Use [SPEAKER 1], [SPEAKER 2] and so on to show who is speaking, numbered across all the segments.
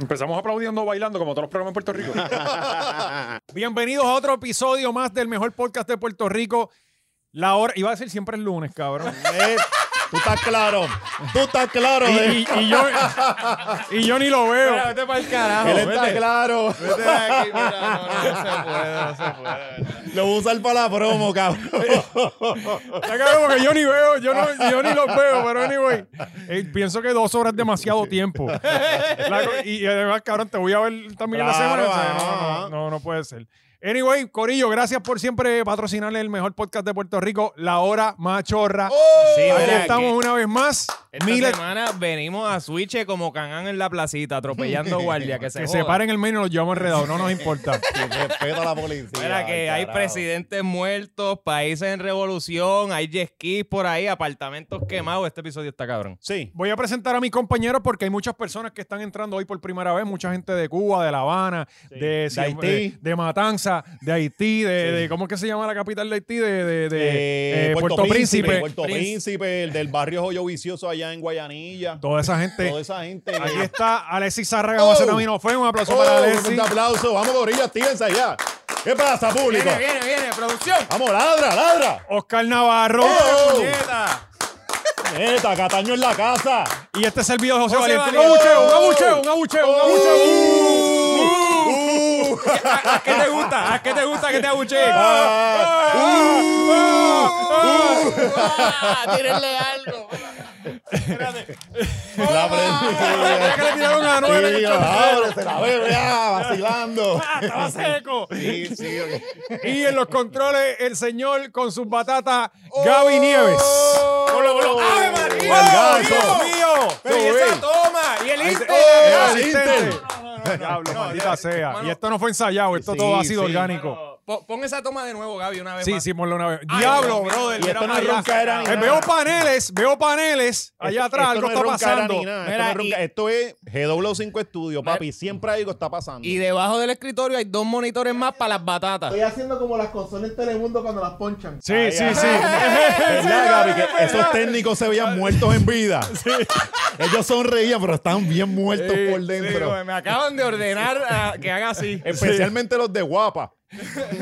[SPEAKER 1] Empezamos aplaudiendo, bailando, como todos los programas en Puerto Rico. Bienvenidos a otro episodio más del mejor podcast de Puerto Rico. La hora, iba a decir siempre el lunes, cabrón.
[SPEAKER 2] Eh, Tú estás claro. Tú estás claro.
[SPEAKER 1] Y,
[SPEAKER 2] eh.
[SPEAKER 1] y- y yo, y yo ni lo veo.
[SPEAKER 3] Vete para el carajo.
[SPEAKER 2] Él está claro.
[SPEAKER 3] Vete de aquí, mira, no, no, no se puede, no se puede. ¿verdad?
[SPEAKER 2] Lo voy a usar para la promo, cabrón.
[SPEAKER 1] Está cabrón, porque yo ni veo, yo, no, yo ni lo veo, pero anyway. Eh, pienso que dos horas es demasiado tiempo. La co- y, y además, cabrón, te voy a ver también en la
[SPEAKER 2] Claro,
[SPEAKER 1] semana. O sea, no,
[SPEAKER 2] ajá.
[SPEAKER 1] no, no, no, no puede ser. Anyway, Corillo, gracias por siempre patrocinar el mejor podcast de Puerto Rico, La Hora Machorra.
[SPEAKER 3] Sí,
[SPEAKER 1] Aquí
[SPEAKER 3] Oh, mira,
[SPEAKER 1] estamos
[SPEAKER 3] que este
[SPEAKER 1] una vez más.
[SPEAKER 3] Esta
[SPEAKER 1] Miles
[SPEAKER 3] semana venimos a Switch como canán en la placita, atropellando guardia. Que se,
[SPEAKER 1] que se
[SPEAKER 3] joda.
[SPEAKER 1] paren el medio y los llevamos enredados, no nos importa.
[SPEAKER 2] Respeto a la policía.
[SPEAKER 3] Mira que hay
[SPEAKER 2] carajo.
[SPEAKER 3] presidentes muertos, países en revolución, hay jet skis por ahí, apartamentos quemados. Este episodio está cabrón.
[SPEAKER 2] Sí.
[SPEAKER 1] Voy a presentar a mis compañeros porque hay muchas personas que están entrando hoy por primera vez, mucha gente de Cuba, de La Habana, de,
[SPEAKER 2] De Haití.
[SPEAKER 1] de- de Matanza, de Haití, de, de- ¿cómo es que se llama la capital de Haití? De, de- de,
[SPEAKER 2] Eh,
[SPEAKER 1] eh, Puerto, Príncipe.
[SPEAKER 2] Puerto
[SPEAKER 3] Príncipe.
[SPEAKER 2] Príncipe, el del barrio Joyo Vicioso allá en Guayanilla.
[SPEAKER 1] Toda esa gente.
[SPEAKER 2] Toda esa gente.
[SPEAKER 1] Aquí está Alexis Sarraga,
[SPEAKER 2] Oh.
[SPEAKER 1] va a hacer Minofe. Un aplauso
[SPEAKER 2] Oh,
[SPEAKER 1] para
[SPEAKER 2] un
[SPEAKER 1] Alexis.
[SPEAKER 2] fuerte aplauso. Vamos, gorilla, actívense allá. ¿Qué pasa, público?
[SPEAKER 3] viene, viene, producción.
[SPEAKER 2] Vamos, ladra, ladra.
[SPEAKER 1] Oscar Navarro.
[SPEAKER 2] Oh.
[SPEAKER 3] Puñeta.
[SPEAKER 2] Neta, Cataño en la casa.
[SPEAKER 1] Y este servidor José,
[SPEAKER 3] José
[SPEAKER 1] Valiente. Un
[SPEAKER 3] Valiente.
[SPEAKER 1] abucheo, un abucheo, un abucheo,
[SPEAKER 2] Oh.
[SPEAKER 1] un abucheo.
[SPEAKER 2] Uh, uh.
[SPEAKER 3] ¿A qué te gusta? ¿A qué te gusta que te abucheen?
[SPEAKER 1] Ah.
[SPEAKER 2] Uh.
[SPEAKER 3] Ah, tírenle algo.
[SPEAKER 2] La prendí.
[SPEAKER 1] Mira que le tiraron a Anuel,
[SPEAKER 2] Sí,
[SPEAKER 1] mucho.
[SPEAKER 2] cabrón, se la bebe ya, vacilando.
[SPEAKER 1] Ah, Estaba seco.
[SPEAKER 2] Sí, sí, ok.
[SPEAKER 1] Y en los controles, el señor con sus batatas,
[SPEAKER 2] Oh.
[SPEAKER 1] Gaby Nieves.
[SPEAKER 3] Ponlo, ponlo. ¡Ave
[SPEAKER 2] El
[SPEAKER 3] María!
[SPEAKER 2] gato.
[SPEAKER 3] Pero y esa toma y el Inter.
[SPEAKER 2] Eh,
[SPEAKER 1] ¡Oh,
[SPEAKER 2] el
[SPEAKER 1] asistente!
[SPEAKER 2] Inter.
[SPEAKER 1] Diablo, maldita sea.
[SPEAKER 3] hermano.
[SPEAKER 1] y esto no fue ensayado, esto
[SPEAKER 2] Sí,
[SPEAKER 1] todo ha sido
[SPEAKER 2] sí.
[SPEAKER 1] orgánico.
[SPEAKER 3] Po- Pon esa toma de nuevo, Gaby, una vez
[SPEAKER 1] Sí,
[SPEAKER 3] más.
[SPEAKER 1] sí, ponlo una vez.
[SPEAKER 3] Ay,
[SPEAKER 1] Diablo,
[SPEAKER 3] Dios mío.
[SPEAKER 1] brother.
[SPEAKER 2] Y esto no es
[SPEAKER 1] para allá.
[SPEAKER 2] roncaera ni
[SPEAKER 1] Eh,
[SPEAKER 2] nada.
[SPEAKER 1] Veo paneles, veo paneles allá atrás,
[SPEAKER 2] Esto
[SPEAKER 1] algo
[SPEAKER 2] no
[SPEAKER 1] está
[SPEAKER 2] es roncaera
[SPEAKER 1] pasando.
[SPEAKER 2] ni nada,
[SPEAKER 3] Mira,
[SPEAKER 2] esto, no es ronca-
[SPEAKER 3] y-
[SPEAKER 2] esto es GW5 Estudio, papi. Siempre algo está pasando.
[SPEAKER 3] Y debajo del escritorio hay dos monitores más para las batatas.
[SPEAKER 4] Estoy haciendo como las consolas en Telemundo cuando las ponchan.
[SPEAKER 1] Sí,
[SPEAKER 2] Ay,
[SPEAKER 1] sí,
[SPEAKER 2] ay.
[SPEAKER 1] sí.
[SPEAKER 2] ¿Verdad, Gaby? Que esos técnicos se veían muertos en vida. Ellos sonreían, pero estaban bien muertos por dentro.
[SPEAKER 3] me acaban de ordenar que haga así.
[SPEAKER 2] Especialmente los de guapa.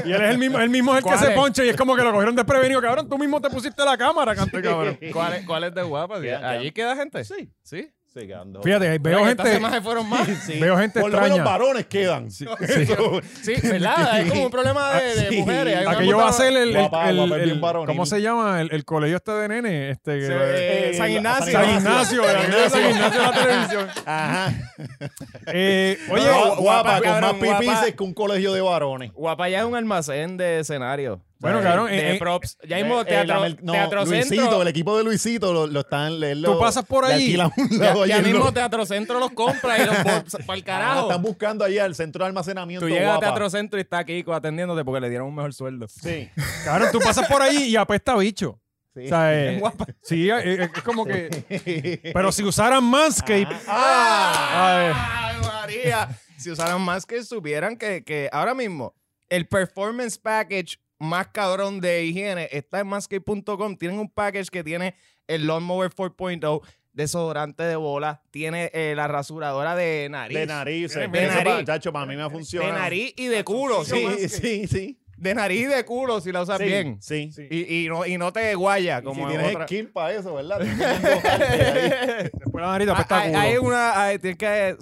[SPEAKER 1] Y él es el mismo, él mismo es el que
[SPEAKER 3] ¿Cuál
[SPEAKER 1] se
[SPEAKER 3] es?
[SPEAKER 1] ponche y es como que lo cogieron desprevenido. Cabrón, tú mismo te pusiste la cámara, canto cabrón.
[SPEAKER 3] ¿Cuál es, cuál es de guapa?
[SPEAKER 2] Queda- queda-
[SPEAKER 3] ¿Allí queda gente?
[SPEAKER 2] Sí.
[SPEAKER 3] ¿Sí?
[SPEAKER 2] Sí, quedando.
[SPEAKER 1] Fíjate,
[SPEAKER 3] Pero
[SPEAKER 1] veo
[SPEAKER 3] que Esta
[SPEAKER 1] gente.
[SPEAKER 3] semana fueron más.
[SPEAKER 2] Sí.
[SPEAKER 1] Veo gente
[SPEAKER 2] Por lo menos
[SPEAKER 1] extraña.
[SPEAKER 2] varones quedan. Eso-
[SPEAKER 3] Sí, ¿verdad? Es como un problema de, de
[SPEAKER 2] Sí.
[SPEAKER 3] mujeres. Hay una
[SPEAKER 1] Aquello va a
[SPEAKER 3] puta-
[SPEAKER 1] ser el, el-
[SPEAKER 2] Guapa,
[SPEAKER 1] el-
[SPEAKER 2] guapa, es bien
[SPEAKER 1] el-
[SPEAKER 2] varonil.
[SPEAKER 1] ¿cómo se llama? El, el colegio este de nene, este que-
[SPEAKER 3] Eh, San Ignacio.
[SPEAKER 1] San Ignacio,
[SPEAKER 2] San
[SPEAKER 1] el colegio San Ignacio de la televisión.
[SPEAKER 2] Ajá.
[SPEAKER 1] Eh, oye,
[SPEAKER 2] Gua- guapa,
[SPEAKER 3] guapa,
[SPEAKER 2] con más
[SPEAKER 3] cabrón, guapa.
[SPEAKER 2] pipices que un colegio de varones.
[SPEAKER 3] Guapa ya es un almacén de escenario.
[SPEAKER 1] Bueno,
[SPEAKER 3] O sea,
[SPEAKER 1] cabrón,
[SPEAKER 3] De
[SPEAKER 1] eh,
[SPEAKER 3] props. Ya mismo
[SPEAKER 2] Eh, la
[SPEAKER 3] teatro,
[SPEAKER 2] mel- no,
[SPEAKER 3] teatrocentro.
[SPEAKER 2] Luisito, el equipo de Luisito lo, lo están. le- Lo,
[SPEAKER 1] Tú pasas por
[SPEAKER 2] le
[SPEAKER 1] allí.
[SPEAKER 2] alquilan un
[SPEAKER 3] Ya,
[SPEAKER 2] lado allí
[SPEAKER 3] ya
[SPEAKER 2] en lo-
[SPEAKER 3] mismo Teatrocentro los compra y los para el
[SPEAKER 2] Ah,
[SPEAKER 3] carajo.
[SPEAKER 2] están buscando allí al centro de almacenamiento.
[SPEAKER 3] Tú llegas
[SPEAKER 2] guapa.
[SPEAKER 3] a Teatrocentro y está Kiko atendiéndote porque le dieron un mejor sueldo.
[SPEAKER 2] Sí.
[SPEAKER 1] cabrón, tú pasas por ahí y apesta bicho.
[SPEAKER 2] Sí.
[SPEAKER 1] O sea, eh,
[SPEAKER 3] Es guapa.
[SPEAKER 1] sí, eh, eh, es como que. Pero si usaran Manscape.
[SPEAKER 2] Ah.
[SPEAKER 1] a
[SPEAKER 3] ¡Ay, María! Si usaran más que supieran que, que ahora mismo el performance package más cabrón de higiene está en manscaped.com. Tienen un package que tiene el Lawnmower 4.0, desodorante de bola, tiene eh, la rasuradora de nariz.
[SPEAKER 2] De narices.
[SPEAKER 3] De
[SPEAKER 2] Eso,
[SPEAKER 3] nariz.
[SPEAKER 2] pa- chacho, para mí me ha
[SPEAKER 3] De
[SPEAKER 2] funcionado.
[SPEAKER 3] nariz y de culo.
[SPEAKER 2] Sí,
[SPEAKER 3] Sí,
[SPEAKER 2] sí, sí.
[SPEAKER 3] De nariz y de culo si la usas
[SPEAKER 2] Sí,
[SPEAKER 3] bien.
[SPEAKER 2] Sí.
[SPEAKER 3] Y, y, no, y no te guaya
[SPEAKER 2] Como
[SPEAKER 3] como
[SPEAKER 2] si
[SPEAKER 3] en
[SPEAKER 2] tienes
[SPEAKER 3] otra-
[SPEAKER 2] skill para eso, ¿verdad? Tienes
[SPEAKER 1] ver, después la
[SPEAKER 2] pues
[SPEAKER 1] nariz te apesta
[SPEAKER 3] Ah, Hay,
[SPEAKER 1] culo.
[SPEAKER 3] hay una. hay- tienes que.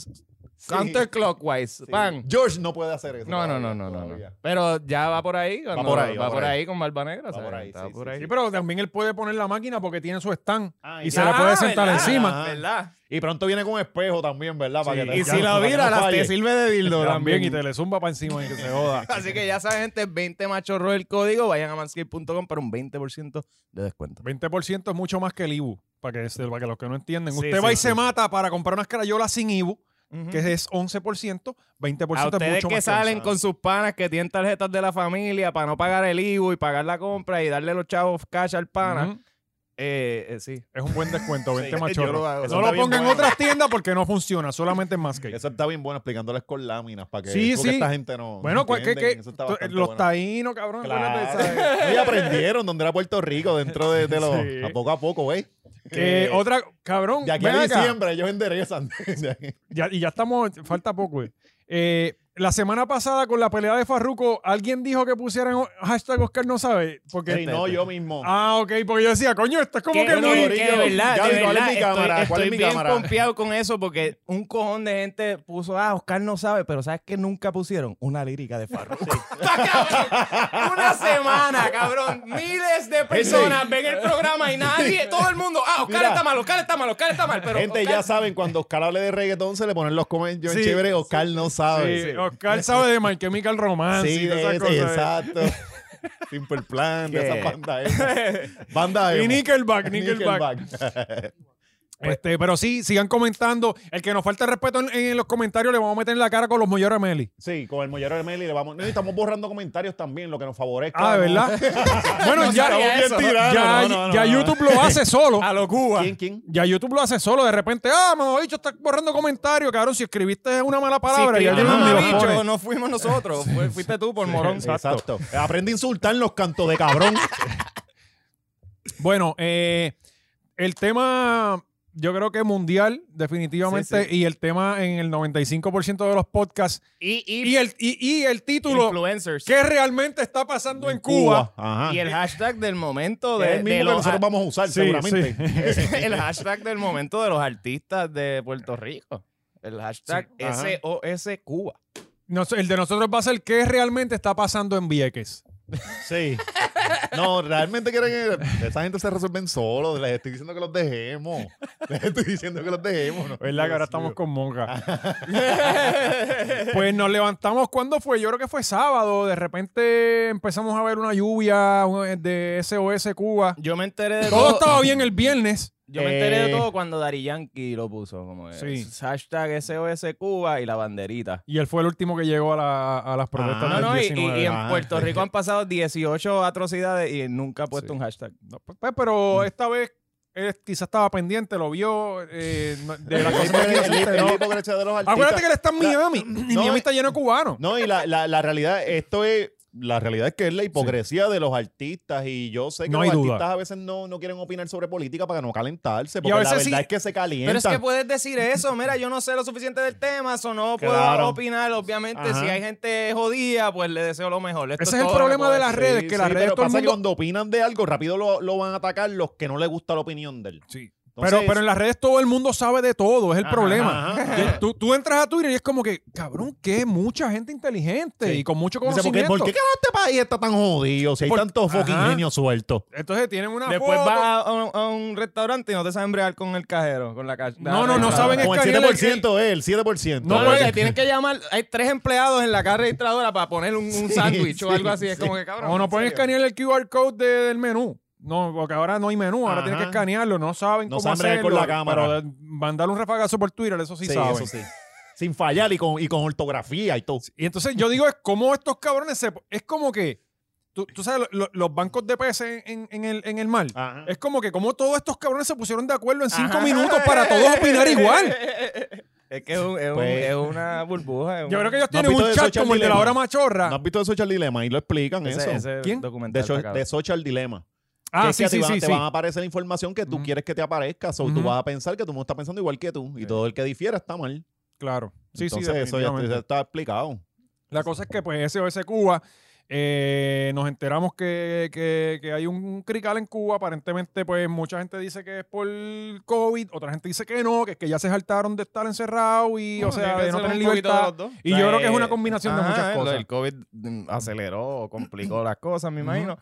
[SPEAKER 2] Sí.
[SPEAKER 3] Counterclockwise. Pan.
[SPEAKER 2] George no puede hacer eso.
[SPEAKER 3] No, no, no,
[SPEAKER 2] todavía,
[SPEAKER 3] no, no,
[SPEAKER 2] todavía.
[SPEAKER 3] no. Pero ya va por ahí. cuando-
[SPEAKER 2] por ahí, va por ahí.
[SPEAKER 3] con barba negra.
[SPEAKER 2] Va
[SPEAKER 3] ¿sabes?
[SPEAKER 2] por ahí,
[SPEAKER 3] Está
[SPEAKER 2] sí,
[SPEAKER 3] por
[SPEAKER 2] sí,
[SPEAKER 3] ahí.
[SPEAKER 1] Sí, pero también él puede poner la máquina porque tiene su stand
[SPEAKER 2] Ah,
[SPEAKER 1] y
[SPEAKER 2] ya.
[SPEAKER 1] se le puede
[SPEAKER 3] Ah,
[SPEAKER 1] sentar
[SPEAKER 3] ¿verdad?
[SPEAKER 1] encima.
[SPEAKER 2] Ajá.
[SPEAKER 3] ¿Verdad?
[SPEAKER 2] Y pronto viene con espejo también, ¿verdad? Para
[SPEAKER 1] Sí.
[SPEAKER 2] que
[SPEAKER 3] Y
[SPEAKER 1] Ya,
[SPEAKER 3] si la
[SPEAKER 2] para que
[SPEAKER 3] vira,
[SPEAKER 2] no
[SPEAKER 3] las
[SPEAKER 2] falle.
[SPEAKER 3] te sirve de dildo
[SPEAKER 1] También
[SPEAKER 3] también.
[SPEAKER 1] y te le zumba para encima y que se joda.
[SPEAKER 3] Así que ya saben, gente, 20 machorros el código. Vayan a manscape.com para un 20% de descuento.
[SPEAKER 1] 20% es mucho más que el IBU, para que, se- para que los que no entienden.
[SPEAKER 3] Sí,
[SPEAKER 1] Usted
[SPEAKER 3] sí,
[SPEAKER 1] va y
[SPEAKER 3] sí.
[SPEAKER 1] se mata para comprar unas crayolas sin IBU,
[SPEAKER 3] Ujú.
[SPEAKER 1] que es 11%, 20%
[SPEAKER 3] a
[SPEAKER 1] es
[SPEAKER 3] ustedes
[SPEAKER 1] mucho
[SPEAKER 3] que
[SPEAKER 1] más
[SPEAKER 3] salen
[SPEAKER 1] que
[SPEAKER 3] con sus panas que tienen tarjetas de la familia para no pagar el IVU y pagar la compra y darle los chavos cash al
[SPEAKER 1] eso.
[SPEAKER 3] pana.
[SPEAKER 1] Ujú.
[SPEAKER 3] eh, eh, sí.
[SPEAKER 1] Es un buen descuento, 20
[SPEAKER 2] yo
[SPEAKER 1] machorros.
[SPEAKER 2] lo hago. Eso
[SPEAKER 1] No
[SPEAKER 2] está
[SPEAKER 1] lo
[SPEAKER 2] bien
[SPEAKER 1] pongan en
[SPEAKER 2] bueno.
[SPEAKER 1] otras tiendas porque no funciona, solamente en Manscaped.
[SPEAKER 2] Eso está bien bueno explicándoles con láminas para que,
[SPEAKER 1] Sí,
[SPEAKER 2] porque
[SPEAKER 1] sí.
[SPEAKER 2] esta gente no.
[SPEAKER 1] Bueno,
[SPEAKER 2] no
[SPEAKER 1] ¿cuál- qué-
[SPEAKER 2] entienden.
[SPEAKER 1] qué?
[SPEAKER 2] Eso está
[SPEAKER 1] Tú-
[SPEAKER 2] bastante
[SPEAKER 1] los
[SPEAKER 2] bueno.
[SPEAKER 1] taínos, cabrón.
[SPEAKER 2] Claro.
[SPEAKER 1] acuérdate, ¿sabes?
[SPEAKER 2] Ellos aprendieron donde era Puerto Rico dentro de, de los.
[SPEAKER 1] Sí.
[SPEAKER 2] A poco a poco, güey.
[SPEAKER 1] Eh, otra, cabrón.
[SPEAKER 2] De aquí
[SPEAKER 1] ven
[SPEAKER 2] a
[SPEAKER 1] acá.
[SPEAKER 2] diciembre ellos enderezan. De aquí-
[SPEAKER 1] Ya- y ya estamos, falta poco. eh. Eh, la semana pasada con la pelea de Farruko, alguien dijo que pusieran o- hashtag Oscar no sabe. Porque,
[SPEAKER 2] Sí, no, yo mismo.
[SPEAKER 1] Ah, ok, porque yo decía, coño, esto es como
[SPEAKER 3] Que
[SPEAKER 1] que
[SPEAKER 3] no,
[SPEAKER 1] muy.
[SPEAKER 2] Corillo,
[SPEAKER 3] que de verdad,
[SPEAKER 2] Gaby,
[SPEAKER 3] de
[SPEAKER 2] ¿cuál es
[SPEAKER 3] verdad,
[SPEAKER 2] mi cámara?
[SPEAKER 3] estoy,
[SPEAKER 2] ¿Cuál es
[SPEAKER 3] estoy
[SPEAKER 2] mi
[SPEAKER 3] bien
[SPEAKER 2] cámara?
[SPEAKER 3] confiado con eso porque un cojón de gente puso, ah, Oscar no sabe, pero ¿sabes qué nunca pusieron? Una lírica de Farruko. Una semana, cabrón. Miles de personas ven el programa y nadie, todo el mundo, ah, Oscar
[SPEAKER 2] Mira.
[SPEAKER 3] está mal, Oscar está mal, Oscar está mal, pero
[SPEAKER 2] Gente,
[SPEAKER 3] Oscar-
[SPEAKER 2] ya saben, cuando Oscar hable de reggaetón se le ponen los comentarios
[SPEAKER 1] Sí,
[SPEAKER 2] chévere. Oscar no sabe.
[SPEAKER 1] Sí, Oscar sabe de My Chemical Romance
[SPEAKER 2] Sí,
[SPEAKER 1] y todas
[SPEAKER 2] de
[SPEAKER 1] esas
[SPEAKER 2] ese,
[SPEAKER 1] cosas. eh.
[SPEAKER 2] exacto. Simple Plan, de
[SPEAKER 3] ¿Qué?
[SPEAKER 2] esas bandas. esas. Banda
[SPEAKER 1] Y
[SPEAKER 2] emo.
[SPEAKER 1] Nickelback, Nickelback.
[SPEAKER 2] Nickelback. pues.
[SPEAKER 1] Este, pero sí, sigan comentando. El que nos falta el respeto en, en los comentarios le vamos a meter en la cara con los Mollera Meli.
[SPEAKER 2] sí, con el Mollero de Meli le vamos. No, y estamos borrando comentarios también, lo que nos favorezca.
[SPEAKER 1] Ah,
[SPEAKER 2] ¿no?
[SPEAKER 1] ¿verdad? bueno, ya,
[SPEAKER 3] sabía
[SPEAKER 1] ya-
[SPEAKER 3] eso.
[SPEAKER 1] ya,
[SPEAKER 2] No, no, no,
[SPEAKER 1] ya
[SPEAKER 2] no.
[SPEAKER 1] YouTube lo hace solo.
[SPEAKER 3] a lo Cuba.
[SPEAKER 2] ¿Quién, quién?
[SPEAKER 1] Ya YouTube lo hace solo, de repente, ah, mamá bicho, estás borrando comentarios, cabrón, si escribiste una mala palabra
[SPEAKER 3] Sí,
[SPEAKER 1] y
[SPEAKER 3] que
[SPEAKER 1] alguien
[SPEAKER 3] yo no
[SPEAKER 1] me
[SPEAKER 3] me
[SPEAKER 1] lo
[SPEAKER 3] he dicho,
[SPEAKER 1] pone.
[SPEAKER 3] no fuimos nosotros, fue- fuiste tú por morón.
[SPEAKER 2] Eh, Exacto. Aprende a insultar en los cantos de cabrón.
[SPEAKER 1] Bueno, eh, el tema, yo creo que mundial, definitivamente,
[SPEAKER 3] Sí,
[SPEAKER 1] y el tema en el 95% de los podcasts,
[SPEAKER 3] Y, y,
[SPEAKER 1] y el, y, y el título,
[SPEAKER 3] influencers.
[SPEAKER 1] ¿qué realmente está pasando en Cuba?
[SPEAKER 2] Ajá.
[SPEAKER 3] Y el hashtag del momento
[SPEAKER 2] Ah. Es
[SPEAKER 3] de,
[SPEAKER 2] el
[SPEAKER 3] de
[SPEAKER 2] mismo que
[SPEAKER 3] los-
[SPEAKER 2] nosotros vamos a usar,
[SPEAKER 1] Sí,
[SPEAKER 2] seguramente.
[SPEAKER 3] el hashtag del momento de los artistas de Puerto Rico. El hashtag
[SPEAKER 2] Sí, ajá.
[SPEAKER 3] SOS Cuba.
[SPEAKER 1] Nos- el de nosotros va a ser, ¿qué realmente está pasando en Vieques?
[SPEAKER 2] Sí. No, realmente quieren. que- Esa gente se resuelven solo. Les estoy diciendo que los dejemos. Les estoy diciendo que los dejemos.
[SPEAKER 1] ¿Verdad
[SPEAKER 2] ¿no?
[SPEAKER 1] que ahora
[SPEAKER 2] Dios mío.
[SPEAKER 1] estamos con monja? pues nos levantamos, ¿cuándo fue? Yo creo que fue sábado. De repente empezamos a ver una lluvia un- eh, de SOS Cuba.
[SPEAKER 3] Yo me enteré de
[SPEAKER 1] Todo
[SPEAKER 3] todo.
[SPEAKER 1] estaba bien el viernes.
[SPEAKER 3] Yo me enteré de
[SPEAKER 2] Eh.
[SPEAKER 3] todo cuando Dari Yankee lo puso. Como es,
[SPEAKER 1] Sí.
[SPEAKER 3] Hashtag SOS Cuba y la banderita.
[SPEAKER 1] Y él fue el último que llegó a, la- a las protestas
[SPEAKER 2] Ah,
[SPEAKER 1] del
[SPEAKER 3] No, no, y, y-
[SPEAKER 1] 19.
[SPEAKER 3] y en
[SPEAKER 2] ah,
[SPEAKER 3] Puerto Rico han pasado 18 atrocidades y nunca ha puesto
[SPEAKER 1] Sí.
[SPEAKER 3] un hashtag.
[SPEAKER 1] No, pues, pues, pero esta vez él quizás estaba pendiente, lo vio. eh, no- de la cosa que
[SPEAKER 2] El-
[SPEAKER 1] hizo,
[SPEAKER 2] el-
[SPEAKER 1] ¿no?
[SPEAKER 2] el hipocresía de los artistas.
[SPEAKER 1] Acuérdate que él está en
[SPEAKER 2] La-
[SPEAKER 1] Miami. Y
[SPEAKER 2] no,
[SPEAKER 1] Miami está lleno de cubanos.
[SPEAKER 2] No, y la, la, la realidad, esto es. La realidad es que es la hipocresía de los artistas y yo sé que
[SPEAKER 1] No
[SPEAKER 2] los
[SPEAKER 1] hay duda.
[SPEAKER 2] artistas a veces no, no quieren opinar sobre política para no calentarse, porque la
[SPEAKER 1] veces
[SPEAKER 2] verdad
[SPEAKER 1] sí-
[SPEAKER 2] es que se
[SPEAKER 3] Pero
[SPEAKER 2] calientan.
[SPEAKER 3] es que
[SPEAKER 1] pues,
[SPEAKER 3] puedes decir eso, mira, yo no sé lo suficiente del tema, eso no puedo
[SPEAKER 2] Claro.
[SPEAKER 3] opinar, obviamente,
[SPEAKER 2] Ajá.
[SPEAKER 3] si hay gente jodida, pues le deseo lo mejor. Esto
[SPEAKER 1] Ese es el
[SPEAKER 3] todo lo que
[SPEAKER 1] problema
[SPEAKER 3] puedo
[SPEAKER 1] de las
[SPEAKER 3] decir.
[SPEAKER 1] redes, que las redes
[SPEAKER 2] pero
[SPEAKER 1] todo el
[SPEAKER 2] pasa que
[SPEAKER 1] mundo-
[SPEAKER 2] cuando opinan de algo, rápido lo, lo van a atacar los que no les gusta la opinión de él.
[SPEAKER 1] Sí.
[SPEAKER 2] Entonces-
[SPEAKER 1] pero, pero en las redes todo el mundo sabe de todo, es el
[SPEAKER 3] Ajá,
[SPEAKER 1] problema.
[SPEAKER 2] Ajá.
[SPEAKER 1] Que Tú, tú entras a Twitter y es como que, cabrón, que mucha gente inteligente
[SPEAKER 2] Sí.
[SPEAKER 1] y con mucho
[SPEAKER 2] Dice, ¿por qué,
[SPEAKER 1] conocimiento.
[SPEAKER 2] ¿Por qué carajo este país está tan jodido? Si hay
[SPEAKER 1] Por-
[SPEAKER 2] tantos fucking
[SPEAKER 1] Ajá.
[SPEAKER 2] genios sueltos.
[SPEAKER 1] Entonces tienen una
[SPEAKER 3] Después
[SPEAKER 1] foto.
[SPEAKER 3] vas a, a un- a un restaurante y no te saben bregar con el cajero, con la ca-
[SPEAKER 1] No, no,
[SPEAKER 3] la-
[SPEAKER 1] no
[SPEAKER 3] la-
[SPEAKER 1] saben
[SPEAKER 2] Con el
[SPEAKER 1] escanear el-
[SPEAKER 2] 7%, él, 7%.
[SPEAKER 1] No,
[SPEAKER 3] No,
[SPEAKER 2] Él.
[SPEAKER 3] no, le tienen que llamar, hay tres empleados en la caja registradora para poner un, un
[SPEAKER 2] Sí,
[SPEAKER 3] sándwich o
[SPEAKER 2] sí,
[SPEAKER 3] algo así, es
[SPEAKER 2] sí.
[SPEAKER 3] como que cabrón.
[SPEAKER 1] O no
[SPEAKER 3] ¿en
[SPEAKER 1] pueden
[SPEAKER 3] serio?
[SPEAKER 1] escanear el QR code de- del menú. No, porque ahora no hay menú, ahora
[SPEAKER 2] Ajá.
[SPEAKER 1] tienen que escanearlo, no saben
[SPEAKER 2] No
[SPEAKER 1] cómo
[SPEAKER 2] saben bregar
[SPEAKER 1] hacerlo.
[SPEAKER 2] con la cámara.
[SPEAKER 1] Pero de- mandarle un refagazo por Twitter, eso sí,
[SPEAKER 2] Sí,
[SPEAKER 1] saben.
[SPEAKER 2] eso sí. Sin fallar y con, y con ortografía y todo.
[SPEAKER 1] Y entonces yo digo, es como estos cabrones se... Es como que, tú, tú sabes, lo- lo- los bancos de peces en, en el, en el mar.
[SPEAKER 2] Ajá.
[SPEAKER 1] Es como que como todos estos cabrones se pusieron de acuerdo en cinco
[SPEAKER 3] Ajá.
[SPEAKER 1] minutos para todos opinar igual.
[SPEAKER 3] Es que es, un- es un-
[SPEAKER 2] Pues-
[SPEAKER 3] es una burbuja. es
[SPEAKER 1] Yo
[SPEAKER 3] un-
[SPEAKER 1] creo que ellos
[SPEAKER 2] ¿No has
[SPEAKER 1] tienen
[SPEAKER 2] visto
[SPEAKER 1] un
[SPEAKER 2] de
[SPEAKER 1] chat
[SPEAKER 2] Social
[SPEAKER 1] como el de la
[SPEAKER 2] Dilemma?
[SPEAKER 1] hora machorra.
[SPEAKER 2] ¿No has visto de Social Dilemma? Y lo explican eso.
[SPEAKER 3] ese, ese
[SPEAKER 1] ¿Quién?
[SPEAKER 2] de,
[SPEAKER 3] documental
[SPEAKER 2] so-
[SPEAKER 3] está cabrón.
[SPEAKER 2] de Social Dilemma. Que
[SPEAKER 1] ah,
[SPEAKER 2] es
[SPEAKER 1] sí,
[SPEAKER 2] que te
[SPEAKER 1] sí,
[SPEAKER 2] van-
[SPEAKER 1] sí.
[SPEAKER 2] Te
[SPEAKER 1] sí.
[SPEAKER 2] van a aparecer la información que tú
[SPEAKER 1] Ujú.
[SPEAKER 2] quieres que te aparezca. O tú
[SPEAKER 1] Ujú.
[SPEAKER 2] vas a pensar que tú no estás pensando igual que tú. Y
[SPEAKER 1] Sí.
[SPEAKER 2] todo el que difiera está mal.
[SPEAKER 1] Claro. Sí, sí,
[SPEAKER 2] Entonces, eso ya
[SPEAKER 1] definitivamente.
[SPEAKER 2] ya está explicado.
[SPEAKER 1] La cosa es que, pues, SOS Cuba, eh, nos enteramos que, que- que hay un crical en Cuba. Aparentemente, pues, mucha gente dice que es por COVID, otra gente dice que no, que es que ya se saltaron de estar encerrados y, o
[SPEAKER 3] Bueno, tiene
[SPEAKER 1] sea,
[SPEAKER 3] que
[SPEAKER 1] de no
[SPEAKER 3] ser un
[SPEAKER 1] tener
[SPEAKER 3] poquito de
[SPEAKER 1] libertad.
[SPEAKER 3] los dos.
[SPEAKER 1] Y
[SPEAKER 3] O sea,
[SPEAKER 1] yo creo que es
[SPEAKER 3] eh,
[SPEAKER 1] una combinación de
[SPEAKER 3] ajá,
[SPEAKER 1] muchas
[SPEAKER 3] lo
[SPEAKER 1] cosas.
[SPEAKER 3] del COVID mm, aceleró, complicó las cosas, me
[SPEAKER 1] Ujú.
[SPEAKER 3] imagino.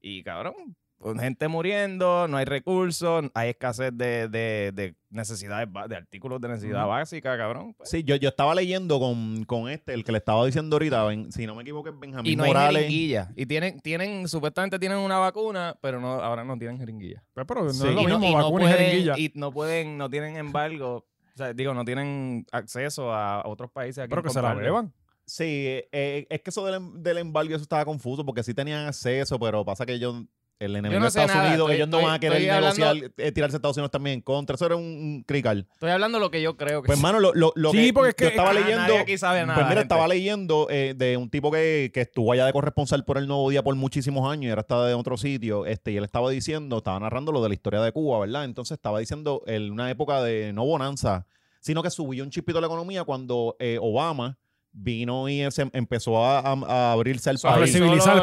[SPEAKER 3] Y cabrón, con gente muriendo, no hay recursos, hay escasez de, de- de necesidades, ba- de artículos de necesidad
[SPEAKER 1] Ujú.
[SPEAKER 3] básica, cabrón. pues.
[SPEAKER 2] Sí, yo, yo estaba leyendo con, con este, el que le estaba diciendo ahorita, Ben- si no me equivoco, es Benjamín
[SPEAKER 3] Y no hay
[SPEAKER 2] Morales.
[SPEAKER 3] jeringuilla. Y tienen, tienen, supuestamente tienen una vacuna, pero no, ahora no tienen jeringuilla.
[SPEAKER 1] Pues, pero no
[SPEAKER 2] Sí.
[SPEAKER 1] es lo
[SPEAKER 3] y, no,
[SPEAKER 1] mismo,
[SPEAKER 3] y no
[SPEAKER 1] vacuna y jeringuilla.
[SPEAKER 3] pueden, y no pueden, no tienen embargo, o sea, digo, no tienen acceso a otros países aquí.
[SPEAKER 1] pero que se la beban.
[SPEAKER 2] Sí, eh, eh, es que eso del, em- del embargo, eso estaba confuso porque sí tenían acceso, pero pasa que ellos, el enemigo
[SPEAKER 3] no
[SPEAKER 2] de
[SPEAKER 3] sé
[SPEAKER 2] Estados
[SPEAKER 3] nada,
[SPEAKER 2] Unidos,
[SPEAKER 3] estoy-
[SPEAKER 2] ellos no van a
[SPEAKER 3] estoy-
[SPEAKER 2] querer
[SPEAKER 3] estoy hablando-
[SPEAKER 2] negociar, eh, tirarse a Estados Unidos también en contra. Eso era un, un crical.
[SPEAKER 3] Estoy hablando lo que yo creo que
[SPEAKER 2] Pues, hermano, lo, lo, lo
[SPEAKER 1] Sí,
[SPEAKER 2] que
[SPEAKER 1] porque es
[SPEAKER 2] yo
[SPEAKER 1] que-
[SPEAKER 2] estaba
[SPEAKER 1] ah,
[SPEAKER 3] nadie
[SPEAKER 2] leyendo.
[SPEAKER 3] aquí sabe nada,
[SPEAKER 2] pues mira,
[SPEAKER 3] gente.
[SPEAKER 2] estaba leyendo eh, de un tipo que, que estuvo allá de corresponsal por el Nuevo Día por muchísimos años y ahora está de otro sitio. Este, y él estaba diciendo, estaba narrando lo de la historia de Cuba, ¿verdad? Entonces estaba diciendo en una época de no bonanza, sino que subió un chispito la economía cuando eh, Obama vino y se empezó a, a- a abrirse al
[SPEAKER 1] A
[SPEAKER 3] Ahí.
[SPEAKER 2] país.
[SPEAKER 3] Flexibilizar,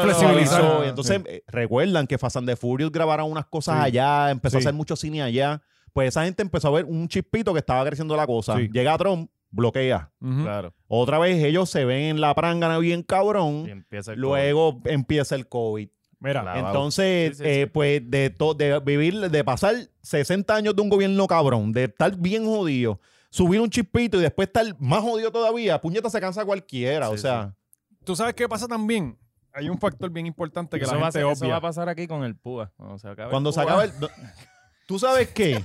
[SPEAKER 1] flexibilizar,
[SPEAKER 3] Solo-
[SPEAKER 1] flexibilizar.
[SPEAKER 2] Suavizó. Entonces, eh, recuerdan que Fast and the Furious grabaron unas cosas
[SPEAKER 1] Sí.
[SPEAKER 2] allá, empezó
[SPEAKER 1] Sí.
[SPEAKER 2] a hacer mucho cine allá. Pues esa gente empezó a ver un chispito que estaba creciendo la cosa.
[SPEAKER 1] Sí.
[SPEAKER 2] Llega Trump, bloquea.
[SPEAKER 1] Ujú.
[SPEAKER 3] Claro.
[SPEAKER 2] Otra vez ellos se ven en la prangana bien cabrón.
[SPEAKER 3] Y empieza el
[SPEAKER 2] Luego empieza el COVID.
[SPEAKER 1] Mira,
[SPEAKER 3] Claro. Ah, wow.
[SPEAKER 2] Entonces,
[SPEAKER 3] Sí, sí, sí.
[SPEAKER 2] eh, pues de, to- de vivir, de pasar 60 años de un gobierno cabrón, de estar bien jodido, subir un chispito y después estar más jodido todavía, puñeta se cansa cualquiera.
[SPEAKER 3] Sí,
[SPEAKER 2] o sea,
[SPEAKER 1] tú sabes qué pasa también. Hay un factor bien importante que
[SPEAKER 3] Eso,
[SPEAKER 1] la
[SPEAKER 3] va a,
[SPEAKER 1] gente
[SPEAKER 3] ser- eso
[SPEAKER 1] obvia.
[SPEAKER 3] va a pasar aquí con el púa. Cuando se acabe
[SPEAKER 2] cuando
[SPEAKER 3] el
[SPEAKER 2] se
[SPEAKER 3] púa.
[SPEAKER 2] acaba el... no- ¿Tú sabes qué?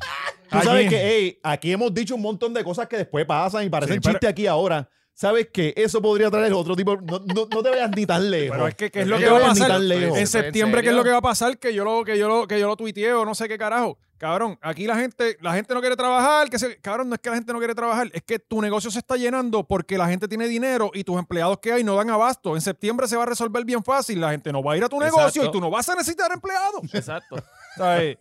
[SPEAKER 2] Tú
[SPEAKER 1] Allí-
[SPEAKER 2] sabes que, hey, aquí hemos dicho un montón de cosas que después pasan y parecen
[SPEAKER 1] Sí, pero-
[SPEAKER 2] chiste aquí ahora. ¿Sabes qué? Eso podría traer otro tipo... No, no, no te vayas ni tan lejos.
[SPEAKER 1] Pero es que, ¿qué es
[SPEAKER 2] No
[SPEAKER 1] lo
[SPEAKER 2] te
[SPEAKER 1] que va a
[SPEAKER 2] vayas ni
[SPEAKER 1] pasar?
[SPEAKER 2] tan lejos.
[SPEAKER 1] En
[SPEAKER 3] ¿En
[SPEAKER 1] septiembre, ¿qué es
[SPEAKER 3] serio?
[SPEAKER 1] lo que va a pasar? Que yo lo, que yo lo, que yo lo tuiteo, no sé qué carajo. Cabrón, aquí la gente, la gente no quiere trabajar, que se- cabrón, no es que la gente no quiere trabajar, es que tu negocio se está llenando porque la gente tiene dinero y tus empleados que hay no dan abasto. En septiembre se va a resolver bien fácil, la gente no va a ir a tu
[SPEAKER 3] Exacto.
[SPEAKER 1] negocio y tú no vas a necesitar empleados.
[SPEAKER 3] Exacto.
[SPEAKER 1] ¿Sabes?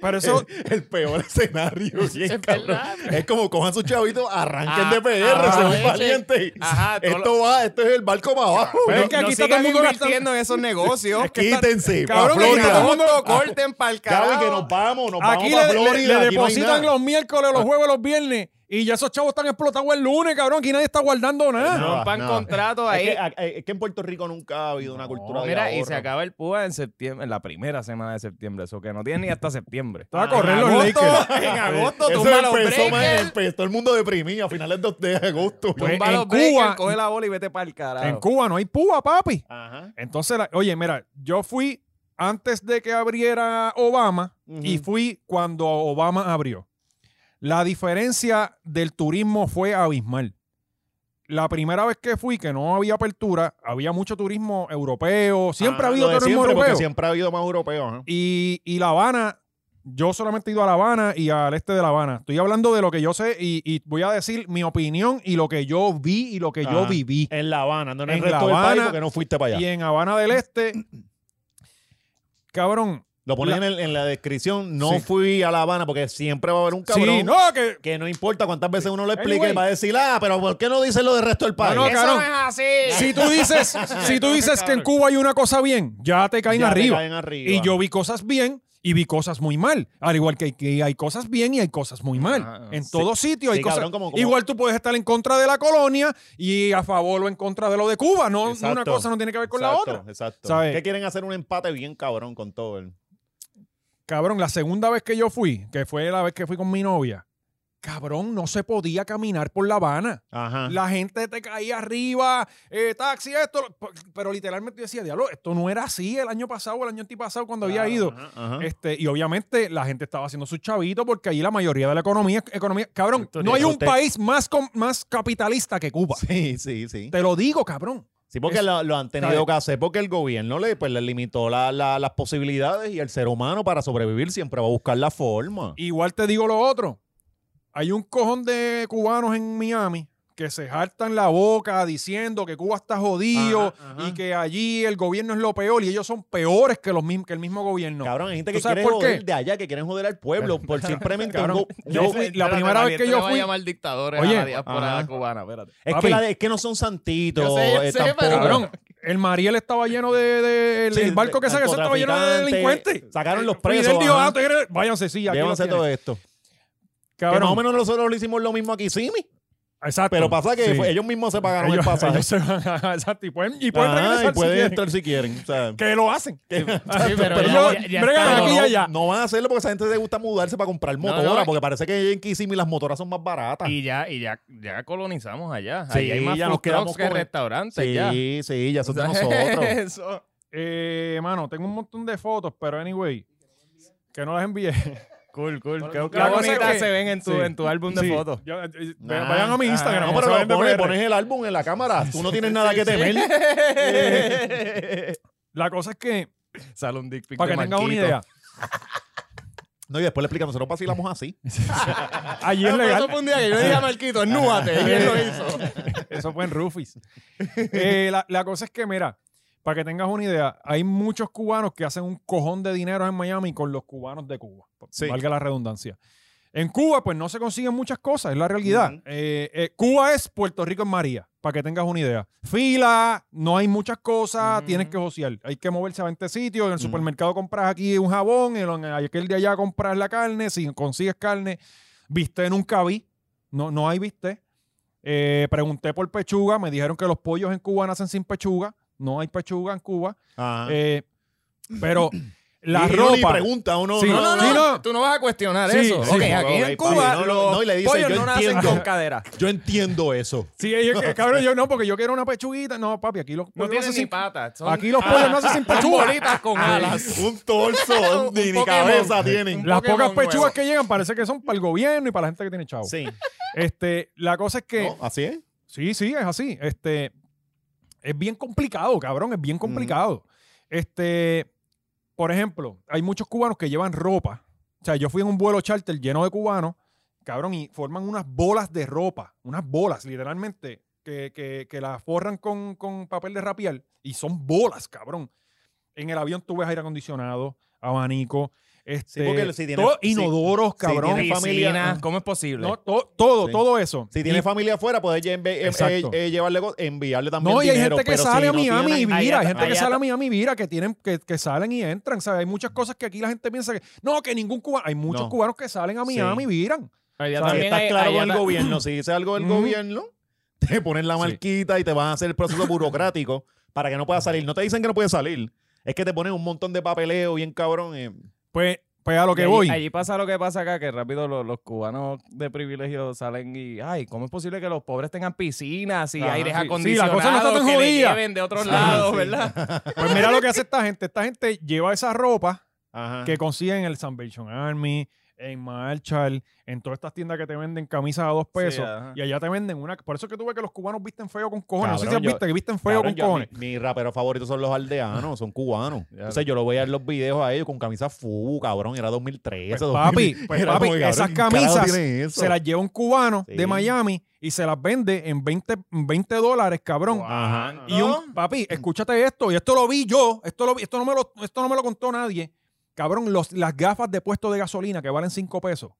[SPEAKER 1] Pero eso,
[SPEAKER 2] el peor escenario. bien
[SPEAKER 3] Es
[SPEAKER 2] cabrón.
[SPEAKER 3] verdad.
[SPEAKER 2] Es como cojan sus chavitos, arranquen
[SPEAKER 3] Ah,
[SPEAKER 2] de PR,
[SPEAKER 3] ah,
[SPEAKER 2] se
[SPEAKER 3] sí.
[SPEAKER 2] ven valientes.
[SPEAKER 3] Ajá, todo
[SPEAKER 2] esto va, esto es el barco para abajo.
[SPEAKER 1] Pero es
[SPEAKER 2] No,
[SPEAKER 1] que aquí
[SPEAKER 3] no
[SPEAKER 1] está todo el
[SPEAKER 3] sigan
[SPEAKER 1] mundo gastando-
[SPEAKER 3] invirtiendo en esos negocios.
[SPEAKER 1] que está-
[SPEAKER 2] Quítense, pa'
[SPEAKER 1] cabrón, aquí está
[SPEAKER 2] Florida.
[SPEAKER 1] todo el mundo-
[SPEAKER 3] corten para el
[SPEAKER 2] Gaby,
[SPEAKER 3] carajo.
[SPEAKER 2] que nos vamos, nos
[SPEAKER 1] aquí
[SPEAKER 2] vamos
[SPEAKER 1] le,
[SPEAKER 2] para Florida.
[SPEAKER 1] le- le
[SPEAKER 2] aquí no hay
[SPEAKER 1] depositan
[SPEAKER 2] nada. Ah.
[SPEAKER 1] los miércoles, los jueves, los viernes y ya esos chavos están explotados el lunes, cabrón, aquí nadie está guardando nada.
[SPEAKER 2] No,
[SPEAKER 3] Rompan
[SPEAKER 2] no.
[SPEAKER 3] contratos ahí.
[SPEAKER 2] Es que, a- eh, es que en Puerto Rico nunca ha habido una cultura de
[SPEAKER 3] Mira, y
[SPEAKER 2] ahorro.
[SPEAKER 3] se acaba el púa en septiembre, en la primera semana de septiembre. Eso que no tiene ni hasta septiembre.
[SPEAKER 1] Te va a correr los
[SPEAKER 3] agosto,
[SPEAKER 1] Lakers.
[SPEAKER 3] En agosto
[SPEAKER 2] Ah, Eso
[SPEAKER 3] tumba los
[SPEAKER 2] empezó, man,
[SPEAKER 3] breakers.
[SPEAKER 2] empezó el mundo deprimido a finales de, de agosto.
[SPEAKER 1] Pues,
[SPEAKER 3] Tumba
[SPEAKER 1] en
[SPEAKER 3] los breakers,
[SPEAKER 1] Cuba-
[SPEAKER 3] coge la bola y vete para el carajo.
[SPEAKER 1] En Cuba no hay púa, papi.
[SPEAKER 2] Ajá.
[SPEAKER 1] Entonces, la- oye, mira, yo fui antes de que abriera Obama y
[SPEAKER 2] Ujú.
[SPEAKER 1] fui cuando Obama abrió. La diferencia del turismo fue abismal. La primera vez que fui, que no había apertura, había mucho turismo europeo. Siempre
[SPEAKER 2] Ah,
[SPEAKER 1] ha habido
[SPEAKER 2] lo de
[SPEAKER 1] turismo
[SPEAKER 2] siempre, porque
[SPEAKER 1] europeo.
[SPEAKER 2] Siempre ha habido más europeos. ¿eh?
[SPEAKER 1] Y, y La Habana, yo solamente he ido a La Habana y al este de La Habana. Estoy hablando de lo que yo sé y, y voy a decir mi opinión y lo que yo vi y lo que yo
[SPEAKER 2] Ajá.
[SPEAKER 1] viví.
[SPEAKER 2] En La Habana, no en,
[SPEAKER 1] En La
[SPEAKER 2] el resto del país
[SPEAKER 1] Habana
[SPEAKER 2] porque no fuiste para allá.
[SPEAKER 1] Y en Habana del Este, cabrón,
[SPEAKER 2] Lo ponen
[SPEAKER 1] La-
[SPEAKER 2] en, el- en la descripción. No
[SPEAKER 1] Sí.
[SPEAKER 2] fui a La Habana porque siempre va a haber un cabrón.
[SPEAKER 1] Sí, no, que.
[SPEAKER 2] Que no importa cuántas veces uno lo explique,
[SPEAKER 1] Anyway.
[SPEAKER 2] va a decir, ah, pero ¿por qué no dice lo del resto del país?
[SPEAKER 1] No, no,
[SPEAKER 2] Ya
[SPEAKER 1] cabrón.
[SPEAKER 3] así.
[SPEAKER 1] Si tú dices, si tú dices que en Cuba hay una cosa bien, ya te caen
[SPEAKER 2] te
[SPEAKER 1] arriba.
[SPEAKER 2] caen arriba.
[SPEAKER 1] Y yo vi cosas bien y vi cosas muy mal. Al igual que, que hay cosas bien y hay cosas muy mal.
[SPEAKER 3] Ah,
[SPEAKER 1] en
[SPEAKER 3] sí.
[SPEAKER 1] todo sitio hay
[SPEAKER 2] Sí,
[SPEAKER 1] cosas.
[SPEAKER 2] cabrón, como- como-
[SPEAKER 1] Igual tú puedes estar en contra de la colonia y a favor o en contra de lo de Cuba. No,
[SPEAKER 2] Exacto.
[SPEAKER 1] una cosa no tiene que ver con
[SPEAKER 2] Exacto,
[SPEAKER 1] la otra.
[SPEAKER 2] Exacto.
[SPEAKER 1] ¿Sabes?
[SPEAKER 2] Que quieren hacer un empate bien cabrón con todo. el-
[SPEAKER 1] Cabrón, la segunda vez que yo fui, que fue la vez que fui con mi novia, cabrón, no se podía caminar por La Habana.
[SPEAKER 2] Ajá.
[SPEAKER 1] La gente te caía arriba, eh, taxi, esto. lo- p- Pero literalmente yo decía, diablo, esto no era así el año pasado o el año antipasado cuando había ido.
[SPEAKER 2] Ajá, ajá.
[SPEAKER 1] Este, y obviamente la gente estaba haciendo su chavito porque allí la mayoría de la economía, economía cabrón,
[SPEAKER 2] Esto
[SPEAKER 1] no hay
[SPEAKER 2] dice
[SPEAKER 1] un
[SPEAKER 2] usted.
[SPEAKER 1] país más, com- más capitalista que Cuba.
[SPEAKER 2] Sí, sí, sí.
[SPEAKER 1] Te lo digo, cabrón.
[SPEAKER 2] Sí, porque
[SPEAKER 1] Es-
[SPEAKER 2] lo, lo han tenido
[SPEAKER 1] ¿sabes?
[SPEAKER 2] que hacer porque el gobierno le, pues, le limitó la- la- las posibilidades y el ser humano para sobrevivir siempre va a buscar la forma.
[SPEAKER 1] Igual te digo lo otro. Hay un cojón de cubanos en Miami que se hartan la boca diciendo que Cuba está jodido
[SPEAKER 2] Ajá, ajá.
[SPEAKER 1] y que allí el gobierno es lo peor y ellos son peores que, los mismos, que el mismo gobierno.
[SPEAKER 2] Cabrón, hay gente
[SPEAKER 1] ¿Tú
[SPEAKER 2] que
[SPEAKER 1] sabes
[SPEAKER 2] quiere
[SPEAKER 1] por qué?
[SPEAKER 2] joder de allá, que quieren joder al pueblo por simplemente un
[SPEAKER 1] Cabrón,
[SPEAKER 2] go-
[SPEAKER 1] yo fui- la primera vez que yo fui.
[SPEAKER 3] llamar dictadores
[SPEAKER 1] Oye,
[SPEAKER 3] a la diáspora
[SPEAKER 2] ajá.
[SPEAKER 3] cubana, espérate.
[SPEAKER 2] Es
[SPEAKER 1] Papi.
[SPEAKER 2] que, la- es que no son santitos.
[SPEAKER 3] Yo sé, yo
[SPEAKER 2] eh,
[SPEAKER 3] sé,
[SPEAKER 2] tampoco.
[SPEAKER 3] pero-
[SPEAKER 1] Cabrón, el Mariel estaba lleno de. de- el,
[SPEAKER 2] Sí,
[SPEAKER 1] el barco que se eso estaba lleno de
[SPEAKER 2] narcotraficantes,
[SPEAKER 1] delincuentes.
[SPEAKER 2] Sacaron los
[SPEAKER 1] Fidel
[SPEAKER 2] presos.
[SPEAKER 1] dijo,
[SPEAKER 2] ajá.
[SPEAKER 1] ah, ustedes quieren- váyanse, sí, aquí
[SPEAKER 2] Llévanse
[SPEAKER 1] los tienen.
[SPEAKER 2] todo esto. Que
[SPEAKER 1] Cabrón,
[SPEAKER 2] más o menos nosotros le hicimos lo mismo aquí, Simi.
[SPEAKER 1] exacto.
[SPEAKER 2] Pero pasa que
[SPEAKER 1] Sí.
[SPEAKER 2] fue- ellos mismos se pagaron
[SPEAKER 1] Ellos-
[SPEAKER 2] el pasaje.
[SPEAKER 1] ellos se van, exacto, y pueden, y pueden
[SPEAKER 2] Ajá,
[SPEAKER 1] regresar
[SPEAKER 2] y
[SPEAKER 1] si
[SPEAKER 2] pueden
[SPEAKER 1] quieren.
[SPEAKER 2] entrar si quieren. o sea.
[SPEAKER 1] Que lo hacen.
[SPEAKER 3] Sí, pero
[SPEAKER 1] Pero
[SPEAKER 3] ya-
[SPEAKER 1] yo-
[SPEAKER 3] ya- ya
[SPEAKER 1] bregan
[SPEAKER 3] está,
[SPEAKER 2] Pero
[SPEAKER 1] aquí
[SPEAKER 2] no,
[SPEAKER 1] y allá.
[SPEAKER 2] no van a hacerlo porque a esa gente le gusta mudarse para comprar motora,
[SPEAKER 3] no, es-
[SPEAKER 2] porque parece que en Kissimmee las motoras son más baratas.
[SPEAKER 3] Y ya, y ya, ya colonizamos allá.
[SPEAKER 2] Sí,
[SPEAKER 3] Ahí hay más
[SPEAKER 2] ya nos
[SPEAKER 3] food
[SPEAKER 2] quedamos
[SPEAKER 3] trucks que
[SPEAKER 2] con-
[SPEAKER 3] restaurantes
[SPEAKER 2] sí,
[SPEAKER 3] ya.
[SPEAKER 2] sí, ya son de
[SPEAKER 3] O sea,
[SPEAKER 2] nosotros.
[SPEAKER 3] eso.
[SPEAKER 1] Eh, mano, tengo un montón de fotos, pero anyway, que no las envié.
[SPEAKER 3] Cool, cool. Qué, qué
[SPEAKER 1] la cosa
[SPEAKER 3] bonitas
[SPEAKER 1] es que-
[SPEAKER 3] se ven en tu,
[SPEAKER 1] Sí.
[SPEAKER 3] en tu álbum de
[SPEAKER 1] Sí,
[SPEAKER 3] fotos. Ah,
[SPEAKER 1] yo- eh,
[SPEAKER 2] Nah.
[SPEAKER 1] vayan a mi Instagram.
[SPEAKER 2] No,
[SPEAKER 1] que se
[SPEAKER 2] pero
[SPEAKER 1] vayan de
[SPEAKER 2] pones,
[SPEAKER 1] PR.
[SPEAKER 2] pones el álbum en la cámara. Tú no tienes nada que temer.
[SPEAKER 1] Eh, La cosa es que
[SPEAKER 3] Sale un dick pic
[SPEAKER 1] Para
[SPEAKER 3] de
[SPEAKER 1] que tengas una
[SPEAKER 3] Marquito.
[SPEAKER 1] idea.
[SPEAKER 2] No, y después le explica, nosotros vacilamos así. Ah.
[SPEAKER 1] Allí es
[SPEAKER 3] No, pero
[SPEAKER 1] legal. Eh,
[SPEAKER 3] Ah, pues, Eso fue un día que yo le dije a Marquito, núate. Y él lo hizo.
[SPEAKER 1] Eso fue en Rufis. Eh, la, la cosa es que, mira, para que tengas una idea, hay muchos cubanos que hacen un cojón de dinero en Miami con los cubanos de Cuba.
[SPEAKER 2] Sí.
[SPEAKER 1] Valga la redundancia. En Cuba, pues no se consiguen muchas cosas, es la realidad.
[SPEAKER 2] Ujú.
[SPEAKER 1] Eh, eh, Cuba es Puerto Rico en María, para que tengas una idea. Fila, no hay muchas cosas,
[SPEAKER 3] Ujú.
[SPEAKER 1] tienes que josear. Hay que moverse a 20 sitios. En el
[SPEAKER 2] Ujú.
[SPEAKER 1] supermercado compras aquí un jabón, en en aquel de allá compras la carne, si consigues carne, viste nunca vi, no, no hay viste. Eh, pregunté por pechuga, me dijeron que los pollos en Cuba nacen sin pechuga, no hay pechuga en Cuba.
[SPEAKER 2] Ajá.
[SPEAKER 1] Eh, pero la
[SPEAKER 2] Ah. Y uno ni
[SPEAKER 1] ropa...
[SPEAKER 2] pregunta, uno
[SPEAKER 1] Sí.
[SPEAKER 2] no,
[SPEAKER 3] No, no, no,
[SPEAKER 1] Sí, no.
[SPEAKER 3] Tú no vas a cuestionar
[SPEAKER 1] Sí,
[SPEAKER 3] eso.
[SPEAKER 1] sí.
[SPEAKER 3] ok, aquí
[SPEAKER 2] Ok,
[SPEAKER 3] en Cuba
[SPEAKER 2] papi, no,
[SPEAKER 3] los
[SPEAKER 2] no, no, y le dice,
[SPEAKER 3] pollos
[SPEAKER 2] yo
[SPEAKER 3] no nacen
[SPEAKER 2] entiendo.
[SPEAKER 3] con cadera.
[SPEAKER 2] yo entiendo eso.
[SPEAKER 1] Sí, es que, cabrón, yo no, porque yo quiero una pechuguita. No, papi, aquí los
[SPEAKER 3] No
[SPEAKER 1] pollos
[SPEAKER 3] tienen
[SPEAKER 1] nacen
[SPEAKER 3] ni
[SPEAKER 1] sin-
[SPEAKER 3] patas. son-
[SPEAKER 1] Aquí los pollos no hacen sin
[SPEAKER 3] son
[SPEAKER 1] pechuga.
[SPEAKER 3] bolitas con alas.
[SPEAKER 2] Ah, Un torso,
[SPEAKER 3] Un
[SPEAKER 2] ni, ni
[SPEAKER 3] Pokémon.
[SPEAKER 2] cabeza tienen.
[SPEAKER 3] Un
[SPEAKER 1] Las
[SPEAKER 3] Pokémon
[SPEAKER 1] pocas pechugas
[SPEAKER 3] nuevo.
[SPEAKER 1] que llegan parece que son para el gobierno y para la gente que tiene chavo.
[SPEAKER 2] Sí.
[SPEAKER 1] Este, la cosa es que.
[SPEAKER 2] No, así es.
[SPEAKER 1] Sí, sí, es así. Este, es bien complicado, cabrón, es bien complicado. Este, por ejemplo, hay muchos cubanos que llevan ropa. O sea, yo fui en un vuelo charter lleno de cubanos, cabrón, y forman unas bolas de ropa, unas bolas, literalmente, que, que, que las forran con, con papel de rapial y son bolas, cabrón. En el avión tú ves aire acondicionado, abanico, este,
[SPEAKER 2] Sí, porque si tienes-
[SPEAKER 1] todo
[SPEAKER 2] sí,
[SPEAKER 1] inodoros,
[SPEAKER 2] sí,
[SPEAKER 1] cabrón.
[SPEAKER 2] tienes
[SPEAKER 3] Piscinas,
[SPEAKER 2] familia-
[SPEAKER 3] ¿Cómo es posible?
[SPEAKER 1] No, to- todo,
[SPEAKER 2] Sí.
[SPEAKER 1] todo eso.
[SPEAKER 2] Si
[SPEAKER 1] Y-
[SPEAKER 2] tiene familia afuera, puedes ya enve- eh,
[SPEAKER 1] Exacto.
[SPEAKER 2] eh, eh, llevarle, go- enviarle también
[SPEAKER 1] No, y hay
[SPEAKER 2] dinero,
[SPEAKER 1] gente que
[SPEAKER 2] pero
[SPEAKER 1] sale
[SPEAKER 2] si
[SPEAKER 1] a
[SPEAKER 2] no
[SPEAKER 1] Miami
[SPEAKER 2] tienen-
[SPEAKER 1] y
[SPEAKER 2] Ahí
[SPEAKER 1] vira. Hay
[SPEAKER 2] está-
[SPEAKER 1] gente que
[SPEAKER 2] ahí
[SPEAKER 1] sale a
[SPEAKER 2] está-
[SPEAKER 1] Miami y vira que, tienen, que, que salen y entran. ¿sabes? Hay muchas cosas que aquí la gente piensa que. No, que ningún cubano. Hay muchos
[SPEAKER 2] No.
[SPEAKER 1] cubanos que salen a
[SPEAKER 2] Sí.
[SPEAKER 1] Miami y viran. ¿sabes?
[SPEAKER 3] Allá
[SPEAKER 2] Si
[SPEAKER 1] También
[SPEAKER 2] estás
[SPEAKER 3] hay-
[SPEAKER 2] claro
[SPEAKER 3] allá
[SPEAKER 2] con el
[SPEAKER 3] ta-
[SPEAKER 2] gobierno, si dices algo del
[SPEAKER 1] Ujú.
[SPEAKER 2] gobierno, te ponen la marquita y te van a hacer el proceso burocrático para que no puedas salir. No te dicen que no puedes salir. Es que te ponen un montón de papeleo bien cabrón. eh.
[SPEAKER 1] Pues, pues a lo que
[SPEAKER 3] allí-
[SPEAKER 1] voy.
[SPEAKER 3] Allí, pasa lo que pasa acá, que rápido lo- los, cubanos de privilegio salen y, ay, ¿cómo es posible que los pobres tengan piscinas y
[SPEAKER 2] Ajá,
[SPEAKER 3] aires
[SPEAKER 1] Ah, sí. Sí, la cosa no está
[SPEAKER 3] acondicionados?
[SPEAKER 1] tan
[SPEAKER 3] que le
[SPEAKER 1] jodida.
[SPEAKER 3] lleven de otros lados,
[SPEAKER 2] sí.
[SPEAKER 3] ¿verdad?
[SPEAKER 1] Pues mira lo que hace esta gente. Esta gente lleva esa ropa
[SPEAKER 2] Ajá.
[SPEAKER 1] que consiguen en el Salvation Army, en Marshall, en todas estas tiendas que te venden camisas a dos pesos.
[SPEAKER 3] ajá.
[SPEAKER 1] y allá te venden una. Por eso es que tú ves que los cubanos visten feo con cojones. no sé si
[SPEAKER 2] Cabrón,
[SPEAKER 1] has
[SPEAKER 2] yo-
[SPEAKER 1] visto que visten feo
[SPEAKER 2] Cabrón,
[SPEAKER 1] con
[SPEAKER 2] yo-
[SPEAKER 1] cojones.
[SPEAKER 2] Mi, mis raperos favoritos son los aldeanos, son cubanos. Entonces yo lo veía en los videos a ellos con camisa FUBU, cabrón, era 2013.
[SPEAKER 1] Pues, papi,
[SPEAKER 2] 2000.
[SPEAKER 1] pues,
[SPEAKER 2] Era
[SPEAKER 1] papi,
[SPEAKER 2] como, cabrón,
[SPEAKER 1] esas
[SPEAKER 2] ¿quién carajo
[SPEAKER 1] camisas
[SPEAKER 2] tiene eso?
[SPEAKER 1] Se las lleva un cubano
[SPEAKER 2] Sí.
[SPEAKER 1] de Miami y se las vende en 20, 20 dólares, cabrón.
[SPEAKER 2] Ajá.
[SPEAKER 1] Y un papi, escúchate esto, y esto lo vi yo, esto lo vi- esto no me lo, esto no me lo contó nadie. Cabrón, los, las gafas de puesto de gasolina que valen 5 pesos.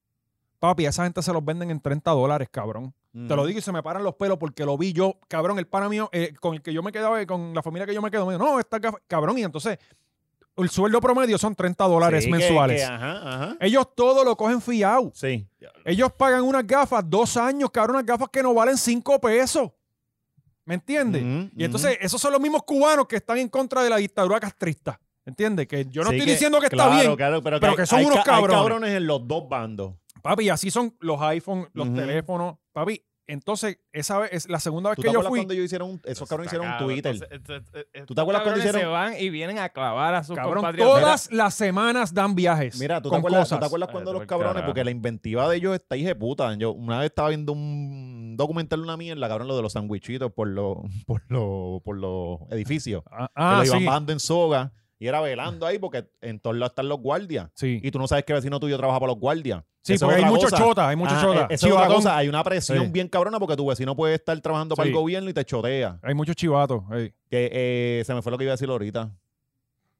[SPEAKER 1] Papi, a esa gente se los venden en 30 dólares, cabrón. Te lo digo y se me paran los pelos porque lo vi yo, cabrón, el pana mío, eh, con el que yo me quedaba, eh, con la familia que yo me quedo, me dijo, no, estas gafas, cabrón, y entonces el sueldo promedio son 30 dólares
[SPEAKER 2] Sí, que-
[SPEAKER 1] mensuales.
[SPEAKER 2] que- ajá, ajá.
[SPEAKER 1] Ellos todo lo cogen fiado.
[SPEAKER 2] Sí.
[SPEAKER 1] Ellos pagan unas gafas dos años, cabrón, unas gafas que no valen cinco pesos. ¿Me entiendes?
[SPEAKER 2] Ujú,
[SPEAKER 1] Y entonces,
[SPEAKER 2] mm.
[SPEAKER 1] esos son los mismos cubanos que están en contra de la dictadura castrista. ¿Entiendes? Que yo no
[SPEAKER 2] Sí
[SPEAKER 1] estoy diciendo que está
[SPEAKER 2] claro,
[SPEAKER 1] bien.
[SPEAKER 2] claro, pero,
[SPEAKER 1] pero
[SPEAKER 2] hay-
[SPEAKER 1] que son
[SPEAKER 2] hay
[SPEAKER 1] unos
[SPEAKER 2] ca- hay
[SPEAKER 1] cabrones.
[SPEAKER 2] cabrones en los dos bandos.
[SPEAKER 1] Papi, así son los iPhone, los
[SPEAKER 2] Ujú.
[SPEAKER 1] teléfonos. Papi, entonces, esa vez, es la segunda vez
[SPEAKER 2] ¿Tú
[SPEAKER 1] que
[SPEAKER 2] te
[SPEAKER 1] yo
[SPEAKER 2] acuerdas
[SPEAKER 1] fui.
[SPEAKER 2] cuando ellos hicieron un, esos cabrones hicieron un Twitter?
[SPEAKER 3] ¿Tú
[SPEAKER 2] te acuerdas cuando
[SPEAKER 3] Se
[SPEAKER 2] hicieron-
[SPEAKER 3] van y vienen a clavar a sus
[SPEAKER 1] Cabrón,
[SPEAKER 3] compatriotas.
[SPEAKER 1] todas las semanas dan viajes.
[SPEAKER 2] Mira, ¿tú te,
[SPEAKER 1] con
[SPEAKER 2] acuerdas, tú
[SPEAKER 1] cosas.
[SPEAKER 2] te acuerdas
[SPEAKER 3] Ay,
[SPEAKER 2] cuando
[SPEAKER 3] te
[SPEAKER 2] los
[SPEAKER 3] voy
[SPEAKER 2] cabrones?
[SPEAKER 3] carajo.
[SPEAKER 2] Porque la inventiva de ellos está hija de puta. Yo una vez estaba viendo un documental de una mierda, cabrón, lo de los sandwichitos por los, por los, por los edificios.
[SPEAKER 1] Ah,
[SPEAKER 2] que
[SPEAKER 1] ah,
[SPEAKER 2] lo iban
[SPEAKER 1] sí.
[SPEAKER 2] bajando en soga y era velando ahí porque en todos lados están los guardias.
[SPEAKER 1] Sí.
[SPEAKER 2] Y tú no sabes qué vecino tuyo trabaja para los guardias.
[SPEAKER 1] Sí,
[SPEAKER 2] Eso es
[SPEAKER 1] porque hay
[SPEAKER 2] otra
[SPEAKER 1] muchos
[SPEAKER 2] cosa.
[SPEAKER 1] chotas, hay muchos
[SPEAKER 2] Ajá,
[SPEAKER 1] chotas.
[SPEAKER 2] e- eso es otra
[SPEAKER 1] Chivatón.
[SPEAKER 2] cosa. Hay una presión
[SPEAKER 1] Sí.
[SPEAKER 2] bien cabrona porque tu vecino puede estar trabajando para el
[SPEAKER 1] Sí.
[SPEAKER 2] gobierno y te chotea.
[SPEAKER 1] Hay muchos chivatos. ey.
[SPEAKER 2] Que eh, se me fue lo que iba a decir ahorita.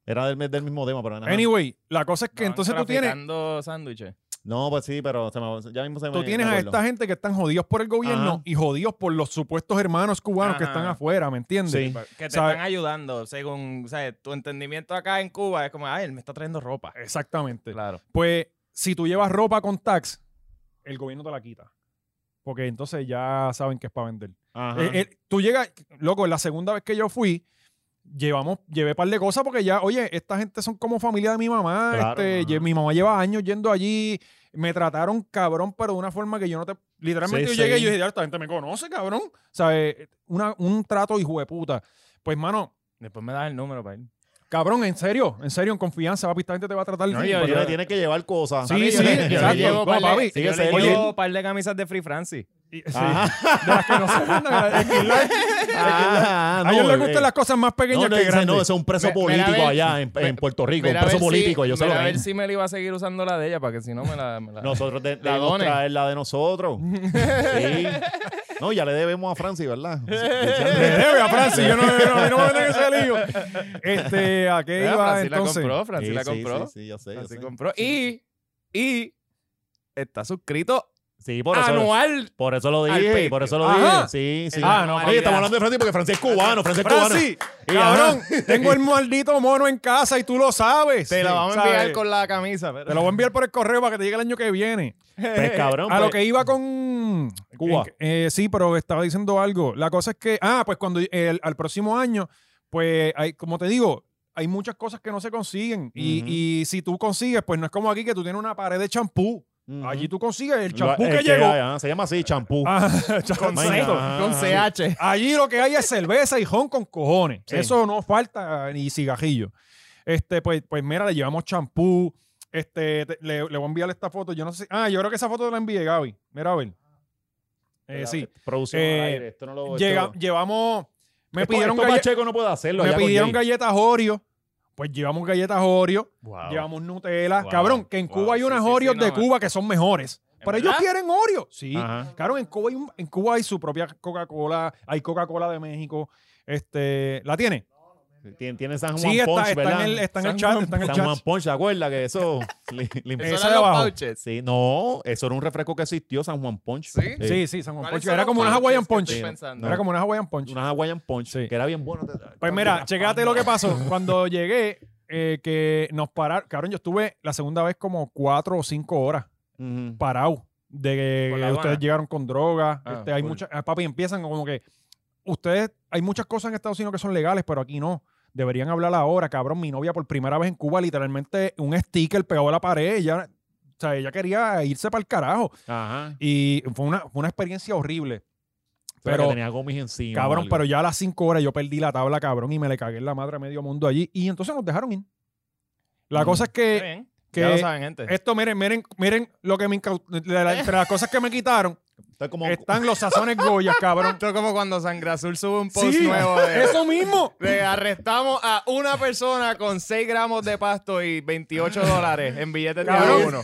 [SPEAKER 2] Era del, del mismo tema, pero nada.
[SPEAKER 1] Anyway, la cosa es que
[SPEAKER 3] Van
[SPEAKER 1] entonces tú tienes
[SPEAKER 3] traficando sándwiches.
[SPEAKER 2] No, pues sí, pero se me- ya mismo se me
[SPEAKER 1] Tú tienes
[SPEAKER 2] me
[SPEAKER 1] a
[SPEAKER 2] acuerdo.
[SPEAKER 1] esta gente que están jodidos por el gobierno
[SPEAKER 2] Ajá.
[SPEAKER 1] y jodidos por los supuestos hermanos cubanos que
[SPEAKER 3] Ajá.
[SPEAKER 1] están afuera, ¿me entiendes?
[SPEAKER 2] Sí.
[SPEAKER 3] Pues, Que te
[SPEAKER 1] ¿Sabe?
[SPEAKER 3] están ayudando, según o sea, tu entendimiento acá en Cuba. Es como, ay, él me está trayendo
[SPEAKER 1] Este,
[SPEAKER 3] ropa.
[SPEAKER 1] Exactamente.
[SPEAKER 3] Claro.
[SPEAKER 1] Pues si tú llevas ropa con tax, el gobierno te la quita. Porque entonces ya saben que es para vender.
[SPEAKER 2] Ajá.
[SPEAKER 1] Eh, eh, tú llegas, loco, la segunda vez que yo fui, llevamos, llevé par de cosas porque ya, oye, esta gente son como familia de mi mamá.
[SPEAKER 2] Claro,
[SPEAKER 1] este,
[SPEAKER 2] ajá.
[SPEAKER 1] lle- mi mamá lleva años yendo allí. Me trataron cabrón, pero de una forma que yo no te. Literalmente
[SPEAKER 2] Sí,
[SPEAKER 1] yo llegué
[SPEAKER 2] sí.
[SPEAKER 1] y yo dije, "Ya, esta gente me conoce, cabrón. ¿Sabes? Una- un trato hijo de puta. Pues, mano,
[SPEAKER 3] Después me das el número para ir.
[SPEAKER 1] cabrón, en serio, en serio, en confianza, papi, esta gente te va a tratar
[SPEAKER 3] No,
[SPEAKER 1] bien. eh,
[SPEAKER 3] yo-
[SPEAKER 2] Pero
[SPEAKER 1] Pero-
[SPEAKER 2] le tienes que llevar cosas.
[SPEAKER 1] Sí,
[SPEAKER 3] Papi,
[SPEAKER 1] sí,
[SPEAKER 3] yo le- yo le
[SPEAKER 1] exacto.
[SPEAKER 3] llevo
[SPEAKER 1] No,
[SPEAKER 3] par de-
[SPEAKER 1] papi,
[SPEAKER 3] yo
[SPEAKER 2] sigue
[SPEAKER 3] le
[SPEAKER 2] serio.
[SPEAKER 3] llevo par de camisas de Free Francis.
[SPEAKER 1] Y- sí, de las que no se venden. Es que la-
[SPEAKER 2] Ah,
[SPEAKER 1] a ellos
[SPEAKER 2] no,
[SPEAKER 1] les gustan
[SPEAKER 2] eh,
[SPEAKER 1] las cosas más pequeñas
[SPEAKER 2] no, no,
[SPEAKER 1] que
[SPEAKER 2] dice,
[SPEAKER 1] grandes.
[SPEAKER 2] no, eso es un preso
[SPEAKER 3] Ve- mira,
[SPEAKER 2] político
[SPEAKER 3] a ver,
[SPEAKER 2] allá en, en
[SPEAKER 3] ve-
[SPEAKER 2] Puerto Rico,
[SPEAKER 3] Mira
[SPEAKER 2] un
[SPEAKER 3] a
[SPEAKER 2] preso
[SPEAKER 3] ver si-
[SPEAKER 2] político, yo se lo
[SPEAKER 3] mira a ver
[SPEAKER 2] den.
[SPEAKER 3] si me la iba a seguir usando la de ella, para que si no me la... me la-
[SPEAKER 2] Nosotros de,
[SPEAKER 3] La
[SPEAKER 2] debemos
[SPEAKER 3] donen.
[SPEAKER 2] traer la de nosotros. Sí. No, ya le debemos a Francis, ¿verdad?
[SPEAKER 1] Le debe Eh, a Francis, yo no, yo no, a mí no me venden ese lío. Este, ¿a qué
[SPEAKER 3] Mira,
[SPEAKER 1] iba
[SPEAKER 3] Francis la
[SPEAKER 1] entonces?
[SPEAKER 3] compró, Francis
[SPEAKER 2] Sí,
[SPEAKER 3] la
[SPEAKER 2] sí,
[SPEAKER 3] compró.
[SPEAKER 2] Sí, sí, yo sé, yo
[SPEAKER 3] Francis
[SPEAKER 2] sé.
[SPEAKER 3] compró. Y, y está suscrito
[SPEAKER 2] Sí,
[SPEAKER 3] Ah,
[SPEAKER 2] por eso,
[SPEAKER 3] anual.
[SPEAKER 2] por eso lo
[SPEAKER 3] al
[SPEAKER 2] dije,
[SPEAKER 3] Patreon.
[SPEAKER 2] por eso lo
[SPEAKER 1] Ajá.
[SPEAKER 2] dije. Sí, sí.
[SPEAKER 1] Ah, no,
[SPEAKER 2] Oye, estamos hablando de Francis porque Francis es cubano, Francis es cubano.
[SPEAKER 1] Francis,
[SPEAKER 2] Y,
[SPEAKER 1] cabrón,
[SPEAKER 2] ajá.
[SPEAKER 1] tengo el maldito mono en casa y tú lo sabes.
[SPEAKER 3] Te la vamos a
[SPEAKER 1] ¿sabes?
[SPEAKER 3] enviar con la camisa. pero-
[SPEAKER 1] Te lo voy a enviar por el correo para que te llegue el año que viene.
[SPEAKER 2] Pues, cabrón,
[SPEAKER 1] A lo
[SPEAKER 2] pues,
[SPEAKER 1] que iba con
[SPEAKER 2] Cuba.
[SPEAKER 1] Eh, sí, pero estaba diciendo algo. La cosa es que, ah, pues cuando el- al próximo año, pues hay, como te digo, hay muchas cosas que no se consiguen. Y,
[SPEAKER 2] Ujú.
[SPEAKER 1] y si tú consigues, pues no es como aquí que tú tienes una pared de champú.
[SPEAKER 2] Ujú.
[SPEAKER 1] Allí tú consigues el
[SPEAKER 2] Lo-
[SPEAKER 1] champú
[SPEAKER 2] el
[SPEAKER 1] que llegó.
[SPEAKER 2] hay, ajá, se llama así, champú.
[SPEAKER 1] Ah,
[SPEAKER 3] con,
[SPEAKER 1] champú.
[SPEAKER 2] Mañana.
[SPEAKER 3] C, con CH.
[SPEAKER 1] Allí lo que hay es cerveza y jon con cojones.
[SPEAKER 2] Sí.
[SPEAKER 1] Eso no falta ah, ni cigajillo. Este, pues, pues mira, le llevamos champú. Este, te- le, le voy a enviar esta foto. Yo no sé. si- Ah, yo creo que esa foto la envié, Gaby. Mira, a ver. Eh, sí.
[SPEAKER 2] Producción
[SPEAKER 1] Eh,
[SPEAKER 2] al aire, Oh, esto no lo...
[SPEAKER 1] Llega-
[SPEAKER 2] esto-
[SPEAKER 1] llevamos. Me
[SPEAKER 2] esto-
[SPEAKER 1] pidieron,
[SPEAKER 2] esto
[SPEAKER 1] galle-
[SPEAKER 2] Pacheco no puede hacerlo.
[SPEAKER 1] me
[SPEAKER 2] ya con
[SPEAKER 1] pidieron
[SPEAKER 2] Jay.
[SPEAKER 1] galletas Oreo. Pues llevamos galletas Oreo.
[SPEAKER 2] Wow.
[SPEAKER 1] Llevamos Nutella.
[SPEAKER 2] Wow,
[SPEAKER 1] Cabrón, que en
[SPEAKER 3] wow,
[SPEAKER 1] Cuba hay
[SPEAKER 3] sí,
[SPEAKER 1] unas
[SPEAKER 3] sí, sí,
[SPEAKER 1] Oreos
[SPEAKER 3] no,
[SPEAKER 1] de
[SPEAKER 3] man.
[SPEAKER 1] Cuba que son mejores. Pero ellos
[SPEAKER 3] verdad?
[SPEAKER 1] quieren Oreo. Sí.
[SPEAKER 2] Ajá.
[SPEAKER 1] Claro, en Cuba hay, un- en Cuba hay su propia Coca-Cola, hay Coca-Cola de México. Este, ¿La tiene?
[SPEAKER 2] Tiene, tiene San Juan
[SPEAKER 1] Sí, está,
[SPEAKER 2] Punch,
[SPEAKER 1] está en
[SPEAKER 2] ¿verdad?
[SPEAKER 1] el, está en el
[SPEAKER 3] San
[SPEAKER 1] chat.
[SPEAKER 3] Juan-
[SPEAKER 1] Está en el
[SPEAKER 2] San
[SPEAKER 1] chat.
[SPEAKER 2] Juan Punch, ¿te acuerdas que eso le, le
[SPEAKER 1] Esa
[SPEAKER 3] Esos
[SPEAKER 1] de
[SPEAKER 3] eran los
[SPEAKER 1] abajo.
[SPEAKER 3] pouches.
[SPEAKER 2] Sí, no, eso era un refresco que existió, San Juan Punch. Eh,
[SPEAKER 3] ¿Sí?
[SPEAKER 1] Sí, sí, San Juan
[SPEAKER 3] ¿Cuáles
[SPEAKER 1] Punch.
[SPEAKER 3] son
[SPEAKER 1] Era
[SPEAKER 3] los
[SPEAKER 1] como una Hawaiian
[SPEAKER 3] pouches
[SPEAKER 1] Punch.
[SPEAKER 3] que estoy
[SPEAKER 1] Era
[SPEAKER 3] pensando?
[SPEAKER 1] como una Hawaiian Punch.
[SPEAKER 2] Una Hawaiian Punch,
[SPEAKER 1] Sí.
[SPEAKER 2] que era bien buena.
[SPEAKER 1] Pues mira, checate lo que pasó. Cuando llegué, eh, que nos pararon. Cabrón, yo estuve la segunda vez como cuatro o cinco horas
[SPEAKER 2] Ujú.
[SPEAKER 1] parado. De que
[SPEAKER 3] Por La Habana.
[SPEAKER 1] ustedes llegaron con drogas.
[SPEAKER 3] Ah,
[SPEAKER 1] este, hay
[SPEAKER 3] cool.
[SPEAKER 1] muchas. ah, Papi, empiezan como que. Ustedes, hay muchas cosas en Estados Unidos que son legales, pero aquí no. Deberían hablar ahora, cabrón. Mi novia por primera vez en Cuba, literalmente un sticker pegado a la pared. Ella, o sea, ella quería irse para el carajo.
[SPEAKER 2] Ajá.
[SPEAKER 1] Y fue una, fue una experiencia horrible.
[SPEAKER 2] Pero,
[SPEAKER 1] Pero,
[SPEAKER 2] tenía gomis encima. o
[SPEAKER 1] Cabrón,
[SPEAKER 2] algo.
[SPEAKER 1] pero ya a las 5 horas yo perdí la tabla, cabrón, y me le cagué en la madre a medio mundo allí. Y entonces nos dejaron ir. La
[SPEAKER 2] Mm.
[SPEAKER 1] cosa es
[SPEAKER 3] Está
[SPEAKER 1] que
[SPEAKER 3] bien.
[SPEAKER 1] que-
[SPEAKER 3] Ya lo saben, gente.
[SPEAKER 1] esto, miren, miren, miren lo que me incau- de la- entre las cosas que me quitaron
[SPEAKER 2] Está como...
[SPEAKER 1] están los sazones Goya, cabrón.
[SPEAKER 3] Esto es como cuando Sangra Azul sube un post
[SPEAKER 1] Sí,
[SPEAKER 3] nuevo de...
[SPEAKER 1] eso mismo.
[SPEAKER 3] Le arrestamos a una persona con 6 gramos de pasto y 28 dólares en billetes de a
[SPEAKER 1] Cabrón.
[SPEAKER 3] uno.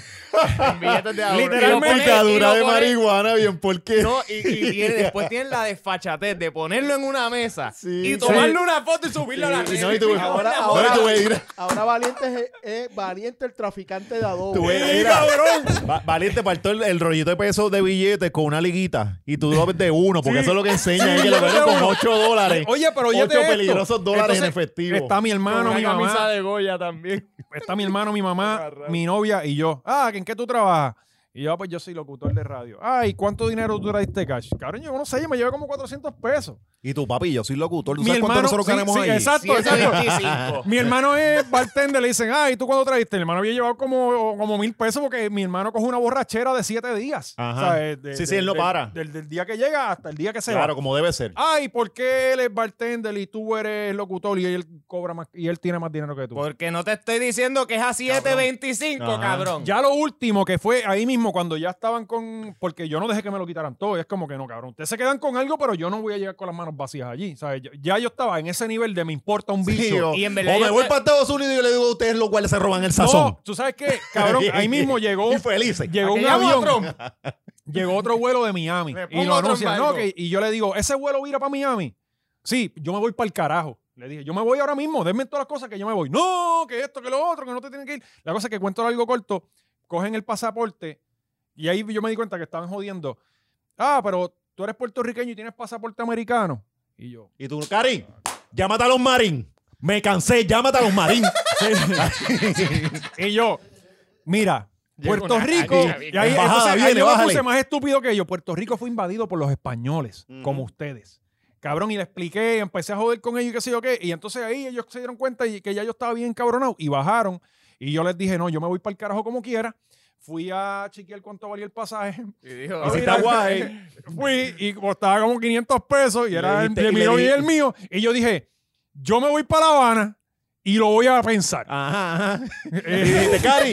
[SPEAKER 3] En billetes de a uno.
[SPEAKER 1] Literalmente.
[SPEAKER 3] Y lo ponen- y lo ponen-
[SPEAKER 2] bien, ¿por qué?
[SPEAKER 3] No, y, y tiene- después tienen la desfachatez de ponerlo en una mesa
[SPEAKER 2] Sí.
[SPEAKER 3] y tomarle una foto y subirla a la
[SPEAKER 2] Y
[SPEAKER 3] red.
[SPEAKER 2] no, y tú-
[SPEAKER 4] Ahora-
[SPEAKER 2] no, y
[SPEAKER 4] ahora-
[SPEAKER 2] tú ves, mira,
[SPEAKER 4] Ahora Valiente es, es Valiente el traficante de adobo.
[SPEAKER 2] tú ves, mira. Va- Valiente partó el, el rollito de pesos de billetes con una liguita y tú dos de uno, porque eso es lo que enseña es que lo venden con 8 dólares.
[SPEAKER 1] Oye, pero oye,
[SPEAKER 2] Ocho peligrosos dólares en efectivo.
[SPEAKER 1] Está mi hermano,
[SPEAKER 3] Con
[SPEAKER 1] mi
[SPEAKER 3] una
[SPEAKER 1] mamá.
[SPEAKER 3] camisa de Goya también.
[SPEAKER 1] Está mi hermano, mi mamá, mi novia y yo. Ah, ¿en qué tú trabajas? Y yo, "Ah, pues yo soy locutor de radio. Ay, ¿cuánto dinero tú traiste cash? Cabrón, yo no sé, yo me llevé como 400 pesos.
[SPEAKER 2] Y tu papi, yo soy locutor. ¿Tú
[SPEAKER 1] Mi
[SPEAKER 2] sabes cuánto
[SPEAKER 1] hermano,
[SPEAKER 2] nosotros
[SPEAKER 1] sí,
[SPEAKER 2] ganamos
[SPEAKER 1] sí,
[SPEAKER 2] ahí?
[SPEAKER 1] exacto, exacto.
[SPEAKER 3] 125.
[SPEAKER 1] Mi hermano es bartender, le dicen, ay, ¿tú cuándo trajiste? El hermano había llevado como, como mil pesos porque mi hermano coge una borrachera de siete días.
[SPEAKER 2] Ajá. Sí, sí, él no
[SPEAKER 1] del-
[SPEAKER 2] para.
[SPEAKER 1] Del, del día que llega hasta el día que se
[SPEAKER 2] Claro,
[SPEAKER 1] va. Ah,
[SPEAKER 2] como debe ser.
[SPEAKER 1] Ay, ¿por qué él es bartender y tú eres locutor y él cobra más y él tiene más dinero que tú?
[SPEAKER 2] Pues,
[SPEAKER 3] Porque no te estoy diciendo que es a 7.25,
[SPEAKER 2] Ajá.
[SPEAKER 3] cabrón.
[SPEAKER 1] Ya lo último que fue ahí mismo cuando ya estaban con. Porque yo no dejé que me lo quitaran todo. y Es como que no, cabrón. Ustedes se quedan con algo, pero yo no voy a llegar con las manos vacías allí. ¿sabes? Ya- Ya yo estaba en ese nivel de me importa un bicho.
[SPEAKER 2] o,
[SPEAKER 3] Y en verdad
[SPEAKER 2] o me
[SPEAKER 3] yo-
[SPEAKER 2] voy para Estados Unidos y yo le digo a ustedes los cuales se roban el sazón.
[SPEAKER 1] No, tú sabes qué, cabrón, ahí mismo llegó,
[SPEAKER 2] Y felices.
[SPEAKER 1] llegó un
[SPEAKER 3] Aquí llamo a
[SPEAKER 1] avión, llegó otro vuelo de Miami
[SPEAKER 3] Me
[SPEAKER 1] y
[SPEAKER 3] pongo
[SPEAKER 1] lo
[SPEAKER 3] otro
[SPEAKER 1] anuncian,
[SPEAKER 3] embargo.
[SPEAKER 1] no, que- y yo le digo, ese vuelo vira para Miami. Sí, yo me voy para el carajo. Le dije, yo me voy ahora mismo, denme todas las cosas que yo me voy. No, que esto, que lo otro, que no te tienen que ir. La cosa es que cuento algo corto, cogen el pasaporte y ahí yo me di cuenta que estaban jodiendo. Ah, pero tú eres puertorriqueño y tienes pasaporte americano. Y yo,
[SPEAKER 2] Y tú, Karin, llámate a los marín. Me cansé, llámate a los marín.
[SPEAKER 1] Y yo, mira,
[SPEAKER 3] Llegó
[SPEAKER 1] Puerto
[SPEAKER 3] una
[SPEAKER 1] Rico,
[SPEAKER 3] caña, bien
[SPEAKER 1] y ahí,
[SPEAKER 2] caña.
[SPEAKER 1] entonces,
[SPEAKER 2] Bajada,
[SPEAKER 1] ahí
[SPEAKER 2] viene,
[SPEAKER 1] yo me
[SPEAKER 2] bájale.
[SPEAKER 1] puse más estúpido que yo. Puerto Rico fue invadido por los españoles,
[SPEAKER 2] Ujú.
[SPEAKER 1] como ustedes. Cabrón, y le expliqué, empecé a joder con ellos y qué sé yo qué. Y entonces ahí ellos se dieron cuenta y que ya yo estaba bien cabronado y bajaron. Y yo les dije, no, yo me voy para el carajo como quiera. Fui a chequear cuánto valía el pasaje.
[SPEAKER 3] Y dijo,
[SPEAKER 2] Y si
[SPEAKER 3] mira,
[SPEAKER 2] está guay.
[SPEAKER 1] Fui y costaba como 500 pesos y
[SPEAKER 2] Le
[SPEAKER 1] era el
[SPEAKER 2] dijiste-
[SPEAKER 1] de
[SPEAKER 2] y
[SPEAKER 1] mi
[SPEAKER 2] le
[SPEAKER 1] novia y
[SPEAKER 2] dijiste-
[SPEAKER 1] el mío. Y yo dije, yo me voy para La Habana y lo voy a pensar.
[SPEAKER 2] Ajá, ajá. Y
[SPEAKER 1] Eh,
[SPEAKER 2] dijiste, Cari,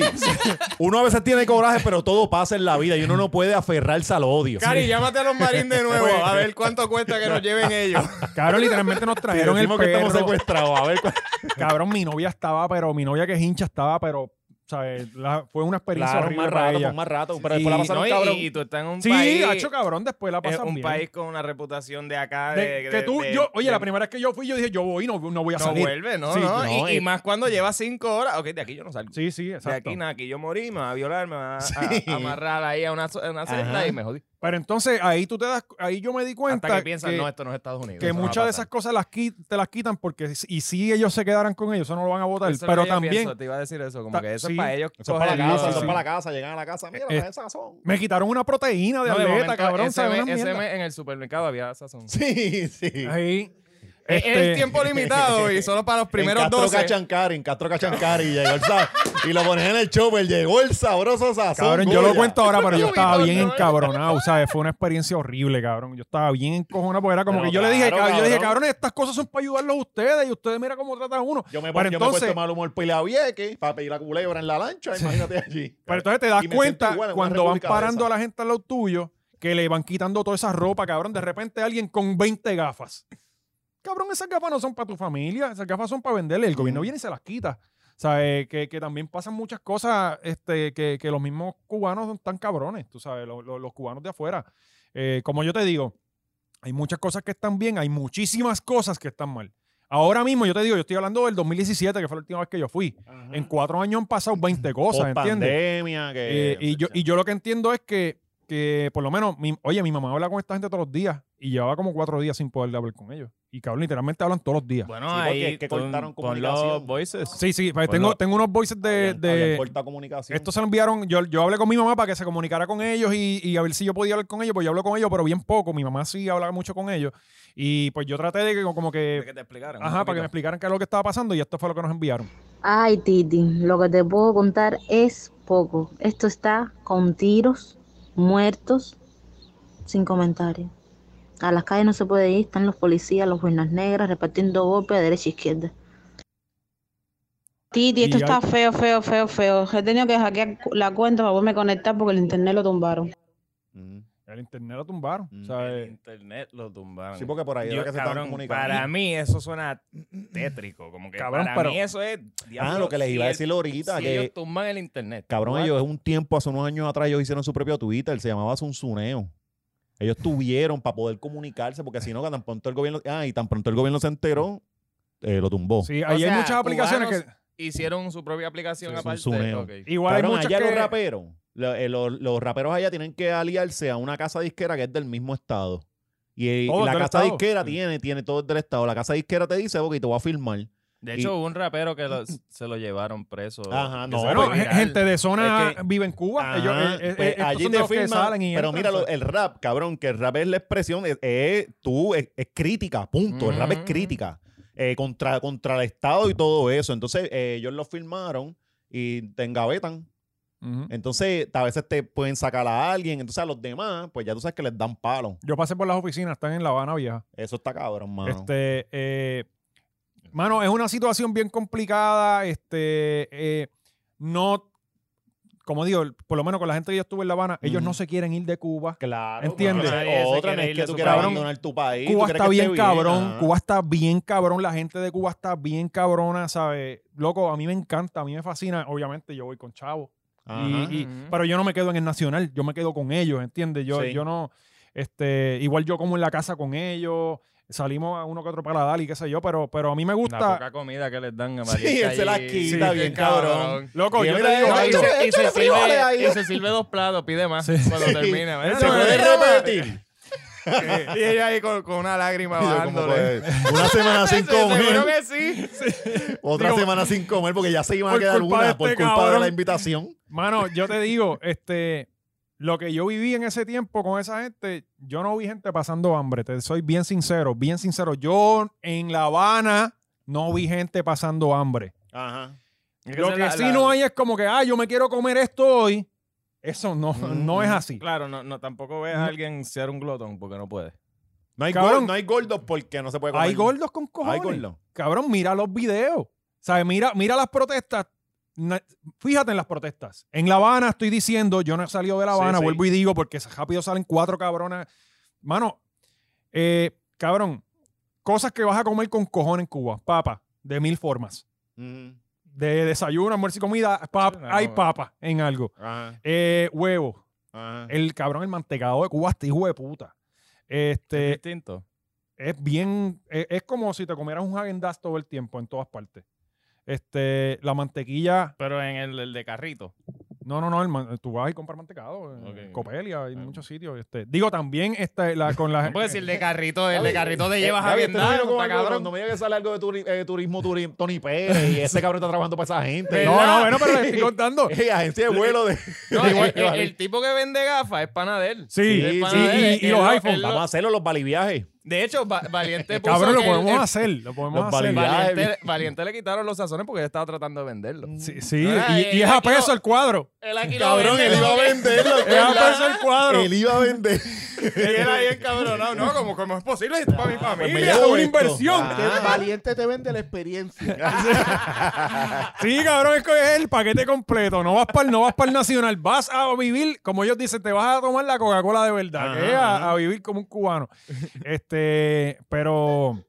[SPEAKER 2] uno a veces tiene coraje, pero todo pasa en la vida y uno no puede aferrarse al odio.
[SPEAKER 3] Cari, llámate a los marines de nuevo a ver
[SPEAKER 1] eh,
[SPEAKER 3] cuánto cuesta que nos lleven ellos.
[SPEAKER 1] cabrón, literalmente nos
[SPEAKER 2] Sí,
[SPEAKER 1] trajeron el
[SPEAKER 2] decimos que estamos
[SPEAKER 1] perro.
[SPEAKER 2] secuestrados. A ver, cuál-
[SPEAKER 1] Cabrón, mi novia estaba, pero mi novia que es hincha estaba, pero, ¿sabes? La- fue una experiencia
[SPEAKER 2] claro,
[SPEAKER 1] horrible
[SPEAKER 2] más
[SPEAKER 1] para
[SPEAKER 2] rato, pues,
[SPEAKER 1] ella.
[SPEAKER 2] más rato. Pero
[SPEAKER 1] Sí,
[SPEAKER 2] después la pasaron,
[SPEAKER 3] No, y-
[SPEAKER 2] cabrón.
[SPEAKER 3] y, tú estás en pues, un
[SPEAKER 1] Sí,
[SPEAKER 3] país.
[SPEAKER 1] ha hecho cabrón, después la
[SPEAKER 3] es
[SPEAKER 1] pasan
[SPEAKER 3] un
[SPEAKER 1] bien.
[SPEAKER 3] país con una reputación de acá.
[SPEAKER 1] De-
[SPEAKER 3] De,
[SPEAKER 1] que
[SPEAKER 3] de-
[SPEAKER 1] tú,
[SPEAKER 3] de-
[SPEAKER 1] yo, oye,
[SPEAKER 3] de-
[SPEAKER 1] la primera vez que yo fui, yo dije, yo voy, no, no voy a
[SPEAKER 3] No
[SPEAKER 1] salir.
[SPEAKER 3] vuelve, no,
[SPEAKER 1] Sí, eh,
[SPEAKER 3] no.
[SPEAKER 2] no,
[SPEAKER 3] y, y
[SPEAKER 2] y-
[SPEAKER 3] más cuando lleva cinco horas. Ok, de aquí yo no salgo.
[SPEAKER 1] Sí, sí,
[SPEAKER 3] de
[SPEAKER 1] exacto.
[SPEAKER 3] aquí nada, aquí yo morí, me va a violar, me va a, a-
[SPEAKER 2] Sí.
[SPEAKER 3] a amarrar ahí a una, so- a una celda
[SPEAKER 2] Ajá.
[SPEAKER 3] y me jodí.
[SPEAKER 1] Pero entonces ahí tú te das, ahí yo me di cuenta
[SPEAKER 3] Hasta que piensan,
[SPEAKER 1] que-
[SPEAKER 3] no, esto no es Estados Unidos.
[SPEAKER 1] que
[SPEAKER 3] eso no va a
[SPEAKER 1] muchas de
[SPEAKER 3] pasar.
[SPEAKER 1] esas cosas las qui- te las quitan porque si- y si ellos se quedaran con ellos, eso no lo van a votar.
[SPEAKER 3] Eso es lo
[SPEAKER 1] pero
[SPEAKER 3] que yo
[SPEAKER 1] también
[SPEAKER 3] pienso, te iba a decir eso, como
[SPEAKER 1] Ta-
[SPEAKER 3] que eso
[SPEAKER 1] sí.
[SPEAKER 3] es para ellos.
[SPEAKER 2] Eso es para la
[SPEAKER 1] Sí,
[SPEAKER 3] cogerlo,
[SPEAKER 2] casa,
[SPEAKER 1] sí,
[SPEAKER 2] eso
[SPEAKER 1] sí.
[SPEAKER 2] es para la casa, llegan a la casa, mira,
[SPEAKER 1] Eh,
[SPEAKER 2] esas son.
[SPEAKER 1] me quitaron una proteína de
[SPEAKER 3] No, de
[SPEAKER 1] atleta,
[SPEAKER 3] momento,
[SPEAKER 1] cabrón.
[SPEAKER 3] ese,
[SPEAKER 1] ¿sabes?
[SPEAKER 3] mes-
[SPEAKER 1] Una
[SPEAKER 3] ese
[SPEAKER 1] mierda.
[SPEAKER 3] mes en el supermercado había sazón.
[SPEAKER 2] Sí, sí.
[SPEAKER 1] Ahí,
[SPEAKER 3] Es-
[SPEAKER 1] este,
[SPEAKER 3] Es tiempo limitado y solo para los primeros
[SPEAKER 2] en Castro
[SPEAKER 3] 12.
[SPEAKER 2] Cachancari, en Castro Cachancari, llegó el sabor. Y lo pones en el chopper, llegó el sabroso sazón.
[SPEAKER 1] Cabrón, yo lo
[SPEAKER 2] Goya.
[SPEAKER 1] cuento ahora, pero yo estaba bien
[SPEAKER 3] Cabrón.
[SPEAKER 1] encabronado, ¿sabes? Fue una experiencia horrible, cabrón. Yo estaba bien encojonado, porque era como
[SPEAKER 2] Pero
[SPEAKER 1] que yo le dije,
[SPEAKER 2] claro,
[SPEAKER 1] cabrón, yo le dije,
[SPEAKER 2] cabrón.
[SPEAKER 1] cabrón, estas cosas son para ayudarlos a ustedes y ustedes mira cómo tratan a uno.
[SPEAKER 2] Yo me,
[SPEAKER 1] Pero
[SPEAKER 2] yo me he puesto
[SPEAKER 1] entonces-
[SPEAKER 2] mal humor para ir a Vieques, para pedir la culebra en la lancha, imagínate allí.
[SPEAKER 1] Pero entonces te das
[SPEAKER 2] Y me siento
[SPEAKER 1] cuenta
[SPEAKER 2] igual en una
[SPEAKER 1] cuando van
[SPEAKER 2] república de
[SPEAKER 1] parando a
[SPEAKER 2] esas.
[SPEAKER 1] la gente al lado tuyo que le van quitando toda esa ropa, cabrón. De repente alguien con 20 gafas. Cabrón, esas gafas no son para tu familia, esas gafas son para venderle. El gobierno viene y se las quita. O sea, eh, que, que también pasan muchas cosas este, que, que los mismos cubanos son tan cabrones, tú sabes, lo- lo- los, cubanos de afuera. Eh, como yo te digo, hay muchas cosas que están bien, hay muchísimas cosas que están mal. Ahora mismo, yo te digo, yo estoy hablando del 2017, que fue la última vez que yo fui. En cuatro años han pasado 20 cosas, ¿entiendes?
[SPEAKER 2] pandemia, que...
[SPEAKER 1] Eh, y, yo, y yo lo que entiendo es que, que por lo menos, mi- oye, mi mamá habla con esta gente todos los días y llevaba como cuatro días sin poder hablar con ellos. Y cabrón, literalmente hablan todos los días.
[SPEAKER 3] Bueno,
[SPEAKER 2] Sí, porque es que
[SPEAKER 3] pon-
[SPEAKER 2] cortaron
[SPEAKER 3] pon
[SPEAKER 2] comunicación. Ah,
[SPEAKER 3] los voices.
[SPEAKER 1] sí, sí, pues
[SPEAKER 3] bueno,
[SPEAKER 1] tengo, tengo unos voices de...
[SPEAKER 2] Habían-
[SPEAKER 1] de-
[SPEAKER 2] habían cortado comunicación.
[SPEAKER 1] esto se lo enviaron, yo, yo hablé con mi mamá para que se comunicara con ellos y, y a ver si yo podía hablar con ellos, pues yo hablo con ellos, pero bien poco, mi mamá sí habla mucho con ellos. Y pues yo traté de que como
[SPEAKER 3] De
[SPEAKER 1] que...
[SPEAKER 3] que te explicaron.
[SPEAKER 1] Ajá, para que me explicaran qué es lo que estaba pasando y esto fue lo que nos enviaron.
[SPEAKER 5] Ay, Titi, lo que te puedo contar es poco. Esto está con tiros, muertos, sin comentarios. A las calles no se puede ir, están los policías, los buenas negras, repartiendo golpes a derecha e izquierda.
[SPEAKER 1] Y
[SPEAKER 6] Titi, esto
[SPEAKER 1] hay-
[SPEAKER 6] está feo, feo, feo, feo. He tenido que hackear cu- la cuenta para poderme conectar porque el internet lo tumbaron.
[SPEAKER 2] Mm.
[SPEAKER 1] El internet lo tumbaron.
[SPEAKER 2] Mm.
[SPEAKER 1] o sea,
[SPEAKER 3] El
[SPEAKER 1] eh,
[SPEAKER 3] internet lo tumbaron.
[SPEAKER 2] Sí, porque por ahí
[SPEAKER 3] Yo,
[SPEAKER 2] era que se estaban
[SPEAKER 3] cabrón,
[SPEAKER 2] comunicando.
[SPEAKER 3] para mí eso suena tétrico. Como que
[SPEAKER 1] Cabrón,
[SPEAKER 3] para
[SPEAKER 1] pero-
[SPEAKER 3] mí eso es.
[SPEAKER 2] Ah, lo que les iba a decir ahorita,
[SPEAKER 3] Si
[SPEAKER 2] que...
[SPEAKER 3] ellos tumban el internet.
[SPEAKER 2] Cabrón,
[SPEAKER 3] what?
[SPEAKER 2] ellos un tiempo, hace unos años atrás, ellos hicieron su propio Twitter, se llamaba Sunsuneo. Ellos tuvieron para poder comunicarse, porque si no, tan pronto el gobierno, ah, y tan pronto el gobierno se enteró, eh, lo tumbó.
[SPEAKER 1] sí,
[SPEAKER 3] O
[SPEAKER 1] ahí hay
[SPEAKER 3] sea,
[SPEAKER 1] muchas aplicaciones
[SPEAKER 3] cubanos
[SPEAKER 1] que...
[SPEAKER 3] Hicieron su propia aplicación
[SPEAKER 2] Sí, es un
[SPEAKER 3] aparte.
[SPEAKER 2] zuneo.
[SPEAKER 3] ok.
[SPEAKER 1] Igual
[SPEAKER 2] Cabrón,
[SPEAKER 1] hay muchas
[SPEAKER 2] allá los
[SPEAKER 1] que-
[SPEAKER 2] raperos, lo- eh, los, los raperos allá tienen que aliarse a una casa disquera que es del mismo estado. Y, eh, y
[SPEAKER 1] Todo
[SPEAKER 2] la
[SPEAKER 1] Oh, del
[SPEAKER 2] casa
[SPEAKER 1] estado.
[SPEAKER 2] disquera
[SPEAKER 1] Sí.
[SPEAKER 2] tiene, tiene todo el del estado. La casa disquera te dice, ok, te voy a firmar.
[SPEAKER 3] De
[SPEAKER 2] Y-
[SPEAKER 3] hecho, hubo un rapero que lo- se lo llevaron preso.
[SPEAKER 2] Ajá,
[SPEAKER 3] Que
[SPEAKER 2] no,
[SPEAKER 3] se
[SPEAKER 1] Bueno,
[SPEAKER 3] fue
[SPEAKER 1] gen-
[SPEAKER 3] viral.
[SPEAKER 1] gente de zona
[SPEAKER 2] Es que-
[SPEAKER 1] vive en Cuba.
[SPEAKER 2] Ajá,
[SPEAKER 1] Ellos, eh, eh,
[SPEAKER 2] pues,
[SPEAKER 1] estos
[SPEAKER 2] allí
[SPEAKER 1] son
[SPEAKER 2] te
[SPEAKER 1] los que
[SPEAKER 2] firman,
[SPEAKER 1] salen y
[SPEAKER 2] pero
[SPEAKER 1] entran, pues.
[SPEAKER 2] mira, lo-
[SPEAKER 1] ¿sabes?
[SPEAKER 2] el rap, cabrón, que el rap es la expresión, es, es- tú, es, es crítica, punto. El rap es
[SPEAKER 3] Ujú.
[SPEAKER 2] crítica eh, contra, contra el Estado y todo eso. Entonces, eh, ellos lo firmaron y te engavetan.
[SPEAKER 1] Ujú.
[SPEAKER 2] Entonces, a veces te pueden sacar a alguien. Entonces, a los demás, pues ya tú sabes que les dan palo.
[SPEAKER 1] Yo pasé por las oficinas, están en La Habana Vieja.
[SPEAKER 2] Eso está cabrón, mano.
[SPEAKER 1] Este, eh, mano, es una situación bien complicada. Este, eh, no, como digo, por lo menos con la gente que yo estuve en La Habana, ellos
[SPEAKER 2] Ujú.
[SPEAKER 1] no se quieren ir de Cuba.
[SPEAKER 2] Claro.
[SPEAKER 1] ¿Entiendes?
[SPEAKER 2] cabrón.
[SPEAKER 3] Nadie se
[SPEAKER 2] Otra no
[SPEAKER 3] quiere
[SPEAKER 2] es
[SPEAKER 3] ir
[SPEAKER 2] que
[SPEAKER 3] de
[SPEAKER 2] tú
[SPEAKER 3] su
[SPEAKER 2] quieras
[SPEAKER 1] país.
[SPEAKER 2] abandonar tu país. tú
[SPEAKER 1] Cuba
[SPEAKER 2] quieres
[SPEAKER 1] está
[SPEAKER 2] que
[SPEAKER 1] bien
[SPEAKER 2] esté
[SPEAKER 1] cabrón,
[SPEAKER 2] ajá.
[SPEAKER 1] Cuba está bien cabrón, la gente de Cuba está bien cabrona, ¿sabes? Loco, a mí me encanta, a mí me fascina. Obviamente yo voy con Chavo.
[SPEAKER 2] Ajá.
[SPEAKER 1] Y- y-
[SPEAKER 3] Ujú.
[SPEAKER 1] pero yo no me quedo en el nacional, yo me quedo con ellos, ¿entiendes? Yo,
[SPEAKER 2] Sí.
[SPEAKER 1] yo no, este, igual yo como en la casa con ellos, salimos a uno que otro paladar y qué sé yo, pero, pero a mí me
[SPEAKER 3] La
[SPEAKER 1] gusta.
[SPEAKER 3] poca comida que les dan a
[SPEAKER 2] Sí,
[SPEAKER 3] María.
[SPEAKER 2] él se la quita bien cabrón.
[SPEAKER 1] Loco,
[SPEAKER 2] Y
[SPEAKER 1] yo
[SPEAKER 2] mira,
[SPEAKER 1] te digo
[SPEAKER 2] eh,
[SPEAKER 1] algo.
[SPEAKER 2] eh,
[SPEAKER 3] Y se,
[SPEAKER 2] Échale frijoles ahí.
[SPEAKER 3] sirve, y se sirve dos platos, pide más cuando termina. Mira,
[SPEAKER 2] ¿Se
[SPEAKER 3] no,
[SPEAKER 2] puede
[SPEAKER 3] mira, mira.
[SPEAKER 2] repetir?
[SPEAKER 3] Y ella ahí con, con una lágrima
[SPEAKER 2] Y yo, ¿cómo
[SPEAKER 3] bajándole.
[SPEAKER 2] puede? Una semana sin
[SPEAKER 3] eh. Seguro
[SPEAKER 2] comer.
[SPEAKER 3] que sí.
[SPEAKER 2] Otra
[SPEAKER 1] Digo,
[SPEAKER 2] semana sin comer porque ya se iban a
[SPEAKER 1] por
[SPEAKER 2] quedar
[SPEAKER 1] culpa de
[SPEAKER 2] una
[SPEAKER 1] este
[SPEAKER 2] por culpa de
[SPEAKER 1] cabrón.
[SPEAKER 2] la invitación.
[SPEAKER 1] Mano, yo te digo, este, lo que yo viví en ese tiempo con esa gente, yo no vi gente pasando hambre, te soy bien sincero, bien sincero. Yo en La Habana no vi gente pasando hambre.
[SPEAKER 2] Ajá.
[SPEAKER 1] Lo que sí no hay es como que, ah, yo me quiero comer esto hoy. Eso no, no es
[SPEAKER 2] Mm,
[SPEAKER 1] así.
[SPEAKER 3] Claro, no, no, tampoco ves a alguien ser un glotón porque no puede.
[SPEAKER 2] No hay,
[SPEAKER 1] Cabrón.
[SPEAKER 2] gol- no hay gordos porque no se puede comer.
[SPEAKER 1] Hay gordos con cojones.
[SPEAKER 2] Hay gordos.
[SPEAKER 1] Cabrón, mira los videos. ¿Sabes? Mira, mira las protestas. Na- Fíjate en las protestas. En La Habana estoy diciendo, yo no he salido de La
[SPEAKER 2] Sí,
[SPEAKER 1] Habana,
[SPEAKER 2] sí.
[SPEAKER 1] vuelvo y digo, porque rápido salen cuatro cabronas. Mano, eh, cabrón, cosas que vas a comer con cojones en Cuba. Papa, de mil formas.
[SPEAKER 2] Ujú.
[SPEAKER 1] De desayuno, almuerzo y comida, pap-
[SPEAKER 3] Sí, no,
[SPEAKER 1] hay
[SPEAKER 3] no.
[SPEAKER 1] papa en algo.
[SPEAKER 2] Ajá,
[SPEAKER 1] Eh, huevo,
[SPEAKER 2] ajá.
[SPEAKER 3] Eh,
[SPEAKER 1] el cabrón, el mantecado de Cuba, este hijo de puta. Este,
[SPEAKER 3] distinto.
[SPEAKER 1] es bien, e, es, es como si te comieras un Häagen-Dazs todo el tiempo, en todas partes. Este, la mantequilla,
[SPEAKER 3] Pero en el, el de carrito.
[SPEAKER 1] no, no, no, el man- tú vas y compras mantecado en
[SPEAKER 3] Ok.
[SPEAKER 1] Copelia, en
[SPEAKER 3] Ah.
[SPEAKER 1] muchos sitios. Este, digo, también este, la, con las...
[SPEAKER 3] No puedo decir el de carrito, el de
[SPEAKER 2] Gaby,
[SPEAKER 3] carrito te
[SPEAKER 2] eh,
[SPEAKER 3] llevas a
[SPEAKER 2] Gaby, este no
[SPEAKER 3] Vietnam,
[SPEAKER 2] vino con
[SPEAKER 3] está
[SPEAKER 2] algo,
[SPEAKER 3] cabrón.
[SPEAKER 2] No me digas que sale algo de turi- eh, turismo, turi- Tony Pérez, y ese cabrón está trabajando para esa gente.
[SPEAKER 1] no, no, bueno, pero le estoy contando.
[SPEAKER 2] Eh, agencia de vuelo de...
[SPEAKER 3] No, el, el-
[SPEAKER 2] Gaby.
[SPEAKER 3] el tipo que vende gafas es pana de él.
[SPEAKER 1] Sí,
[SPEAKER 2] Sí,
[SPEAKER 1] y-
[SPEAKER 2] sí,
[SPEAKER 1] y-
[SPEAKER 3] él-
[SPEAKER 1] y,
[SPEAKER 3] él
[SPEAKER 1] los
[SPEAKER 3] lo-
[SPEAKER 1] iPhone.
[SPEAKER 3] él lo-
[SPEAKER 2] Vamos a hacerlo los baliviajes.
[SPEAKER 3] De hecho, Va- Valiente puso
[SPEAKER 1] Cabrón, lo
[SPEAKER 3] que él-
[SPEAKER 1] podemos
[SPEAKER 3] él-
[SPEAKER 1] hacer, lo podemos
[SPEAKER 2] Los
[SPEAKER 1] hacer.
[SPEAKER 2] validados.
[SPEAKER 3] Valiente, Valiente le quitaron los sazones porque él estaba tratando de venderlo.
[SPEAKER 1] Sí, sí,
[SPEAKER 3] Ah,
[SPEAKER 1] y, y
[SPEAKER 3] él
[SPEAKER 1] es a
[SPEAKER 3] aquí lo-
[SPEAKER 1] peso el cuadro.
[SPEAKER 3] Él aquí
[SPEAKER 2] Cabrón, él iba a venderlo.
[SPEAKER 1] Es a peso el cuadro.
[SPEAKER 2] Él iba a vender.
[SPEAKER 3] Y él ahí encabronado. No, como, como es posible, es para mi
[SPEAKER 2] pues
[SPEAKER 3] familia.
[SPEAKER 2] me
[SPEAKER 1] Mira,
[SPEAKER 2] llevo
[SPEAKER 1] una
[SPEAKER 2] esto.
[SPEAKER 1] inversión.
[SPEAKER 2] Ah.
[SPEAKER 4] Que valiente te vende la experiencia.
[SPEAKER 1] Sí, cabrón, es que es el paquete completo. No vas para el, no vas para el nacional, vas a vivir, como ellos dicen, te vas a tomar la Coca-Cola de verdad,
[SPEAKER 2] Ajá,
[SPEAKER 1] que es a,
[SPEAKER 2] ajá.
[SPEAKER 1] a vivir como un cubano. Este, pero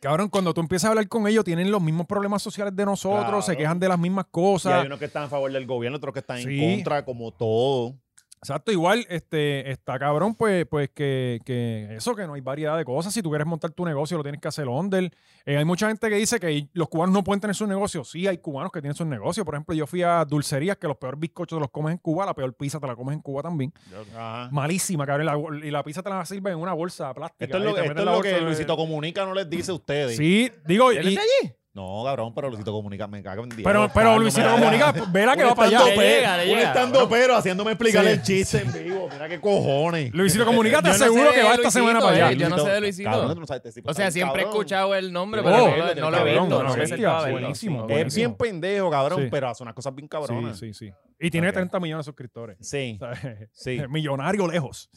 [SPEAKER 1] cabrón, cuando tú empiezas a hablar con ellos, tienen los mismos problemas sociales de nosotros, se
[SPEAKER 2] Claro.
[SPEAKER 1] quejan de las mismas
[SPEAKER 2] Y hay
[SPEAKER 1] cosas.
[SPEAKER 2] unos que están a favor del gobierno, otros que están
[SPEAKER 1] Sí.
[SPEAKER 2] en contra, como todo.
[SPEAKER 1] Exacto, igual este está cabrón, pues, pues que, que eso, que no hay variedad de cosas. Si tú quieres montar tu negocio, lo tienes que hacer under. Eh, hay mucha gente que dice que los cubanos no pueden tener sus negocios. Sí, hay cubanos que tienen sus negocios. Por ejemplo, yo fui a dulcerías que los peores bizcochos te los comes en Cuba, la peor pizza te la comes en Cuba también.
[SPEAKER 2] Ajá.
[SPEAKER 1] Malísima, cabrón. la bol- y la pizza te la sirven en una bolsa plástica.
[SPEAKER 2] Esto es
[SPEAKER 1] ahí,
[SPEAKER 2] lo,
[SPEAKER 1] te
[SPEAKER 2] esto
[SPEAKER 1] meten
[SPEAKER 2] es
[SPEAKER 1] la
[SPEAKER 2] lo
[SPEAKER 1] bolsa
[SPEAKER 2] que
[SPEAKER 1] de-
[SPEAKER 2] Luisito Comunica no les dice a ustedes.
[SPEAKER 1] Sí, digo,
[SPEAKER 3] ¿Él
[SPEAKER 1] y-
[SPEAKER 3] está allí?
[SPEAKER 2] No, cabrón, pero Luisito Comunica me cago en Dios.
[SPEAKER 1] pero, pero
[SPEAKER 2] Carlos,
[SPEAKER 1] Luisito
[SPEAKER 2] me-
[SPEAKER 1] Comunica, pues, vela que
[SPEAKER 2] Un
[SPEAKER 1] va para allá.
[SPEAKER 2] estando pe-
[SPEAKER 3] llega, le
[SPEAKER 2] un
[SPEAKER 3] llega,
[SPEAKER 2] estando pero haciéndome explicarle
[SPEAKER 1] Sí.
[SPEAKER 2] el chiste en vivo. Mira qué cojones.
[SPEAKER 1] Luisito Comunica, te
[SPEAKER 3] Yo no sé
[SPEAKER 1] aseguro
[SPEAKER 3] de
[SPEAKER 1] que va esta
[SPEAKER 3] Luisito,
[SPEAKER 1] semana para
[SPEAKER 3] eh,
[SPEAKER 1] allá.
[SPEAKER 3] yo no sé de Luisito.
[SPEAKER 2] Cabrón, tú no sabes, este tipo
[SPEAKER 3] O sea,
[SPEAKER 2] está bien
[SPEAKER 3] siempre he
[SPEAKER 2] cabrón.
[SPEAKER 3] escuchado el nombre,
[SPEAKER 2] Oh,
[SPEAKER 3] pero no, lo-
[SPEAKER 2] cabrón,
[SPEAKER 3] no lo he
[SPEAKER 2] cabrón,
[SPEAKER 3] visto.
[SPEAKER 2] una
[SPEAKER 3] No me he
[SPEAKER 2] bestia,
[SPEAKER 3] acercado a verlo.
[SPEAKER 1] buenísimo,
[SPEAKER 3] Sí.
[SPEAKER 2] Es bien pendejo, cabrón,
[SPEAKER 1] Sí.
[SPEAKER 2] pero hace unas cosas bien cabronas. Sí,
[SPEAKER 1] Sí, sí, sí. Y tiene
[SPEAKER 2] Ok.
[SPEAKER 1] 30 millones de suscriptores.
[SPEAKER 2] sí.
[SPEAKER 1] ¿sabes?
[SPEAKER 2] Sí.
[SPEAKER 1] Eh, Millonario lejos.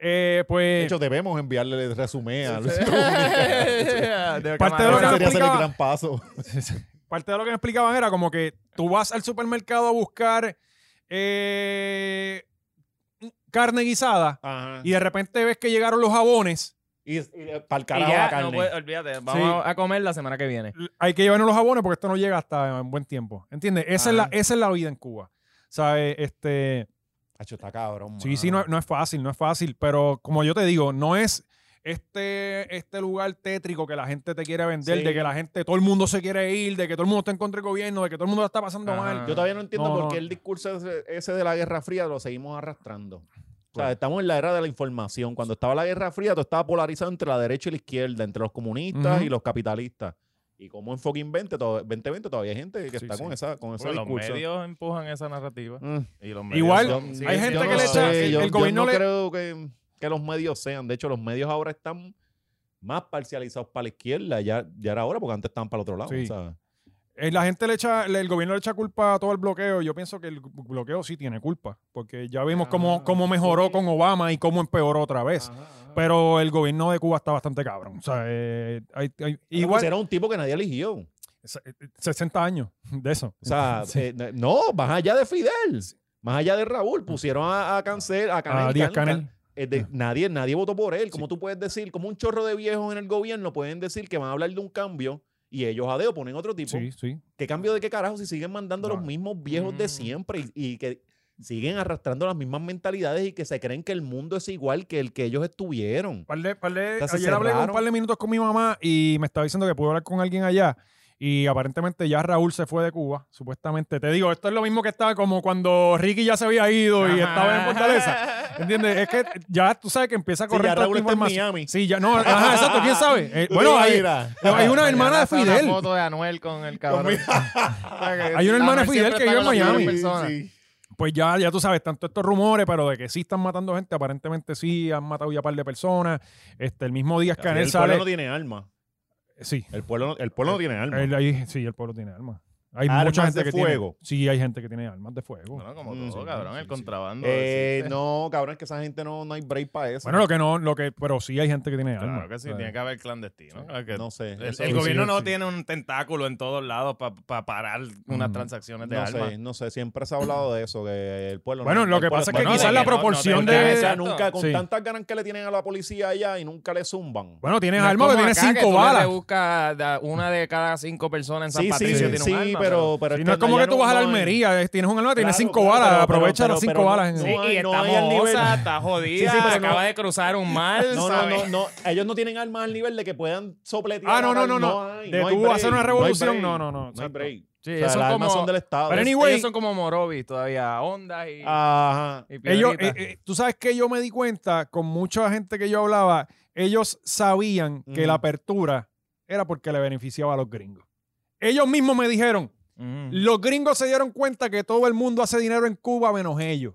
[SPEAKER 1] Eh,
[SPEAKER 2] De
[SPEAKER 1] pues
[SPEAKER 2] hecho, debemos enviarle el resumen a Luisito Comunica.
[SPEAKER 3] De
[SPEAKER 1] Parte de
[SPEAKER 3] camarón.
[SPEAKER 1] lo que-
[SPEAKER 2] Ese sería hacer el
[SPEAKER 1] explicaba-
[SPEAKER 2] gran paso.
[SPEAKER 1] parte de lo que me explicaban era como que tú vas al supermercado a buscar eh, carne guisada
[SPEAKER 2] Ajá.
[SPEAKER 1] y de repente ves que llegaron los jabones.
[SPEAKER 2] Y, para el
[SPEAKER 3] Y
[SPEAKER 2] carajo
[SPEAKER 3] ya,
[SPEAKER 2] la carne.
[SPEAKER 3] no puede- olvídate, vamos a comer la semana que viene.
[SPEAKER 1] Hay que llevarnos los jabones porque esto no llega hasta en buen tiempo. ¿Entiendes? Esa, es la,
[SPEAKER 2] Ah.
[SPEAKER 1] esa es la vida en Cuba. ¿Sabes? Este,
[SPEAKER 2] Hacho, está cabrón.
[SPEAKER 1] Sí, sí, no, no es fácil, no es fácil, pero como yo te digo, no es este, este lugar tétrico que la gente te quiere vender,
[SPEAKER 2] Sí.
[SPEAKER 1] de que la gente, todo el mundo se quiere ir, de que todo el mundo está en contra del gobierno, de que todo el mundo la está pasando
[SPEAKER 3] Ajá.
[SPEAKER 1] mal.
[SPEAKER 2] Yo todavía no entiendo
[SPEAKER 1] No,
[SPEAKER 2] por
[SPEAKER 1] no.
[SPEAKER 2] qué el discurso ese, ese de la Guerra Fría lo seguimos arrastrando. O sea, estamos en la era de la información. Cuando estaba la Guerra Fría, todo estaba polarizado entre la derecha y la izquierda, entre los comunistas
[SPEAKER 1] Ujú.
[SPEAKER 2] y los capitalistas. Y como en fucking 20, todo- 2020 todavía hay gente que
[SPEAKER 1] Sí,
[SPEAKER 2] está
[SPEAKER 1] sí.
[SPEAKER 2] con, esa, con ese
[SPEAKER 3] Bueno, los
[SPEAKER 2] discurso.
[SPEAKER 3] medios empujan esa narrativa.
[SPEAKER 2] Mm.
[SPEAKER 3] Y los medios
[SPEAKER 1] Igual,
[SPEAKER 3] son-
[SPEAKER 1] hay
[SPEAKER 3] siguen
[SPEAKER 1] gente
[SPEAKER 3] siendo-
[SPEAKER 1] que le echa- el-
[SPEAKER 2] yo,
[SPEAKER 1] el
[SPEAKER 2] yo
[SPEAKER 1] gobierno
[SPEAKER 2] no
[SPEAKER 1] le-
[SPEAKER 2] creo que, que los medios sean. De hecho, los medios ahora están más parcializados para la izquierda. Ya, ya era hora porque antes estaban para el otro lado.
[SPEAKER 1] Sí.
[SPEAKER 2] o sea.
[SPEAKER 1] Eh, La gente le echa, le- el gobierno le echa culpa a todo el bloqueo. Yo pienso que el bloqueo sí tiene culpa, porque ya vimos cómo,
[SPEAKER 2] Ah,
[SPEAKER 1] cómo mejoró
[SPEAKER 2] sí.
[SPEAKER 1] con Obama y cómo empeoró otra vez. Pero el gobierno de Cuba está bastante cabrón. O sea, eh, hay- hay-
[SPEAKER 2] Igual.
[SPEAKER 1] igual
[SPEAKER 2] pues era un tipo que nadie eligió.
[SPEAKER 1] se- 60 años de eso.
[SPEAKER 2] O sea, eh, n- no, más allá de Fidel, más allá de Raúl, pusieron a, a Cancel, a Canel.
[SPEAKER 1] a Díaz Ah, Canel.
[SPEAKER 2] Eh, de- nadie, nadie votó por él. ¿Cómo tú puedes decir, como un chorro de viejos en el gobierno pueden decir que van a hablar de un cambio y ellos a deo ponen otro tipo?
[SPEAKER 1] Sí, sí.
[SPEAKER 2] ¿Qué cambio de qué carajo si siguen mandando los
[SPEAKER 1] No.
[SPEAKER 2] mismos viejos de
[SPEAKER 3] Mm.
[SPEAKER 2] siempre y, y que siguen arrastrando las mismas mentalidades y que se creen que el mundo es igual que el que ellos estuvieron?
[SPEAKER 1] Par de- par de-
[SPEAKER 2] Entonces,
[SPEAKER 1] ayer hablé un
[SPEAKER 2] cerraron.
[SPEAKER 1] par de minutos con mi mamá y me estaba diciendo que pude hablar con alguien allá. Y aparentemente ya Raúl se fue de Cuba, supuestamente. Te digo, esto es lo mismo que estaba como cuando Ricky ya se había ido y
[SPEAKER 3] Ajá.
[SPEAKER 1] estaba en Fortaleza. ¿Entiendes? Es que ya tú sabes que empieza a
[SPEAKER 2] Sí,
[SPEAKER 1] correr
[SPEAKER 2] ya
[SPEAKER 1] toda esta
[SPEAKER 2] Raúl está en
[SPEAKER 1] información.
[SPEAKER 2] Miami.
[SPEAKER 1] Sí, ya no, ajá, exacto, quién sabe. Eh, bueno, hay, hay una
[SPEAKER 3] Mañana
[SPEAKER 1] hermana de
[SPEAKER 3] sale una
[SPEAKER 1] Fidel.
[SPEAKER 3] foto de Anuel con el cabrón.
[SPEAKER 1] Hay
[SPEAKER 3] Hay
[SPEAKER 1] una hermana de Fidel que vive en Miami.
[SPEAKER 2] Sí, sí.
[SPEAKER 1] Pues ya, ya tú sabes, tanto estos rumores, pero de que sí están matando gente, aparentemente sí, han matado ya un par de personas. Este, el mismo día que
[SPEAKER 2] El
[SPEAKER 1] Canel
[SPEAKER 2] pueblo
[SPEAKER 1] sale.
[SPEAKER 2] no tiene alma.
[SPEAKER 1] Sí,
[SPEAKER 2] El pueblo, no- el pueblo no tiene alma.
[SPEAKER 1] él ahí- sí, el pueblo tiene alma. Hay
[SPEAKER 2] Armas
[SPEAKER 1] mucha gente
[SPEAKER 2] de
[SPEAKER 1] que
[SPEAKER 2] fuego.
[SPEAKER 1] tiene. Sí, hay gente que tiene armas de fuego.
[SPEAKER 3] Bueno, como
[SPEAKER 2] Mm,
[SPEAKER 3] todo,
[SPEAKER 2] sí,
[SPEAKER 3] cabrón,
[SPEAKER 2] sí,
[SPEAKER 3] el
[SPEAKER 2] sí.
[SPEAKER 3] contrabando.
[SPEAKER 2] Eh,
[SPEAKER 3] existe.
[SPEAKER 2] no, cabrón, es que esa gente no, no hay break para eso.
[SPEAKER 1] Bueno, lo que no, lo que, pero sí hay gente que tiene armas.
[SPEAKER 3] Claro que sí,
[SPEAKER 1] O sea,
[SPEAKER 3] tiene que haber clandestino. claro que-
[SPEAKER 2] no eh, sé.
[SPEAKER 3] el
[SPEAKER 2] eso-
[SPEAKER 3] el
[SPEAKER 1] sí,
[SPEAKER 3] gobierno
[SPEAKER 1] sí,
[SPEAKER 3] no
[SPEAKER 1] sí.
[SPEAKER 3] tiene un tentáculo en todos lados para parar unas
[SPEAKER 1] Mm.
[SPEAKER 3] transacciones de
[SPEAKER 2] no
[SPEAKER 3] armas.
[SPEAKER 2] sé, no sé, siempre se ha hablado de eso, que el pueblo...
[SPEAKER 1] Bueno,
[SPEAKER 2] no-
[SPEAKER 1] lo
[SPEAKER 2] el
[SPEAKER 1] que
[SPEAKER 2] pueblo-
[SPEAKER 1] pasa es que
[SPEAKER 2] bueno,
[SPEAKER 1] quizás
[SPEAKER 2] de
[SPEAKER 1] la
[SPEAKER 2] que no-
[SPEAKER 1] proporción
[SPEAKER 2] no
[SPEAKER 1] de-
[SPEAKER 2] tienen esa
[SPEAKER 3] Exacto.
[SPEAKER 2] nunca, con
[SPEAKER 1] Sí.
[SPEAKER 2] tantas ganas que le tienen a la policía allá y nunca le zumban.
[SPEAKER 1] Bueno, tienes
[SPEAKER 3] No es
[SPEAKER 1] armas,
[SPEAKER 3] como
[SPEAKER 1] pero tienes
[SPEAKER 3] acá, que
[SPEAKER 1] cinco
[SPEAKER 3] tú le
[SPEAKER 1] balas.
[SPEAKER 3] buscas da- una de cada cinco personas en San
[SPEAKER 2] sí, sí,
[SPEAKER 3] Patricio
[SPEAKER 2] sí,
[SPEAKER 3] tiene un
[SPEAKER 2] sí,
[SPEAKER 3] arma,
[SPEAKER 2] pero... pero
[SPEAKER 1] Sí,
[SPEAKER 2] es
[SPEAKER 1] no es como que
[SPEAKER 2] allá
[SPEAKER 1] tú vas a la
[SPEAKER 2] no hay-
[SPEAKER 1] almería, eh, tienes un arma, tienes
[SPEAKER 2] Claro,
[SPEAKER 1] cinco
[SPEAKER 2] claro,
[SPEAKER 1] balas,
[SPEAKER 2] pero-
[SPEAKER 1] aprovecha
[SPEAKER 2] pero-
[SPEAKER 1] las
[SPEAKER 2] pero
[SPEAKER 1] cinco
[SPEAKER 2] no-
[SPEAKER 1] balas. en-
[SPEAKER 3] Sí,
[SPEAKER 2] no hay-
[SPEAKER 3] y
[SPEAKER 2] no
[SPEAKER 3] está
[SPEAKER 2] hay al nivel-
[SPEAKER 3] mohosa, está jodida,
[SPEAKER 2] Sí, sí, pero no-
[SPEAKER 3] acaba de cruzar un mar,
[SPEAKER 2] No, no,
[SPEAKER 3] ¿sabes?
[SPEAKER 2] no, no, ellos no tienen armas al nivel de que puedan sopletear.
[SPEAKER 1] Ah, no, no,
[SPEAKER 2] a-
[SPEAKER 1] no, no.
[SPEAKER 2] hay,
[SPEAKER 1] De
[SPEAKER 2] no hay
[SPEAKER 1] tú
[SPEAKER 2] break,
[SPEAKER 1] hacer una
[SPEAKER 2] no hay
[SPEAKER 1] revolución,
[SPEAKER 2] break,
[SPEAKER 1] no, no, no.
[SPEAKER 2] No hay
[SPEAKER 1] exacto.
[SPEAKER 2] break.
[SPEAKER 3] Sí,
[SPEAKER 2] O sea,
[SPEAKER 3] ellos
[SPEAKER 2] las
[SPEAKER 3] son
[SPEAKER 2] armas
[SPEAKER 3] como-
[SPEAKER 2] son del Estado.
[SPEAKER 1] Pero
[SPEAKER 3] ellos-
[SPEAKER 1] anyway- eh,
[SPEAKER 3] ellos son como Morovis todavía, ondas y,
[SPEAKER 2] Ah, Ajá.
[SPEAKER 3] y
[SPEAKER 1] Ellos,
[SPEAKER 3] piedritas.
[SPEAKER 1] eh, eh, tú sabes que yo me di cuenta con mucha gente que yo hablaba, ellos sabían que
[SPEAKER 2] Ujú.
[SPEAKER 1] la apertura era porque le beneficiaba a los gringos. Ellos mismos me dijeron,
[SPEAKER 3] Ujú.
[SPEAKER 1] los gringos se dieron cuenta que todo el mundo hace dinero en Cuba menos ellos.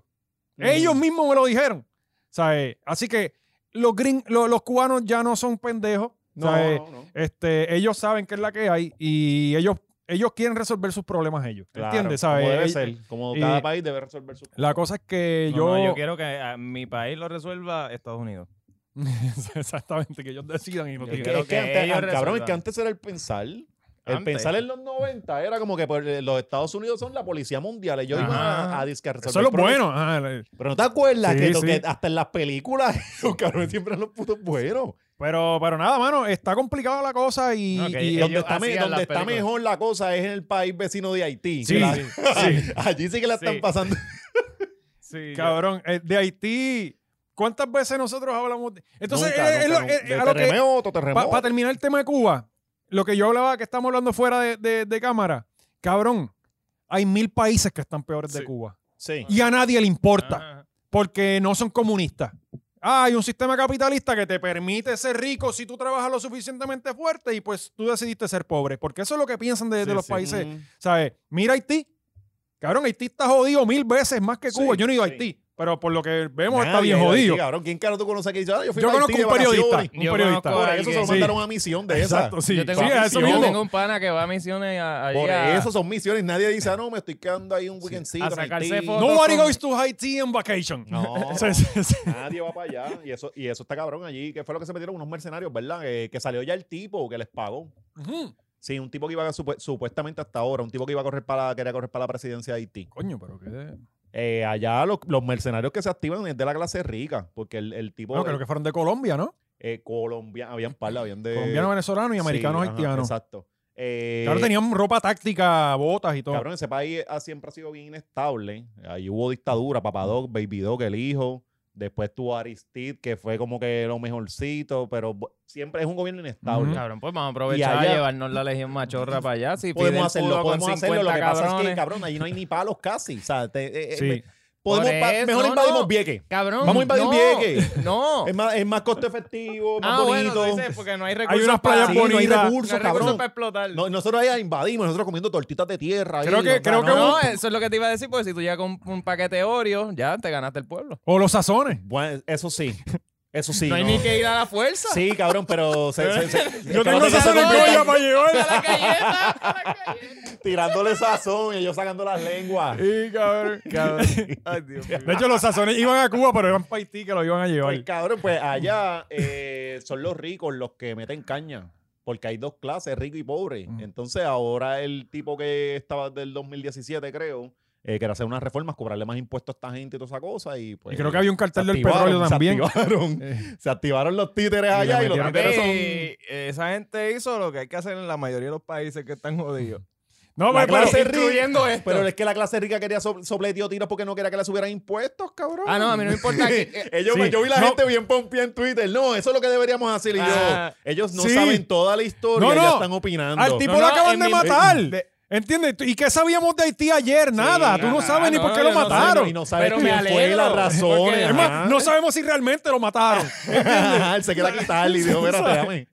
[SPEAKER 1] Ellos
[SPEAKER 2] Ujú.
[SPEAKER 1] mismos me lo dijeron. ¿sabes? Así que los, gring- lo- los cubanos ya no son pendejos.
[SPEAKER 2] No,
[SPEAKER 1] ¿sabes?
[SPEAKER 2] no, no.
[SPEAKER 1] Este, ellos saben que es la que hay y ellos, ellos quieren resolver sus problemas ellos. ¿Entiendes?
[SPEAKER 2] Claro,
[SPEAKER 1] ¿sabes?
[SPEAKER 2] Como debe
[SPEAKER 1] Ell-
[SPEAKER 2] ser. Como
[SPEAKER 1] y-
[SPEAKER 2] cada país debe resolver su
[SPEAKER 1] La cosa es que
[SPEAKER 3] No,
[SPEAKER 1] yo...
[SPEAKER 3] no, yo quiero que eh, mi país lo resuelva Estados Unidos.
[SPEAKER 1] Exactamente, que ellos decidan y no
[SPEAKER 3] Yo
[SPEAKER 1] te
[SPEAKER 2] Es
[SPEAKER 3] creo
[SPEAKER 2] que, es que
[SPEAKER 3] que
[SPEAKER 2] antes,
[SPEAKER 3] ellos
[SPEAKER 2] ah, cabrón, es que
[SPEAKER 3] resuelvan.
[SPEAKER 2] antes era el pensar. El
[SPEAKER 3] Antes.
[SPEAKER 2] pensar en los 90 era como que pues, los Estados Unidos son la policía mundial. Ellos iban
[SPEAKER 3] Ajá.
[SPEAKER 2] a, a disque resolver
[SPEAKER 1] Eso es lo
[SPEAKER 2] problemas.
[SPEAKER 1] bueno. ajá, eh, la-
[SPEAKER 2] Pero no te acuerdas
[SPEAKER 1] Sí,
[SPEAKER 2] que, lo
[SPEAKER 1] sí.
[SPEAKER 2] que hasta en las películas los cabrones siempre eran los putos buenos.
[SPEAKER 1] Pero, pero nada, mano, está complicada la cosa y...
[SPEAKER 3] Ok,
[SPEAKER 1] y-
[SPEAKER 3] ellos
[SPEAKER 2] donde está, me-
[SPEAKER 3] hacían
[SPEAKER 2] donde
[SPEAKER 3] las
[SPEAKER 2] está
[SPEAKER 3] películas.
[SPEAKER 2] mejor la cosa es en el país vecino de Haití.
[SPEAKER 1] Sí,
[SPEAKER 2] que la-
[SPEAKER 1] sí, sí.
[SPEAKER 2] Allí sí que la están
[SPEAKER 3] Sí.
[SPEAKER 2] pasando.
[SPEAKER 1] Cabrón, eh, de Haití, ¿cuántas veces nosotros hablamos? de- Entonces,
[SPEAKER 2] Nunca,
[SPEAKER 1] eh, eh,
[SPEAKER 2] nunca,
[SPEAKER 1] lo-
[SPEAKER 2] nunca.
[SPEAKER 1] eh,
[SPEAKER 2] De
[SPEAKER 1] a lo que,
[SPEAKER 2] terremoto, terremoto.
[SPEAKER 1] Para terminar el tema de Cuba, lo que yo hablaba que estamos hablando fuera de, de- de cámara, cabrón, hay mil países que están peores de
[SPEAKER 2] Sí.
[SPEAKER 1] Cuba.
[SPEAKER 2] sí.
[SPEAKER 1] Y a nadie le importa,
[SPEAKER 3] Ajá.
[SPEAKER 1] porque no son comunistas. Ah, hay un sistema capitalista que te permite ser rico si tú trabajas lo suficientemente fuerte y pues tú decidiste ser pobre, porque eso es lo que piensan de, de
[SPEAKER 3] Sí,
[SPEAKER 1] los
[SPEAKER 3] sí.
[SPEAKER 1] países.
[SPEAKER 2] Mm.
[SPEAKER 1] ¿Sabes? Mira Haití. Cabrón, Haití está jodido mil veces más que Cuba.
[SPEAKER 2] Sí,
[SPEAKER 1] yo no he ido a
[SPEAKER 2] sí.
[SPEAKER 1] Haití, pero por lo que vemos
[SPEAKER 2] Nadie
[SPEAKER 1] está bien
[SPEAKER 2] ha ido a Haití,
[SPEAKER 1] jodido.
[SPEAKER 2] Cabrón, ¿quién caro tú conoces que dice, "Ah, yo fui
[SPEAKER 1] Yo
[SPEAKER 2] para
[SPEAKER 1] conozco
[SPEAKER 2] Haití
[SPEAKER 1] un
[SPEAKER 2] de
[SPEAKER 1] periodista,
[SPEAKER 2] vacaciones"?
[SPEAKER 1] un
[SPEAKER 3] Yo
[SPEAKER 1] periodista.
[SPEAKER 3] conozco
[SPEAKER 2] Por
[SPEAKER 3] a
[SPEAKER 2] eso se lo
[SPEAKER 3] alguien.
[SPEAKER 2] mandaron a misión de esa.
[SPEAKER 1] Exacto, sí.
[SPEAKER 3] yo, tengo,
[SPEAKER 1] Sí, a eso
[SPEAKER 3] yo
[SPEAKER 1] mismo.
[SPEAKER 3] tengo un pana que va a misiones a, allí
[SPEAKER 2] Por
[SPEAKER 3] a-
[SPEAKER 2] eso son misiones. Nadie dice, ah, no, me estoy quedando ahí un weekendcito.
[SPEAKER 3] a
[SPEAKER 2] en
[SPEAKER 3] sacarse
[SPEAKER 2] Haití".
[SPEAKER 3] fotos.
[SPEAKER 1] Nobody
[SPEAKER 3] con-
[SPEAKER 1] goes to Haití on vacation.
[SPEAKER 2] No.
[SPEAKER 1] Sí, sí, sí.
[SPEAKER 2] Nadie va para allá. Y eso, y eso está cabrón allí. Que fue lo que se metieron unos mercenarios, ¿verdad? Eh, que salió ya el tipo que les pagó.
[SPEAKER 1] Ujú.
[SPEAKER 2] Sí, un tipo que iba a, supu- supuestamente hasta ahora, un tipo que iba a correr para, quería correr para la presidencia de Haití.
[SPEAKER 1] Coño, pero qué.
[SPEAKER 2] Eh, allá los, los mercenarios que se activan es de la clase rica, porque el, el tipo
[SPEAKER 1] No, creo que fueron de Colombia, ¿no?
[SPEAKER 2] eh, colombiano, habían parla, habían de
[SPEAKER 1] Colombianos, venezolanos y
[SPEAKER 2] Eh, Sí,
[SPEAKER 1] americanos
[SPEAKER 2] ajá,
[SPEAKER 1] haitianos.
[SPEAKER 2] Exacto. Eh,
[SPEAKER 1] Claro, tenían ropa táctica, botas y todo.
[SPEAKER 2] Cabrón, ese país ha- siempre ha sido bien inestable. Ahí hubo dictadura, Papadoc, Baby Doc, el hijo. Después tuvo Aristide, que fue como que lo mejorcito, pero bu- siempre es un gobierno inestable.
[SPEAKER 1] Ujú.
[SPEAKER 3] Cabrón, pues vamos a aprovechar
[SPEAKER 2] allá-
[SPEAKER 3] a llevarnos la legión machorra para allá. Si
[SPEAKER 2] Podemos
[SPEAKER 3] Fidel pudo
[SPEAKER 2] hacerlo,
[SPEAKER 3] con
[SPEAKER 2] podemos hacerlo.
[SPEAKER 3] 50
[SPEAKER 2] Lo que pasa es que,
[SPEAKER 3] cabrones.
[SPEAKER 2] cabrón, allí no hay ni palos casi. O sea, te- eh, eh,
[SPEAKER 1] Sí.
[SPEAKER 2] me- podemos
[SPEAKER 3] Por
[SPEAKER 2] pa-
[SPEAKER 3] eso,
[SPEAKER 2] mejor
[SPEAKER 3] no,
[SPEAKER 2] invadimos
[SPEAKER 3] no.
[SPEAKER 2] Vieques.
[SPEAKER 3] Cabrón.
[SPEAKER 2] Vamos a invadir
[SPEAKER 3] no,
[SPEAKER 2] Vieques.
[SPEAKER 3] No.
[SPEAKER 2] Es más, es más costo efectivo, más
[SPEAKER 3] ah, bueno,
[SPEAKER 2] bonito.
[SPEAKER 3] tú dices porque no hay recursos.
[SPEAKER 1] unas playas
[SPEAKER 3] para-
[SPEAKER 2] Sí, no hay
[SPEAKER 1] Bonita.
[SPEAKER 2] recursos,
[SPEAKER 3] no hay
[SPEAKER 2] cabrón.
[SPEAKER 3] recursos para explotar.
[SPEAKER 2] No, nosotros allá invadimos, nosotros comiendo tortitas de tierra. ahí,
[SPEAKER 1] Creo que-
[SPEAKER 2] o sea,
[SPEAKER 1] creo que
[SPEAKER 2] no,
[SPEAKER 3] No, eso es lo que te iba a decir, porque si tú llegas con un, un paquete de Oreo, ya te ganaste el pueblo.
[SPEAKER 1] O los sazones.
[SPEAKER 2] Bueno, eso sí. Eso sí.
[SPEAKER 3] no hay
[SPEAKER 2] no.
[SPEAKER 3] ni que ir a la fuerza.
[SPEAKER 2] Sí, cabrón, pero se- se- se-
[SPEAKER 1] Yo
[SPEAKER 2] cabrón,
[SPEAKER 1] tengo
[SPEAKER 2] se- se-
[SPEAKER 1] sazones en
[SPEAKER 2] se-
[SPEAKER 1] Goya para llevar.
[SPEAKER 3] A la galleta, a la galleta.
[SPEAKER 1] pues.
[SPEAKER 2] tirándole sazón y ellos sacando las lenguas.
[SPEAKER 1] Sí, cabrón.
[SPEAKER 3] Ay, Dios mío.
[SPEAKER 1] De hecho, los sazones iban a Cuba, pero eran para Haití que lo iban a llevar.
[SPEAKER 2] Pues, cabrón, pues allá eh, son los ricos los que meten caña. Porque hay dos clases, rico y pobre.
[SPEAKER 1] Mm.
[SPEAKER 2] Entonces, ahora el tipo que estaba del 2017, creo, eh, que era hacer unas reformas, cobrarle más impuestos a esta gente y toda esa cosa. Y, pues,
[SPEAKER 1] y creo que había un
[SPEAKER 2] se
[SPEAKER 1] cartel del
[SPEAKER 2] activaron,
[SPEAKER 1] petróleo
[SPEAKER 2] se
[SPEAKER 1] también.
[SPEAKER 2] activaron.
[SPEAKER 1] Eh,
[SPEAKER 2] se activaron los títeres
[SPEAKER 1] Y
[SPEAKER 2] allá
[SPEAKER 1] le
[SPEAKER 2] y los
[SPEAKER 1] metieron-
[SPEAKER 2] títeres son.
[SPEAKER 3] Ey, esa gente hizo lo que hay que hacer en la mayoría de los países que están jodidos.
[SPEAKER 1] No,
[SPEAKER 2] La
[SPEAKER 1] pero, pero-
[SPEAKER 2] clase rica.
[SPEAKER 3] Incluyendo esto.
[SPEAKER 2] Pero es que la clase rica quería so- sopletió tiros porque no quería que le subieran impuestos, cabrón.
[SPEAKER 3] Ah, no, a mí no me importa. que- eh,
[SPEAKER 2] Ellos,
[SPEAKER 1] Sí.
[SPEAKER 2] me- Yo vi la
[SPEAKER 1] No.
[SPEAKER 2] gente bien pompía en Twitter. No, eso es lo que deberíamos hacer. Y
[SPEAKER 3] Ah.
[SPEAKER 2] yo, ellos no
[SPEAKER 1] Sí.
[SPEAKER 2] saben toda la historia.
[SPEAKER 1] No, no.
[SPEAKER 2] Ya están opinando.
[SPEAKER 1] al tipo
[SPEAKER 3] No,
[SPEAKER 1] lo
[SPEAKER 3] no,
[SPEAKER 1] acaban
[SPEAKER 3] en
[SPEAKER 1] de
[SPEAKER 3] mi-
[SPEAKER 1] matar.
[SPEAKER 3] de-
[SPEAKER 1] ¿Entiendes? ¿Y qué sabíamos de Haití ayer? Nada. Tú no
[SPEAKER 3] ajá,
[SPEAKER 1] sabes ni
[SPEAKER 3] no,
[SPEAKER 1] por qué lo
[SPEAKER 3] yo no sé,
[SPEAKER 1] mataron.
[SPEAKER 2] Y no saben
[SPEAKER 3] Pero me
[SPEAKER 2] quién fue
[SPEAKER 3] alegro,
[SPEAKER 2] las
[SPEAKER 3] porque-
[SPEAKER 2] razones.
[SPEAKER 1] Es
[SPEAKER 2] ajá.
[SPEAKER 1] más, no sabemos si realmente lo mataron.
[SPEAKER 2] Ajá, él se queda quitar y dijo, espérate, dame.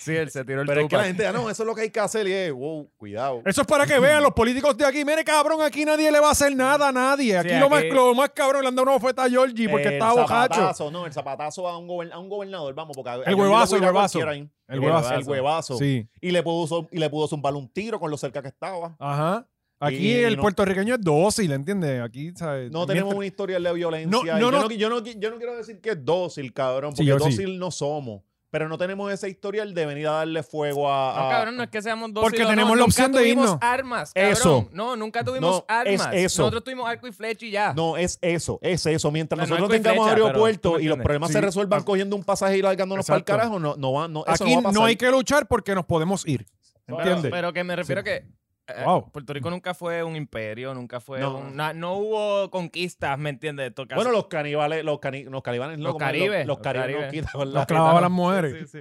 [SPEAKER 3] Sí, él se tiró el
[SPEAKER 2] Pero es que
[SPEAKER 3] tupa.
[SPEAKER 2] la gente, ah, no, eso es lo que hay que hacer y es, wow, cuidado.
[SPEAKER 1] Eso es para que vean los políticos de aquí. Mire, cabrón, aquí nadie le va a hacer nada a nadie. Aquí, Lo, más,
[SPEAKER 3] aquí-
[SPEAKER 1] lo más cabrón le anda una oferta a Georgie porque
[SPEAKER 2] El
[SPEAKER 1] está bocacho.
[SPEAKER 2] zapatazo, No, el zapatazo a un, gober- a un gobernador, vamos, porque a- a
[SPEAKER 1] El
[SPEAKER 2] Georgie le
[SPEAKER 1] huevazo,
[SPEAKER 2] puede ir
[SPEAKER 1] el
[SPEAKER 2] a
[SPEAKER 1] huevazo.
[SPEAKER 2] cualquiera ahí.
[SPEAKER 1] El huevazo.
[SPEAKER 2] El huevazo.
[SPEAKER 1] Sí.
[SPEAKER 2] Y le pudo zum- y le pudo zumbar un tiro con lo cerca que estaba.
[SPEAKER 1] Ajá. Aquí
[SPEAKER 2] Y
[SPEAKER 1] el
[SPEAKER 2] no-
[SPEAKER 1] puertorriqueño es dócil, ¿entiendes? Aquí, ¿sabes?
[SPEAKER 2] No tenemos un historial de violencia.
[SPEAKER 1] No,
[SPEAKER 2] y
[SPEAKER 1] no,
[SPEAKER 2] yo,
[SPEAKER 1] no.
[SPEAKER 2] no, qui- yo, no, qui- yo no quiero decir que es dócil, cabrón,
[SPEAKER 1] Sí,
[SPEAKER 2] porque
[SPEAKER 1] yo sí.
[SPEAKER 2] dócil no somos. Pero no tenemos ese historial de venir a darle fuego a.
[SPEAKER 3] No,
[SPEAKER 2] a-
[SPEAKER 3] cabrón, no es que seamos dos.
[SPEAKER 1] ah, Porque tenemos la opción de irnos.
[SPEAKER 3] armas, cabrón.
[SPEAKER 2] Eso.
[SPEAKER 3] No, nunca tuvimos
[SPEAKER 2] No, es
[SPEAKER 3] armas.
[SPEAKER 2] eso.
[SPEAKER 3] Nosotros tuvimos arco y flecha y ya.
[SPEAKER 2] No, es eso, es eso. Mientras
[SPEAKER 3] No, no
[SPEAKER 2] nosotros
[SPEAKER 3] es con
[SPEAKER 2] tengamos
[SPEAKER 3] flecha, pero tú
[SPEAKER 2] aeropuertos y
[SPEAKER 3] me
[SPEAKER 2] los
[SPEAKER 3] entiendes.
[SPEAKER 2] problemas
[SPEAKER 1] Sí.
[SPEAKER 2] se resuelvan
[SPEAKER 1] Ah.
[SPEAKER 2] cogiendo un pasaje y largándonos
[SPEAKER 1] Exacto.
[SPEAKER 2] para el carajo, no, no va, no, eso
[SPEAKER 1] Aquí
[SPEAKER 2] no va
[SPEAKER 1] no,
[SPEAKER 2] a pasar.
[SPEAKER 1] hay que luchar porque nos podemos ir.
[SPEAKER 3] Pero-
[SPEAKER 1] ¿Entiendes?
[SPEAKER 3] Pero que me refiero que eh,
[SPEAKER 1] Wow.
[SPEAKER 3] Puerto Rico nunca fue un imperio, nunca fue.
[SPEAKER 2] No.
[SPEAKER 3] un- na- no hubo conquistas, ¿me entiendes? Esto casi-
[SPEAKER 2] Bueno, los caníbales, los, cani- los caníbales, no,
[SPEAKER 3] Los
[SPEAKER 2] como es,
[SPEAKER 3] caribes,
[SPEAKER 2] los,
[SPEAKER 3] los
[SPEAKER 2] caribes,
[SPEAKER 3] caribes.
[SPEAKER 2] nos quitan, ¿verdad?
[SPEAKER 1] Nos clavaban las
[SPEAKER 3] Sí,
[SPEAKER 1] mujeres.
[SPEAKER 3] sí.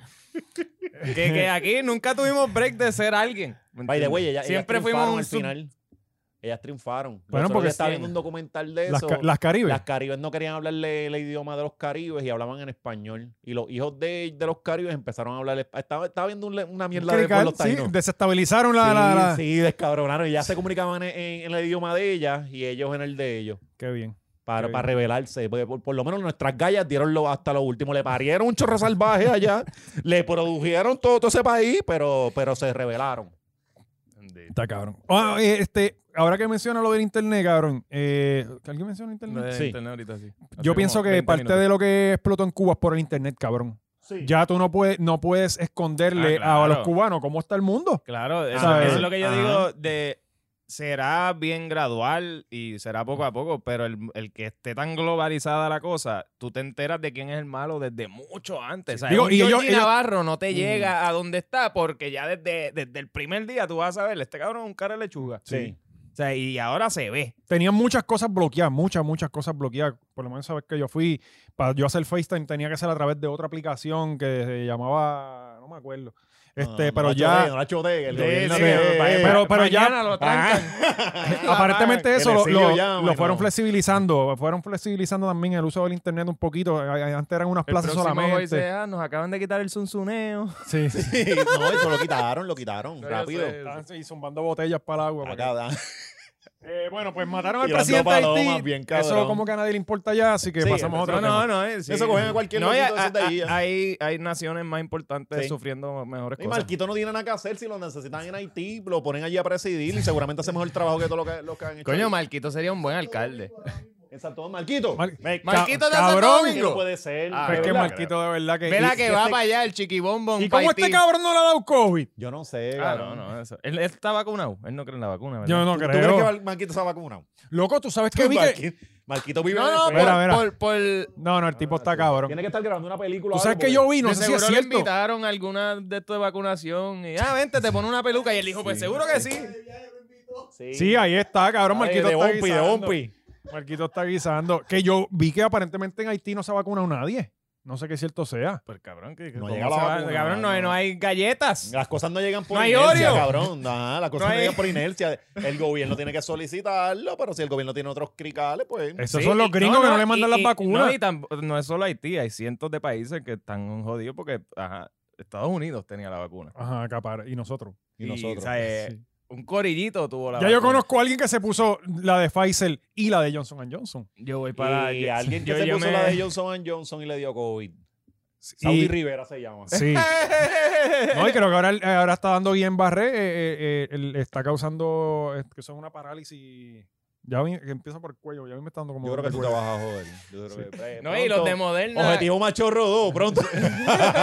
[SPEAKER 3] que, que aquí nunca tuvimos break de ser alguien. ¿me
[SPEAKER 2] By the
[SPEAKER 3] entiendes?
[SPEAKER 2] way, ellas,
[SPEAKER 3] Siempre
[SPEAKER 2] ellas
[SPEAKER 3] fuimos
[SPEAKER 2] triunfaron
[SPEAKER 3] un
[SPEAKER 2] al
[SPEAKER 3] sub-
[SPEAKER 2] final. Ellas triunfaron.
[SPEAKER 1] Bueno,
[SPEAKER 2] Nosotros
[SPEAKER 1] porque
[SPEAKER 2] ya estaba
[SPEAKER 3] sí.
[SPEAKER 2] viendo un documental de
[SPEAKER 1] Las,
[SPEAKER 2] eso.
[SPEAKER 1] ca- las Caribes.
[SPEAKER 2] Las caribes no querían hablarle el idioma de los caribes y hablaban en español. Y los hijos de, de los caribes empezaron a hablar. Estaba, estaba viendo un le- una mierda de
[SPEAKER 1] Crical,
[SPEAKER 2] pueblos
[SPEAKER 1] sí,
[SPEAKER 2] taínos.
[SPEAKER 1] desestabilizaron la, la- la-
[SPEAKER 2] Sí, sí, descabronaron. Y ya se comunicaban en, en- en el idioma de ellas y ellos en el de ellos.
[SPEAKER 1] Qué bien.
[SPEAKER 2] Para,
[SPEAKER 1] Ok.
[SPEAKER 2] para rebelarse. Porque por, por lo menos nuestras gallas dieron lo, hasta lo último. Le parieron un chorro salvaje allá. le produjeron todo, todo ese país, pero, pero se rebelaron.
[SPEAKER 1] Está cabrón. Ah, eh, este, ahora que menciona lo del internet, cabrón. eh, ¿que ¿Alguien menciona internet?
[SPEAKER 3] Lo de
[SPEAKER 2] Sí.
[SPEAKER 3] internet ahorita, sí. Hace
[SPEAKER 1] Yo
[SPEAKER 3] como
[SPEAKER 1] pienso que
[SPEAKER 3] 20
[SPEAKER 1] parte
[SPEAKER 3] minutos.
[SPEAKER 1] de lo que explotó en Cuba es por el internet, cabrón. Ya tú no puedes, no puedes esconderle
[SPEAKER 3] Ah, claro.
[SPEAKER 1] a los cubanos cómo está el mundo.
[SPEAKER 3] Claro, eso,
[SPEAKER 1] ¿Sabes?
[SPEAKER 3] eso es lo que yo
[SPEAKER 2] Ajá.
[SPEAKER 3] digo de será bien gradual y será poco a poco, pero el, el que esté tan globalizada la cosa, tú te enteras de quién es el malo desde mucho antes. O sea,
[SPEAKER 1] Digo,
[SPEAKER 3] un
[SPEAKER 1] y ellos-
[SPEAKER 3] Georgie
[SPEAKER 1] ellos-
[SPEAKER 3] Navarro no te llega a donde está porque ya desde, desde el primer día tú vas a ver, este cabrón es un cara de lechuga.
[SPEAKER 2] Sí.
[SPEAKER 3] O sea, y ahora se ve.
[SPEAKER 1] Tenían muchas cosas bloqueadas, muchas, muchas cosas bloqueadas. Por lo menos sabes que yo fui, para yo hacer FaceTime tenía que hacer a través de otra aplicación que se llamaba, no me acuerdo.
[SPEAKER 3] Ah,
[SPEAKER 1] Este,
[SPEAKER 2] No, no
[SPEAKER 1] pero
[SPEAKER 2] la
[SPEAKER 1] ya...
[SPEAKER 2] choteen, no la choteen, el
[SPEAKER 1] Sí,
[SPEAKER 2] gobierno
[SPEAKER 1] sí,
[SPEAKER 2] de-
[SPEAKER 1] eh, pero- pero ya-
[SPEAKER 3] mañana lo trancan.
[SPEAKER 1] Aparentemente eso
[SPEAKER 2] el
[SPEAKER 1] lo,
[SPEAKER 2] exilio
[SPEAKER 1] lo-
[SPEAKER 2] Ah, ya,
[SPEAKER 1] lo
[SPEAKER 2] bueno.
[SPEAKER 1] fueron flexibilizando, fueron flexibilizando también el uso del internet un poquito. A- a- Antes eran unas
[SPEAKER 3] El
[SPEAKER 1] plazas
[SPEAKER 3] próximo
[SPEAKER 1] solamente.
[SPEAKER 3] dice, ah, nos acaban de quitar el sunsuneo.
[SPEAKER 1] Sí,
[SPEAKER 2] Sí, no, eso lo quitaron, lo quitaron. rápido.
[SPEAKER 1] Estaban sí, zumbando botellas para el agua. para
[SPEAKER 2] Acá, da-
[SPEAKER 1] que- Eh, bueno, pues mataron al
[SPEAKER 2] Tirando
[SPEAKER 1] presidente de Haití.
[SPEAKER 2] palomas, bien cabrón.
[SPEAKER 1] eso como que a nadie le importa ya, así que
[SPEAKER 2] Sí,
[SPEAKER 1] pasamos a otro
[SPEAKER 3] No,
[SPEAKER 1] tema.
[SPEAKER 3] no, no. eh, sí.
[SPEAKER 2] Eso cogen a cualquier
[SPEAKER 3] y
[SPEAKER 2] loquito de
[SPEAKER 3] a-
[SPEAKER 2] esos de ahí,
[SPEAKER 3] a-
[SPEAKER 2] ya.
[SPEAKER 3] Hay, hay naciones más importantes
[SPEAKER 2] Sí.
[SPEAKER 3] sufriendo mejores
[SPEAKER 2] Y
[SPEAKER 3] cosas.
[SPEAKER 2] Marquito no tiene nada que hacer. Si lo necesitan en Haití, lo ponen allí a presidir y seguramente hace mejor el trabajo que todos los que, los que han hecho.
[SPEAKER 3] Coño,
[SPEAKER 2] ahí.
[SPEAKER 3] Marquito sería un buen alcalde.
[SPEAKER 2] En Santo Domingo. Marquito.
[SPEAKER 1] Mar-
[SPEAKER 2] Me-
[SPEAKER 1] Ca-
[SPEAKER 3] Marquito de Santo
[SPEAKER 1] cabrón.
[SPEAKER 2] que no puede ser.
[SPEAKER 3] Ah,
[SPEAKER 2] de
[SPEAKER 1] Pero es que
[SPEAKER 2] verdad.
[SPEAKER 1] Marquito de verdad que...
[SPEAKER 3] Vela
[SPEAKER 1] y-
[SPEAKER 2] este
[SPEAKER 3] que va para allá el chiquibombón.
[SPEAKER 1] ¿Y cómo este cabrón no le ha dado COVID?
[SPEAKER 2] Yo no sé.
[SPEAKER 3] Ah, no,
[SPEAKER 2] cabrón.
[SPEAKER 3] no, eso. Él, él está vacunado. Él no cree en la vacuna, ¿verdad?
[SPEAKER 1] Yo no
[SPEAKER 2] ¿Tú, tú crees que
[SPEAKER 1] creo.
[SPEAKER 2] Mar- Marquito se ha vacunado?
[SPEAKER 1] Loco, tú sabes que vi que...
[SPEAKER 2] Marqui- Marquito vive
[SPEAKER 3] No,
[SPEAKER 2] en
[SPEAKER 3] no,
[SPEAKER 2] el
[SPEAKER 3] por,
[SPEAKER 1] Espera,
[SPEAKER 2] pueblo.
[SPEAKER 1] espera.
[SPEAKER 3] por- por-
[SPEAKER 1] No, no, el tipo está cabrón.
[SPEAKER 2] Ah, Tiene que estar grabando una película.
[SPEAKER 1] Tú
[SPEAKER 2] o
[SPEAKER 1] sabes
[SPEAKER 2] algo,
[SPEAKER 1] que
[SPEAKER 2] porque-
[SPEAKER 1] yo vi, no
[SPEAKER 3] de
[SPEAKER 1] sé si es
[SPEAKER 3] seguro le
[SPEAKER 1] cierto.
[SPEAKER 3] invitaron a alguna de estos de vacunación. Y, ah, vente, te pone una peluca. Y él dijo, pues seguro que sí.
[SPEAKER 1] Sí, ahí está, cabrón.
[SPEAKER 2] Ay,
[SPEAKER 1] Marquito
[SPEAKER 2] de
[SPEAKER 1] está
[SPEAKER 2] Ompi, de
[SPEAKER 1] guisando.
[SPEAKER 2] Ompi.
[SPEAKER 1] Marquito está guisando. Que yo vi que aparentemente en Haití no se ha vacunado nadie. No sé qué cierto sea.
[SPEAKER 3] Pues cabrón, que,
[SPEAKER 2] No
[SPEAKER 3] ¿cómo
[SPEAKER 2] llega la
[SPEAKER 3] se va?
[SPEAKER 2] vacuna,
[SPEAKER 3] Cabrón, no hay,
[SPEAKER 2] no.
[SPEAKER 3] no hay galletas.
[SPEAKER 2] Las cosas no llegan por
[SPEAKER 3] No hay
[SPEAKER 2] inercia,
[SPEAKER 3] Oreo.
[SPEAKER 2] cabrón. Nah, las cosas
[SPEAKER 3] No
[SPEAKER 2] no,
[SPEAKER 3] hay-
[SPEAKER 2] llegan por inercia. El gobierno tiene que solicitarlo, pero si el gobierno tiene otros cricales, pues.
[SPEAKER 1] Esos
[SPEAKER 3] Sí,
[SPEAKER 1] son los
[SPEAKER 3] y-
[SPEAKER 1] gringos que no le mandan
[SPEAKER 3] y-
[SPEAKER 1] las
[SPEAKER 3] y-
[SPEAKER 1] vacunas.
[SPEAKER 3] No, y tamp- no es solo Haití, hay cientos de países que están jodidos porque ajá, Estados Unidos tenía la vacuna.
[SPEAKER 1] Ajá, capaz. Y nosotros.
[SPEAKER 2] Y nosotros.
[SPEAKER 3] o sea, eh,
[SPEAKER 1] Sí.
[SPEAKER 3] Un corillito tuvo la
[SPEAKER 1] Ya
[SPEAKER 3] vacuna.
[SPEAKER 1] yo conozco a alguien que se puso la de Pfizer y la de Johnson Johnson.
[SPEAKER 3] Yo voy para.
[SPEAKER 2] y
[SPEAKER 3] yo-
[SPEAKER 2] alguien que
[SPEAKER 3] yo-
[SPEAKER 2] se
[SPEAKER 3] yo
[SPEAKER 2] puso
[SPEAKER 3] me-
[SPEAKER 2] la de Johnson Johnson y le dio COVID. Saudi
[SPEAKER 1] Y-
[SPEAKER 2] Rivera se llama.
[SPEAKER 1] Sí. No, y creo que ahora, ahora está dando bien barré. eh, eh, eh, el- está causando eh, que son una parálisis. Ya vi- que empieza por el cuello. Ya a mí me está dando como.
[SPEAKER 2] Yo creo que tú te vas a joder. Yo creo que- eh,
[SPEAKER 3] No, y los
[SPEAKER 2] pronto,
[SPEAKER 3] de Moderna.
[SPEAKER 2] Objetivo Machorro 2, pronto.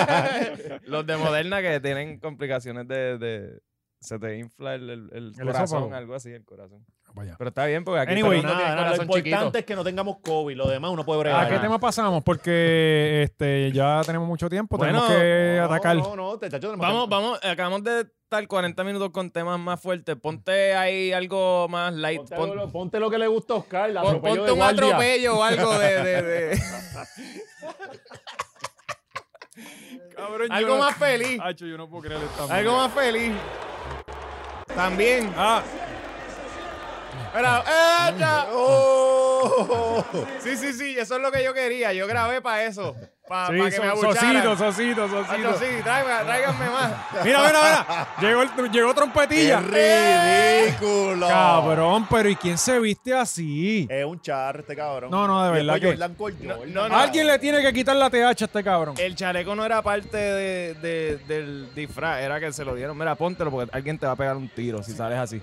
[SPEAKER 3] los de Moderna que tienen complicaciones de. de- se te infla el, el- el corazón,
[SPEAKER 1] esófago.
[SPEAKER 3] algo así, el corazón.
[SPEAKER 1] Vaya.
[SPEAKER 3] Pero está bien porque aquí
[SPEAKER 1] Anyway,
[SPEAKER 3] todo el mundo tiene
[SPEAKER 2] Nada, nada, lo
[SPEAKER 3] corazón
[SPEAKER 2] importante
[SPEAKER 3] chiquito.
[SPEAKER 2] es que no tengamos COVID. Lo demás uno puede bregar.
[SPEAKER 1] ¿A qué tema pasamos? Porque este, ya tenemos mucho tiempo. tenemos
[SPEAKER 3] Bueno,
[SPEAKER 1] que
[SPEAKER 2] No,
[SPEAKER 1] atacar.
[SPEAKER 2] No, no, te chacho, tenemos
[SPEAKER 3] Vamos,
[SPEAKER 2] que-
[SPEAKER 3] vamos, acabamos de estar 40 minutos con temas más fuertes. Ponte ahí algo más light.
[SPEAKER 2] Ponte,
[SPEAKER 3] Pon-
[SPEAKER 2] lo, ponte lo que le gusta a Oscar. el
[SPEAKER 3] pon-
[SPEAKER 2] atropello
[SPEAKER 3] ponte
[SPEAKER 2] de
[SPEAKER 3] un
[SPEAKER 2] guardia.
[SPEAKER 3] atropello o algo de. de- de-
[SPEAKER 1] Cabrón, yo
[SPEAKER 3] algo
[SPEAKER 1] no-
[SPEAKER 3] más feliz.
[SPEAKER 1] Acho, yo no puedo creer esta
[SPEAKER 3] Algo más feliz. También.
[SPEAKER 1] Ah,
[SPEAKER 3] Pero, ¡echa!
[SPEAKER 2] ¡Oh!
[SPEAKER 3] Sí, sí, sí, eso es lo que yo quería. Yo grabé para eso. Para
[SPEAKER 1] Sí,
[SPEAKER 3] que me
[SPEAKER 1] so- socito,
[SPEAKER 3] abucharan.
[SPEAKER 1] socito,
[SPEAKER 3] Hacho,
[SPEAKER 1] socito.
[SPEAKER 3] sí, tráiga- tráiganme más.
[SPEAKER 1] Mira, mira, mira. Llegó, el- llegó trompetilla.
[SPEAKER 2] ¡Qué ridículo!
[SPEAKER 1] Cabrón, pero ¿y quién se viste así?
[SPEAKER 2] Es un char este cabrón.
[SPEAKER 1] No, no, de
[SPEAKER 2] Y
[SPEAKER 1] verdad
[SPEAKER 2] después
[SPEAKER 1] que-
[SPEAKER 2] Jordan con Jordan.
[SPEAKER 3] no, Eh. no.
[SPEAKER 1] Alguien le tiene que quitar la TH a este cabrón.
[SPEAKER 3] El chaleco no era parte de- de- del disfraz, era que se lo dieron. Mira, póntelo porque alguien te va a pegar un tiro si sales así.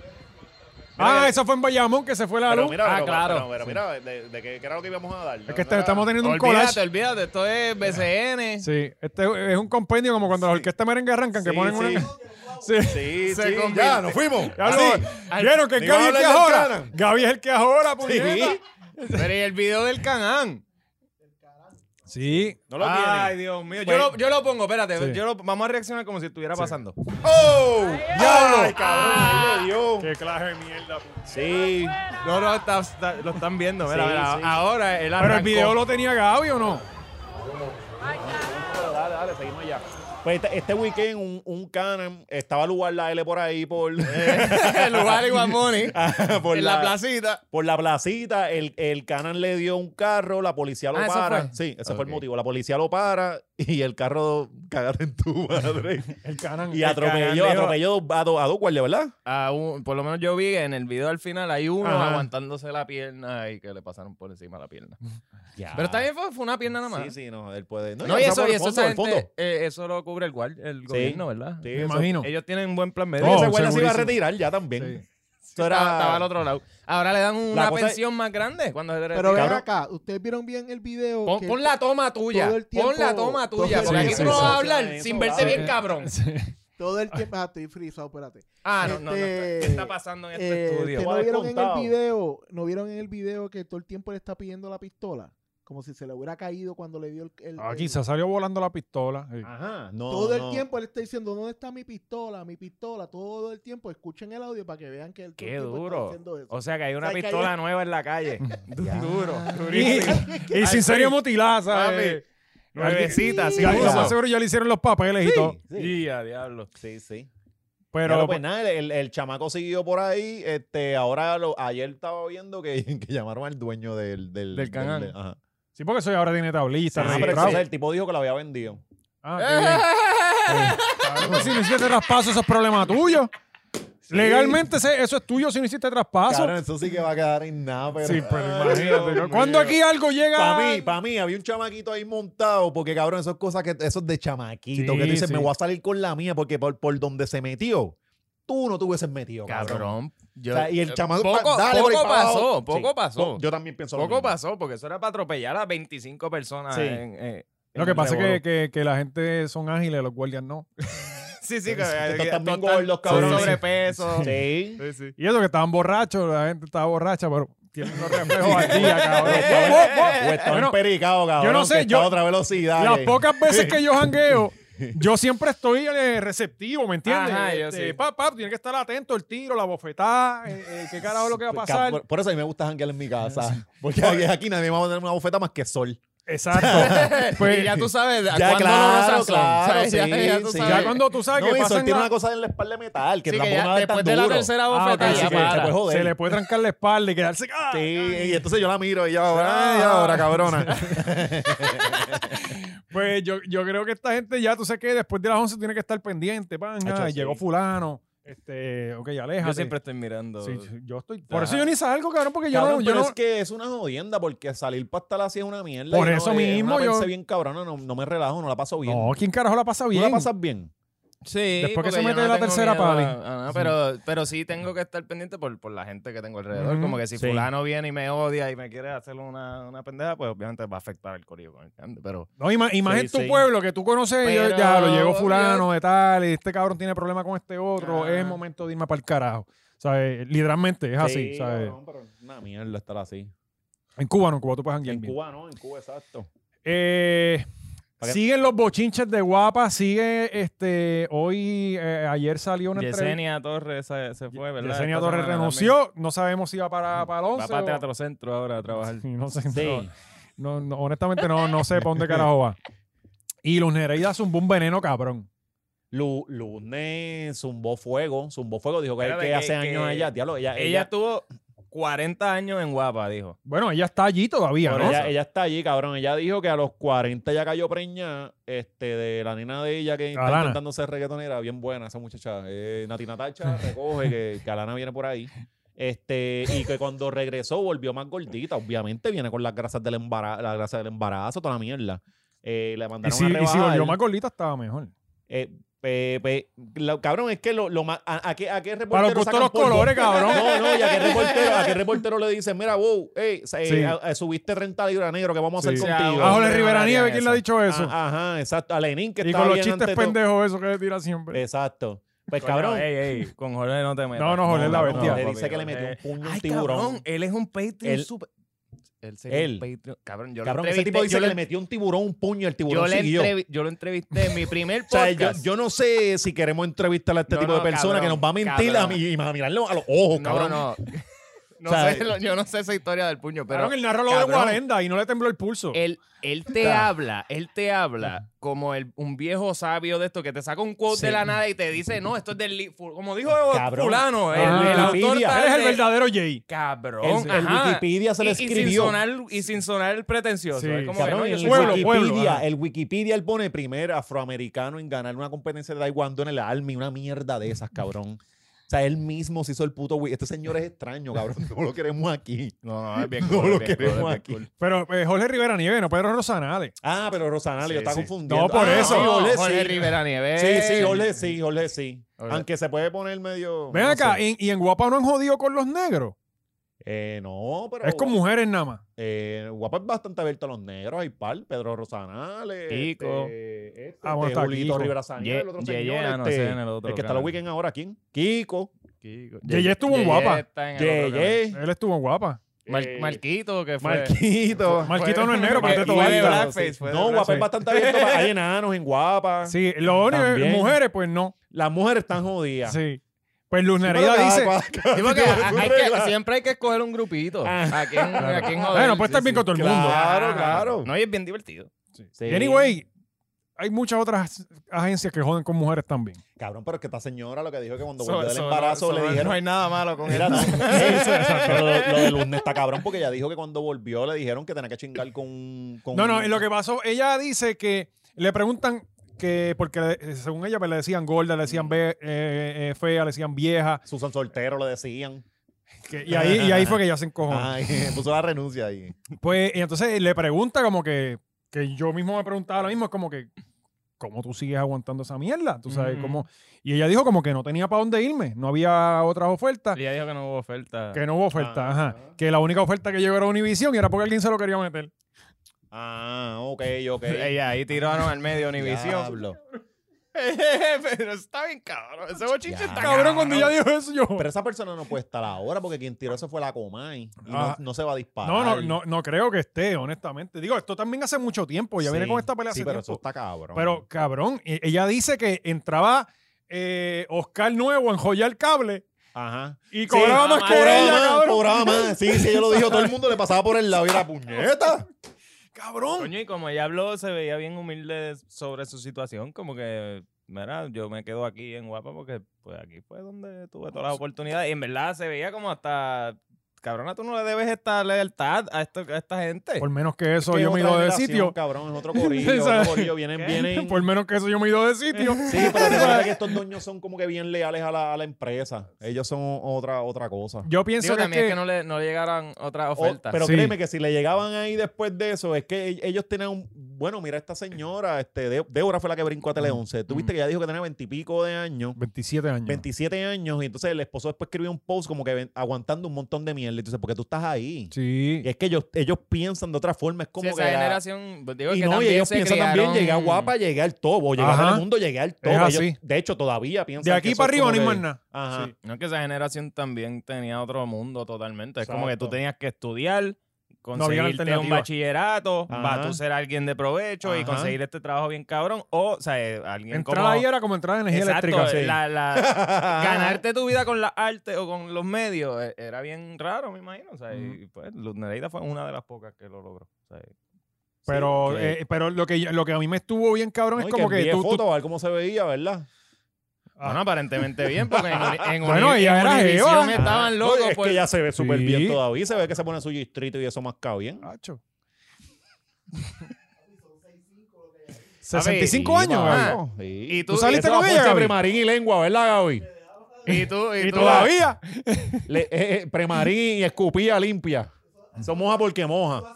[SPEAKER 1] Ah,
[SPEAKER 2] que-
[SPEAKER 1] eso fue en Bayamón que se fue la
[SPEAKER 2] Pero
[SPEAKER 1] luz.
[SPEAKER 2] mira,
[SPEAKER 3] Ah,
[SPEAKER 2] pero-
[SPEAKER 3] claro.
[SPEAKER 2] pero- pero mira, de, de qué qué era lo que íbamos a dar.
[SPEAKER 1] Es que te- estamos teniendo un
[SPEAKER 3] Olvídate,
[SPEAKER 1] collage.
[SPEAKER 3] olvídate, esto es BCN.
[SPEAKER 1] Sí, este es un compendio como cuando las orquestas merengue arrancan, que
[SPEAKER 2] Sí,
[SPEAKER 1] ponen una.
[SPEAKER 2] sí.
[SPEAKER 1] Sí.
[SPEAKER 2] Sí, Ah,
[SPEAKER 3] Se
[SPEAKER 2] sí,
[SPEAKER 3] convierte.
[SPEAKER 2] ya, nos fuimos.
[SPEAKER 1] Ya lo-
[SPEAKER 2] Así.
[SPEAKER 1] ¿Vieron que
[SPEAKER 2] Ni
[SPEAKER 1] Gaby
[SPEAKER 2] vamos
[SPEAKER 1] es
[SPEAKER 2] a
[SPEAKER 1] que
[SPEAKER 2] hablar del
[SPEAKER 1] ahora?
[SPEAKER 2] Canaan.
[SPEAKER 1] Gaby es el que ahora,
[SPEAKER 2] Sí.
[SPEAKER 1] puñeta.
[SPEAKER 3] Pero y el video del Canán.
[SPEAKER 1] Sí.
[SPEAKER 2] No lo
[SPEAKER 3] Ay,
[SPEAKER 2] tienen.
[SPEAKER 3] Dios mío.
[SPEAKER 1] Pues-
[SPEAKER 3] Yo lo, yo lo pongo, espérate.
[SPEAKER 1] Sí.
[SPEAKER 3] yo lo- vamos a reaccionar como si estuviera pasando.
[SPEAKER 2] ¡Oh! ¡Diablo! cabrón! ¡Le dio!
[SPEAKER 1] Qué clase de mierda.
[SPEAKER 2] Sí.
[SPEAKER 3] No, no, está- está- lo están viendo. Mira,
[SPEAKER 2] Sí,
[SPEAKER 3] mira.
[SPEAKER 2] sí.
[SPEAKER 3] Ahora él
[SPEAKER 1] Pero el
[SPEAKER 3] arrancó.
[SPEAKER 1] video lo tenía Gaby o no?
[SPEAKER 2] Pero dale, dale, seguimos allá. Pues este, este weekend un, un Canon estaba lugar la L por ahí por,
[SPEAKER 3] el lugar Iguamoni.
[SPEAKER 2] por
[SPEAKER 3] en Ah, la, placita.
[SPEAKER 2] Por la placita, el, el Canan le dio un carro, la policía lo
[SPEAKER 3] Ah, ¿eso
[SPEAKER 2] para.
[SPEAKER 3] fue?
[SPEAKER 2] Sí, ese fue el
[SPEAKER 3] Ok.
[SPEAKER 2] motivo. La policía lo para y el carro cagate en tu madre.
[SPEAKER 1] El canal.
[SPEAKER 2] Y
[SPEAKER 3] El
[SPEAKER 2] atropelló,
[SPEAKER 3] Canan
[SPEAKER 2] atropelló a dos a dos guardias, ¿verdad?
[SPEAKER 3] a un- por lo menos yo vi que en el video al final hay uno
[SPEAKER 1] Ajá.
[SPEAKER 3] aguantándose la pierna y que le pasaron por encima la pierna. Pero también fue, fue una pierna nada más.
[SPEAKER 2] Sí, sí, no, él puede.
[SPEAKER 3] No, y eso,
[SPEAKER 2] por el
[SPEAKER 3] y eso,
[SPEAKER 2] fondo,
[SPEAKER 3] esa
[SPEAKER 2] el fondo.
[SPEAKER 3] gente, eh, eso lo cubre el, guard, el gobierno, ¿verdad?
[SPEAKER 2] Sí,
[SPEAKER 1] Me
[SPEAKER 2] eso-
[SPEAKER 1] imagino.
[SPEAKER 3] Ellos tienen un buen plan
[SPEAKER 2] Sí,
[SPEAKER 3] médico.
[SPEAKER 1] Oh,
[SPEAKER 2] ese guardia se iba a
[SPEAKER 1] segurísimo.
[SPEAKER 2] retirar ya también.
[SPEAKER 1] Sí.
[SPEAKER 2] Eso era-
[SPEAKER 3] estaba, estaba al otro lado. Ahora le dan una
[SPEAKER 2] cosa es-
[SPEAKER 3] pensión más grande cuando se
[SPEAKER 4] Pero
[SPEAKER 3] retira.
[SPEAKER 4] ven
[SPEAKER 2] cabrón.
[SPEAKER 4] acá, ¿ustedes vieron bien el video?
[SPEAKER 3] Pon,
[SPEAKER 4] que-
[SPEAKER 3] pon la toma tuya.
[SPEAKER 4] todo el
[SPEAKER 3] pon la
[SPEAKER 4] tiempo-
[SPEAKER 3] toma
[SPEAKER 4] todo
[SPEAKER 3] tuya.
[SPEAKER 4] el
[SPEAKER 3] Porque aquí
[SPEAKER 1] tiempo-
[SPEAKER 3] tú no vas a
[SPEAKER 2] Sí, sí,
[SPEAKER 3] hablar
[SPEAKER 2] sí.
[SPEAKER 3] sin verte
[SPEAKER 2] Sí.
[SPEAKER 3] bien, cabrón.
[SPEAKER 4] Todo el tiempo. Ah, estoy frisado, espérate.
[SPEAKER 3] Ah, no, no, no.
[SPEAKER 4] Este-
[SPEAKER 3] ¿Qué está pasando en este
[SPEAKER 4] Eh,
[SPEAKER 3] estudio?
[SPEAKER 4] ¿ustedes
[SPEAKER 2] Voy
[SPEAKER 4] no vieron en el
[SPEAKER 2] descontado.
[SPEAKER 4] video? ¿No vieron en el video que todo el tiempo le está pidiendo la pistola? Como si se le hubiera caído cuando le dio el. el-
[SPEAKER 1] Ah,
[SPEAKER 4] el-
[SPEAKER 1] quizás salió volando la pistola. sí.
[SPEAKER 2] Ajá, no.
[SPEAKER 4] Todo
[SPEAKER 2] no.
[SPEAKER 4] el tiempo le está diciendo, ¿dónde está mi pistola? Mi pistola, todo el tiempo. Escuchen el audio para que vean que él todo el
[SPEAKER 3] Qué
[SPEAKER 4] tiempo está
[SPEAKER 3] duro.
[SPEAKER 4] haciendo eso.
[SPEAKER 3] O sea que hay una
[SPEAKER 4] O sea, que hay-
[SPEAKER 3] pistola nueva en la calle. Du-
[SPEAKER 2] Ya.
[SPEAKER 3] Duro.
[SPEAKER 1] Y,
[SPEAKER 3] Durísimo.
[SPEAKER 1] y sin serio mutilada, ¿sabes?
[SPEAKER 3] Nuevecita,
[SPEAKER 1] Sí,
[SPEAKER 3] sin
[SPEAKER 1] ya,
[SPEAKER 2] sí,
[SPEAKER 1] lo más
[SPEAKER 2] sí.
[SPEAKER 3] uso.
[SPEAKER 1] seguro ya le hicieron los papeles y todo.
[SPEAKER 2] sí.
[SPEAKER 3] Y a diablo.
[SPEAKER 2] Sí, sí. Pero
[SPEAKER 1] Pero
[SPEAKER 2] pues nada, el, el chamaco siguió por ahí. Este, ahora lo- ayer estaba viendo que, que llamaron al dueño del, del,
[SPEAKER 3] Del Can-Am.
[SPEAKER 2] ajá.
[SPEAKER 1] sí, porque eso ya ahora tiene tablista,
[SPEAKER 2] Ah, pero
[SPEAKER 1] registrado.
[SPEAKER 2] entonces el tipo dijo que lo había vendido.
[SPEAKER 1] Ah, qué bien. Cabrón, si no hiciste traspaso, eso es problema tuyo. Legalmente ese- eso es tuyo si no hiciste traspaso.
[SPEAKER 2] Cabrón, eso sí que va a quedar en nada, pero.
[SPEAKER 1] Ah, Sí, pero
[SPEAKER 2] Ay,
[SPEAKER 1] imagínate.
[SPEAKER 2] Dios
[SPEAKER 1] ¿no? Cuando
[SPEAKER 2] mío.
[SPEAKER 1] aquí algo llega.
[SPEAKER 2] Para mí, para mí, había un chamaquito ahí montado, porque cabrón, esas cosas que, eso es de chamaquito,
[SPEAKER 1] Sí,
[SPEAKER 2] que tú dices,
[SPEAKER 1] sí.
[SPEAKER 2] me voy a salir con la mía, porque por, por donde se metió, tú no te hubieses metido, cabrón.
[SPEAKER 3] Cabrón. Yo-
[SPEAKER 2] O sea, y el chamaco,
[SPEAKER 3] Poco,
[SPEAKER 2] dale, por ahí
[SPEAKER 3] poco
[SPEAKER 2] para abajo.
[SPEAKER 3] pasó,
[SPEAKER 2] Sí.
[SPEAKER 3] poco pasó.
[SPEAKER 2] Yo también pienso lo
[SPEAKER 3] Poco
[SPEAKER 2] mismo.
[SPEAKER 3] pasó, porque eso era para atropellar a 25 personas.
[SPEAKER 2] Sí.
[SPEAKER 3] en- eh,
[SPEAKER 1] Lo
[SPEAKER 3] en
[SPEAKER 1] que
[SPEAKER 3] un
[SPEAKER 1] pasa es que,
[SPEAKER 3] revolú.
[SPEAKER 1] que, que la gente son ágiles, los guardias no.
[SPEAKER 3] Sí, sí, que.
[SPEAKER 2] Estos están bien
[SPEAKER 3] todos
[SPEAKER 2] gordos,
[SPEAKER 3] están- son
[SPEAKER 2] cabrón.
[SPEAKER 3] sobrepeso.
[SPEAKER 2] Sí.
[SPEAKER 3] Sí, sí.
[SPEAKER 1] Y eso que estaban borrachos, la gente estaba borracha, pero tienen los reflejos al día, cabrón.
[SPEAKER 2] O Pues está
[SPEAKER 1] Bueno,
[SPEAKER 2] empericado, cabrón.
[SPEAKER 1] yo no sé,
[SPEAKER 2] que está
[SPEAKER 1] yo-
[SPEAKER 2] a otra velocidad.
[SPEAKER 1] Las
[SPEAKER 2] eh.
[SPEAKER 1] pocas veces que yo jangueo, yo siempre estoy eh, receptivo, ¿me entiendes?
[SPEAKER 3] Ajá, yo
[SPEAKER 1] Este,
[SPEAKER 3] sí.
[SPEAKER 1] Pap, pap, tienes que estar atento, el tiro, la bofetada, eh, eh, qué carajo es lo que va a
[SPEAKER 2] Por-
[SPEAKER 1] pasar.
[SPEAKER 2] Por, por eso a mí me gusta janguear en mi casa. Porque aquí, aquí nadie me va a poner una bofeta más que sol.
[SPEAKER 1] Exacto. Pues,
[SPEAKER 3] y ya tú sabes
[SPEAKER 2] Ya,
[SPEAKER 3] a cuándo
[SPEAKER 2] claro,
[SPEAKER 3] los rosas son.
[SPEAKER 2] claro,
[SPEAKER 3] ¿sabes? ya,
[SPEAKER 2] sí,
[SPEAKER 3] ya tú
[SPEAKER 2] sí.
[SPEAKER 3] sabes.
[SPEAKER 1] ya cuando tú sabes
[SPEAKER 2] No,
[SPEAKER 1] que
[SPEAKER 2] y sol
[SPEAKER 1] pasan
[SPEAKER 2] tiene
[SPEAKER 1] la-
[SPEAKER 2] una cosa en la espalda de metal, que
[SPEAKER 3] Sí,
[SPEAKER 2] tampoco
[SPEAKER 3] que ya
[SPEAKER 2] me va a dar
[SPEAKER 3] después
[SPEAKER 2] tan
[SPEAKER 3] de la
[SPEAKER 2] duro.
[SPEAKER 3] tercera
[SPEAKER 1] Ah, ok,
[SPEAKER 3] bofetada,
[SPEAKER 1] sí,
[SPEAKER 3] ya
[SPEAKER 1] que
[SPEAKER 2] para.
[SPEAKER 1] se puede joder. Se le puede trancar la espalda y quedarse. ¡Ah!
[SPEAKER 2] Sí,
[SPEAKER 1] Ay,
[SPEAKER 2] y entonces yo la miro
[SPEAKER 1] Ah,
[SPEAKER 2] y yo, ahora, y ahora, cabrona.
[SPEAKER 1] Pues yo, yo creo que esta gente ya, tú sabes que después de las 11 tiene que estar pendiente. Pan,
[SPEAKER 2] Hacho,
[SPEAKER 1] ah,
[SPEAKER 2] sí.
[SPEAKER 1] llegó fulano. Este, ok, aléjate.
[SPEAKER 3] Yo siempre estoy mirando.
[SPEAKER 1] Sí, sí, yo estoy. Por
[SPEAKER 2] Ajá.
[SPEAKER 1] eso yo ni salgo, cabrón, porque yo
[SPEAKER 2] Cabrón,
[SPEAKER 1] no. Yo
[SPEAKER 2] pero
[SPEAKER 1] no
[SPEAKER 2] es que es una jodienda porque salir para estar así es una mierda.
[SPEAKER 1] Por
[SPEAKER 2] Yo no-
[SPEAKER 1] eso
[SPEAKER 2] es
[SPEAKER 1] mismo,
[SPEAKER 2] una
[SPEAKER 1] yo-
[SPEAKER 2] perse bien cabrona, no, no me relajo, no la paso bien.
[SPEAKER 1] No, ¿quién carajo la pasa
[SPEAKER 2] ¿Tú
[SPEAKER 1] bien?
[SPEAKER 2] la pasas bien?
[SPEAKER 3] Sí,
[SPEAKER 1] Después que
[SPEAKER 3] porque
[SPEAKER 1] se
[SPEAKER 3] yo
[SPEAKER 1] mete
[SPEAKER 3] no
[SPEAKER 1] la
[SPEAKER 3] tengo
[SPEAKER 1] tercera
[SPEAKER 3] miedo a-
[SPEAKER 1] pali.
[SPEAKER 3] a- a- pero, pero sí tengo que estar pendiente por, por la gente que tengo alrededor.
[SPEAKER 1] Ujú.
[SPEAKER 3] Como que si
[SPEAKER 2] Sí.
[SPEAKER 3] fulano viene y me odia y me quiere hacer una, una pendeja, pues obviamente va a afectar al corillo con el cante, Pero
[SPEAKER 1] No, y más, y más
[SPEAKER 2] Sí,
[SPEAKER 1] en tu
[SPEAKER 2] sí.
[SPEAKER 1] pueblo que tú conoces,
[SPEAKER 3] Pero-
[SPEAKER 1] yo- ya lo llegó fulano de tal, y este cabrón tiene problema con este otro,
[SPEAKER 3] Ah.
[SPEAKER 1] es momento de irme para el carajo. ¿Sabes? Literalmente es así, ¿sabes?
[SPEAKER 2] cabrón, pero una mierda estar así.
[SPEAKER 1] En Cuba no, en Cuba tú puedes janguear
[SPEAKER 2] en
[SPEAKER 1] bien.
[SPEAKER 2] Cuba no, en Cuba exacto.
[SPEAKER 1] Eh,
[SPEAKER 2] ¿Para qué?
[SPEAKER 1] siguen los bochinches de guapa, sigue este, hoy, eh, ayer salió una entrevista.
[SPEAKER 3] Yesenia Torres se, se fue, ¿verdad?
[SPEAKER 1] Yesenia
[SPEAKER 3] Esta
[SPEAKER 1] Torres
[SPEAKER 3] semana
[SPEAKER 1] renunció, no sabemos si va para, para el
[SPEAKER 3] también. Va
[SPEAKER 1] 11.
[SPEAKER 3] para
[SPEAKER 1] o-
[SPEAKER 3] Teatro Centro ahora a trabajar.
[SPEAKER 1] Sí, no sé,
[SPEAKER 2] Sí.
[SPEAKER 1] no, no, honestamente no, no sé para dónde carajo va. Y Luz Nereida zumbó un veneno, cabrón.
[SPEAKER 2] Lu- Lunes zumbó fuego, zumbó fuego, dijo que,
[SPEAKER 3] Espérate,
[SPEAKER 2] que
[SPEAKER 3] que-
[SPEAKER 2] hace años
[SPEAKER 3] que-
[SPEAKER 2] ella, diablo, ella,
[SPEAKER 3] Ella
[SPEAKER 2] ella,
[SPEAKER 3] tuvo 40 años en guapa, dijo.
[SPEAKER 1] Bueno, ella está allí todavía,
[SPEAKER 2] Pero
[SPEAKER 1] ¿no?
[SPEAKER 2] ella, ella está allí, cabrón. Ella dijo que a los 40 ya cayó preñada este, de la nena de ella que está
[SPEAKER 1] Alana.
[SPEAKER 2] intentando ser reggaetonera. Bien buena esa muchacha. Eh, Nati Natacha recoge que, que Alana viene por ahí. Este, y que cuando regresó volvió más gordita. Obviamente viene con las grasas del embarazo, la grasa del embarazo, toda la mierda. Eh, le
[SPEAKER 1] y,
[SPEAKER 2] mandaron
[SPEAKER 1] si,
[SPEAKER 2] a
[SPEAKER 1] y si
[SPEAKER 2] rebajar.
[SPEAKER 1] volvió más gordita, estaba mejor.
[SPEAKER 2] Eh, pe- pe- lo- cabrón, es que lo, lo más. ¿A, a qué, ¿A qué reportero?
[SPEAKER 1] Para los gustos
[SPEAKER 2] sacan
[SPEAKER 1] los
[SPEAKER 2] polvo?
[SPEAKER 1] colores, cabrón.
[SPEAKER 2] No, no, y a qué reportero, a qué reportero le dicen, mira, wow, hey, sa- eh,
[SPEAKER 1] Sí.
[SPEAKER 2] a- a- subiste renta libra negro, ¿qué vamos a
[SPEAKER 1] Sí.
[SPEAKER 2] hacer contigo?
[SPEAKER 3] Ah,
[SPEAKER 1] Bajo la
[SPEAKER 3] hombre,
[SPEAKER 1] Rivera
[SPEAKER 3] María,
[SPEAKER 1] Nieve, ¿quién le ha
[SPEAKER 3] eso.
[SPEAKER 1] dicho eso?
[SPEAKER 2] Ah, ajá, exacto. A Lenín que
[SPEAKER 1] y
[SPEAKER 2] está
[SPEAKER 1] con los
[SPEAKER 2] bien
[SPEAKER 1] chistes
[SPEAKER 2] ante todo.
[SPEAKER 1] pendejos, eso que le tira siempre.
[SPEAKER 2] Exacto. Pues
[SPEAKER 3] Coño,
[SPEAKER 2] cabrón,
[SPEAKER 3] ey, ey, con Jorge no te metas.
[SPEAKER 1] No, no, Jorge es la
[SPEAKER 3] no,
[SPEAKER 1] bestia.
[SPEAKER 2] le
[SPEAKER 3] papi,
[SPEAKER 2] dice que le metió un
[SPEAKER 3] Jorge.
[SPEAKER 2] puño a un
[SPEAKER 3] Ay,
[SPEAKER 2] tiburón.
[SPEAKER 3] cabrón, él es un Patreon
[SPEAKER 2] Él-
[SPEAKER 3] super... Él sería
[SPEAKER 2] él.
[SPEAKER 3] un Patreon. Cabrón, yo
[SPEAKER 2] Cabrón,
[SPEAKER 3] lo
[SPEAKER 2] ese
[SPEAKER 3] entrevisté.
[SPEAKER 2] tipo dice
[SPEAKER 3] yo,
[SPEAKER 2] que
[SPEAKER 3] lo-
[SPEAKER 2] le metió un tiburón, un puño, el
[SPEAKER 3] yo
[SPEAKER 2] tiburón
[SPEAKER 3] le
[SPEAKER 2] siguió.
[SPEAKER 3] entrevi- yo lo entrevisté en mi primer
[SPEAKER 2] O sea,
[SPEAKER 3] podcast.
[SPEAKER 2] yo, yo no sé si queremos entrevistar a este
[SPEAKER 3] No,
[SPEAKER 2] tipo
[SPEAKER 3] no,
[SPEAKER 2] de persona que
[SPEAKER 3] cabrón,
[SPEAKER 2] nos va a mentir a
[SPEAKER 3] cabrón.
[SPEAKER 2] mí, y a mirarlo a los ojos,
[SPEAKER 3] no,
[SPEAKER 2] cabrón.
[SPEAKER 3] no. No
[SPEAKER 2] O sea,
[SPEAKER 3] sé, lo- yo no sé esa historia del puño, pero...
[SPEAKER 1] Cabrón, él narró lo de
[SPEAKER 3] cabrón.
[SPEAKER 1] Guarenda y no le tembló el pulso.
[SPEAKER 2] Eh,
[SPEAKER 3] Él, él te habla, él te habla como el, un viejo sabio de esto que te saca un quote
[SPEAKER 2] Sí.
[SPEAKER 3] de la nada y te dice, no, esto es del... li- fu- Como dijo
[SPEAKER 2] Cabrón.
[SPEAKER 3] fulano, el,
[SPEAKER 2] Ah,
[SPEAKER 3] el autor
[SPEAKER 2] Wikipedia.
[SPEAKER 3] tal
[SPEAKER 1] Eres el
[SPEAKER 3] de-
[SPEAKER 1] verdadero Jay.
[SPEAKER 3] Cabrón,
[SPEAKER 2] El, el
[SPEAKER 3] ajá.
[SPEAKER 2] Wikipedia se le
[SPEAKER 3] Y- Y sin
[SPEAKER 2] escribió.
[SPEAKER 3] sonar, y sin sonar el pretencioso.
[SPEAKER 1] Sí,
[SPEAKER 3] es como
[SPEAKER 2] Cabrón,
[SPEAKER 3] que, no, yo
[SPEAKER 2] el
[SPEAKER 3] soy
[SPEAKER 1] Pueblo,
[SPEAKER 2] Wikipedia,
[SPEAKER 1] pueblo, ajá.
[SPEAKER 2] el Wikipedia él pone primer afroamericano en ganar una competencia de Taekwondo en el Army, una mierda de esas, cabrón. O sea, él mismo se hizo el puto wi- Este señor es extraño, cabrón. No lo queremos aquí.
[SPEAKER 3] No, no, es bien
[SPEAKER 2] No
[SPEAKER 3] cool,
[SPEAKER 2] lo
[SPEAKER 3] es bien cool, es
[SPEAKER 2] queremos
[SPEAKER 3] bien
[SPEAKER 2] aquí.
[SPEAKER 3] cool.
[SPEAKER 1] Pero eh, Jorge Rivera Nieve, no Pedro Rosanales.
[SPEAKER 2] Ah, pero Rosanale,
[SPEAKER 3] Sí,
[SPEAKER 2] yo estaba
[SPEAKER 3] sí.
[SPEAKER 2] confundido.
[SPEAKER 1] No, por
[SPEAKER 2] Ah,
[SPEAKER 1] eso.
[SPEAKER 2] sí, Jorge,
[SPEAKER 3] Jorge
[SPEAKER 2] sí.
[SPEAKER 3] Rivera Nieves.
[SPEAKER 2] Sí, sí, Jorge sí, Jorge sí.
[SPEAKER 3] Jorge.
[SPEAKER 2] Aunque se puede poner medio.
[SPEAKER 1] Ven
[SPEAKER 2] no
[SPEAKER 1] acá,
[SPEAKER 2] sé.
[SPEAKER 1] y, y en Guapa no han jodido con los negros.
[SPEAKER 2] Eh, no, pero.
[SPEAKER 1] Es con mujeres nada más.
[SPEAKER 2] Eh, Guapa es bastante abierto a los negros. Hay par. Pedro Rosanales.
[SPEAKER 3] Pico.
[SPEAKER 2] Este, este,
[SPEAKER 1] Ah, bueno, está
[SPEAKER 2] Julito
[SPEAKER 1] Kiko.
[SPEAKER 2] Rivera Sañé,
[SPEAKER 3] Ye-
[SPEAKER 2] el otro
[SPEAKER 3] Yeye,
[SPEAKER 2] señor.
[SPEAKER 3] no
[SPEAKER 2] este,
[SPEAKER 3] sé, en el otro
[SPEAKER 2] que está los
[SPEAKER 3] canal.
[SPEAKER 2] weekend ahora, ¿quién? Kiko.
[SPEAKER 3] Kiko.
[SPEAKER 1] Yeye estuvo en guapa.
[SPEAKER 3] está en el otro canal.
[SPEAKER 2] Yeye.
[SPEAKER 1] Él estuvo en Guapa.
[SPEAKER 3] Mar-
[SPEAKER 2] eh,
[SPEAKER 3] Marquito, que fue.
[SPEAKER 2] Marquito.
[SPEAKER 1] Marquito no es negro, pero
[SPEAKER 3] Fue-
[SPEAKER 1] es
[SPEAKER 3] fue de
[SPEAKER 1] tatuadista.
[SPEAKER 3] blackface, fue de
[SPEAKER 2] No, guapa
[SPEAKER 3] blackface.
[SPEAKER 2] es bastante abierto. pa- Hay enanos en guapa.
[SPEAKER 1] Sí, lo único,
[SPEAKER 2] También.
[SPEAKER 1] mujeres, pues no.
[SPEAKER 2] Las mujeres están jodidas.
[SPEAKER 1] Sí. Pues Luz
[SPEAKER 2] Pero
[SPEAKER 1] Nereida
[SPEAKER 2] cada
[SPEAKER 1] dice.
[SPEAKER 2] cual- cada
[SPEAKER 3] Sí, porque
[SPEAKER 2] cual
[SPEAKER 3] a-
[SPEAKER 2] su
[SPEAKER 3] hay que-
[SPEAKER 2] regla.
[SPEAKER 3] siempre hay que escoger un grupito.
[SPEAKER 2] Ah.
[SPEAKER 3] ¿A quién, a quién joder?
[SPEAKER 1] Bueno, pues
[SPEAKER 3] Sí,
[SPEAKER 1] estar bien
[SPEAKER 3] sí.
[SPEAKER 1] con todo el mundo.
[SPEAKER 2] Claro,
[SPEAKER 3] Ajá.
[SPEAKER 2] claro.
[SPEAKER 3] No, y es bien divertido.
[SPEAKER 2] Sí.
[SPEAKER 1] Anyway, hay muchas otras agencias que joden con mujeres también.
[SPEAKER 2] Cabrón, pero es que esta señora lo que dijo que cuando
[SPEAKER 3] So-
[SPEAKER 2] volvió del
[SPEAKER 3] so no-
[SPEAKER 2] embarazo
[SPEAKER 3] so
[SPEAKER 2] le
[SPEAKER 3] no-
[SPEAKER 2] dijeron.
[SPEAKER 3] No hay nada malo con él.
[SPEAKER 2] Mira, no. pero lo, lo de Luzne está cabrón porque ella dijo que cuando volvió le dijeron que tenía que chingar con. con
[SPEAKER 1] No, no, y lo que pasó, ella dice que le preguntan que, porque eh, según ella, pues, le decían gorda, le
[SPEAKER 2] Mm.
[SPEAKER 1] decían ve- eh, eh, fea, le decían vieja.
[SPEAKER 2] Susan Soltero le decían.
[SPEAKER 1] que- y, ahí, y ahí fue que ella se encojó.
[SPEAKER 2] Ay, puso la renuncia ahí.
[SPEAKER 1] Pues, y entonces le pregunta como que, que yo mismo me preguntaba lo mismo, es como que, ¿cómo tú sigues aguantando esa mierda? ¿Tú sabes
[SPEAKER 3] Ujú.
[SPEAKER 1] cómo? Y ella dijo como que no tenía para dónde irme, no había otras ofertas,
[SPEAKER 3] Ella dijo que no hubo oferta.
[SPEAKER 1] que no hubo oferta,
[SPEAKER 2] Ah,
[SPEAKER 1] ajá.
[SPEAKER 2] ajá.
[SPEAKER 1] Que la única oferta que llegó era Univision y era porque alguien se lo quería meter.
[SPEAKER 2] Ah, ok, ok.
[SPEAKER 3] Ella ahí tiraron al medio Univision.
[SPEAKER 2] Diablo.
[SPEAKER 3] Pero está bien cabrón. Ese bochinche está
[SPEAKER 1] Cabrón, cuando ella dijo eso, yo.
[SPEAKER 2] Ah, Pero esa persona no puede estar ahora porque quien tiró eso fue la Comay. Y no-
[SPEAKER 1] Ah.
[SPEAKER 2] no, se va a disparar.
[SPEAKER 1] No, no, no, no creo que esté, honestamente. Digo, esto también hace mucho tiempo. Ya viene
[SPEAKER 2] Sí,
[SPEAKER 1] con esta pelea
[SPEAKER 2] Sí,
[SPEAKER 1] hace
[SPEAKER 2] pero eso
[SPEAKER 1] tiempo.
[SPEAKER 2] está cabrón.
[SPEAKER 1] Pero, cabrón, e- ella dice que entraba eh, Oscar Nuevo en joyar cable
[SPEAKER 2] Ajá. Ah,
[SPEAKER 1] y cobraba más que
[SPEAKER 2] cobraba
[SPEAKER 1] ella,
[SPEAKER 2] más,
[SPEAKER 1] cabrón.
[SPEAKER 2] cobraba más. Sí, sí, yo lo dijo. Todo el mundo le pasaba por el lado y era puñeta.
[SPEAKER 1] Cabrón.
[SPEAKER 3] Coño, y como ella habló, se veía bien humilde sobre su situación. Como que, mira, yo me quedo aquí en Guapa porque pues aquí fue donde tuve todas las oportunidades. Y en verdad se veía como hasta. Cabrona, tú no le debes esta lealtad a, esto- a esta gente.
[SPEAKER 1] Por menos que eso,
[SPEAKER 2] Que
[SPEAKER 1] yo me he
[SPEAKER 2] otra
[SPEAKER 1] ido de
[SPEAKER 2] generación,
[SPEAKER 1] sitio.
[SPEAKER 2] Cabrón, es otro corillo,
[SPEAKER 1] ¿Sabes?
[SPEAKER 2] otro corillo. Vienen,
[SPEAKER 3] ¿Qué?
[SPEAKER 2] vienen.
[SPEAKER 1] Por menos que eso, yo me he ido de sitio.
[SPEAKER 2] Sí, pero recuerda que estos dueños son como que bien leales a la, a la empresa. Ellos son otra, otra cosa.
[SPEAKER 1] Yo
[SPEAKER 3] Digo,
[SPEAKER 1] pienso que,
[SPEAKER 3] también
[SPEAKER 1] es
[SPEAKER 3] es
[SPEAKER 1] que-
[SPEAKER 3] que no le, no le llegaron otras
[SPEAKER 2] O-
[SPEAKER 3] ofertas.
[SPEAKER 2] Oh, pero
[SPEAKER 1] Sí.
[SPEAKER 2] créeme que si le llegaban ahí después de eso, es que e- ellos tenían un. Bueno, mira, esta señora, este, De- Débora fue la que brincó a Tele 11. Tú viste que ella dijo que tenía veintipico de años.
[SPEAKER 1] 27 años.
[SPEAKER 2] 27 años, y entonces el esposo después escribió un post como que ven- aguantando un montón de mierda. Y tú dices, ¿por qué tú estás ahí?
[SPEAKER 1] Sí.
[SPEAKER 2] Y es que ellos, ellos piensan de otra forma, es como
[SPEAKER 3] Sí, esa
[SPEAKER 2] que. la-
[SPEAKER 3] generación. pues, digo
[SPEAKER 2] y
[SPEAKER 3] que
[SPEAKER 2] no, y
[SPEAKER 3] también
[SPEAKER 2] ellos
[SPEAKER 3] se
[SPEAKER 2] piensan también,
[SPEAKER 3] criaron-
[SPEAKER 2] llegar guapa, llegar al topo, llegar
[SPEAKER 1] Ajá.
[SPEAKER 2] al mundo, llegar al topo.
[SPEAKER 1] Es
[SPEAKER 2] Ellos-
[SPEAKER 1] así.
[SPEAKER 2] de hecho, todavía piensan.
[SPEAKER 1] De aquí
[SPEAKER 2] que
[SPEAKER 1] para
[SPEAKER 2] eso
[SPEAKER 1] arriba
[SPEAKER 2] es
[SPEAKER 1] ni
[SPEAKER 2] como
[SPEAKER 1] más
[SPEAKER 2] que-
[SPEAKER 1] nada.
[SPEAKER 2] Ajá.
[SPEAKER 1] Sí.
[SPEAKER 3] No es que esa generación también tenía otro mundo totalmente. Es como que tú
[SPEAKER 2] Exacto.
[SPEAKER 3] tenías que estudiar,
[SPEAKER 1] No había
[SPEAKER 3] conseguirte un
[SPEAKER 1] alternativa.
[SPEAKER 3] bachillerato,
[SPEAKER 2] Ajá.
[SPEAKER 3] para tú ser alguien de provecho y
[SPEAKER 2] Ajá.
[SPEAKER 3] conseguir este trabajo bien cabrón. O, o sea, eh, alguien
[SPEAKER 1] Entrar
[SPEAKER 3] como...
[SPEAKER 1] ahí era como entrar en energía
[SPEAKER 3] Exacto,
[SPEAKER 1] eléctrica.
[SPEAKER 2] eh,
[SPEAKER 1] sí.
[SPEAKER 3] la- la- ganarte tu vida con la arte o con los medios eh, era bien raro, me imagino. O sea, y pues Luz Nereida fue una de las pocas que lo logró. O sea,
[SPEAKER 1] Pero,
[SPEAKER 2] Sí, que-
[SPEAKER 1] eh, pero lo, que, lo que a mí me estuvo bien, cabrón,
[SPEAKER 2] No, y
[SPEAKER 1] es como
[SPEAKER 2] envié
[SPEAKER 1] que tú- tú
[SPEAKER 2] fotos a ver cómo se veía, ¿verdad?
[SPEAKER 1] Ah.
[SPEAKER 3] Bueno, aparentemente bien, porque en, uni- en
[SPEAKER 1] Bueno,
[SPEAKER 3] uni-
[SPEAKER 1] ella
[SPEAKER 3] en
[SPEAKER 1] era
[SPEAKER 3] Univision
[SPEAKER 1] jeva.
[SPEAKER 3] estaban locos pues.
[SPEAKER 2] Oye, es
[SPEAKER 3] por-
[SPEAKER 2] que ya se ve súper
[SPEAKER 1] Sí.
[SPEAKER 2] bien todavía. Se ve que se pone su distrito y eso más bien.
[SPEAKER 1] Acho.
[SPEAKER 3] A ver,
[SPEAKER 1] 65 años,
[SPEAKER 3] ah,
[SPEAKER 1] Gaby.
[SPEAKER 3] Y tú, "Oh, este
[SPEAKER 1] ¿Tú saliste
[SPEAKER 2] Eso
[SPEAKER 1] con
[SPEAKER 2] fue
[SPEAKER 1] ella,
[SPEAKER 2] entre
[SPEAKER 1] Gaby?
[SPEAKER 2] Premarín y lengua, ¿verdad, Gaby?
[SPEAKER 3] y tú, y
[SPEAKER 1] Y
[SPEAKER 3] tú-
[SPEAKER 1] todavía.
[SPEAKER 2] Le- eh, eh, premarín y escupía limpia. Eso moja porque moja.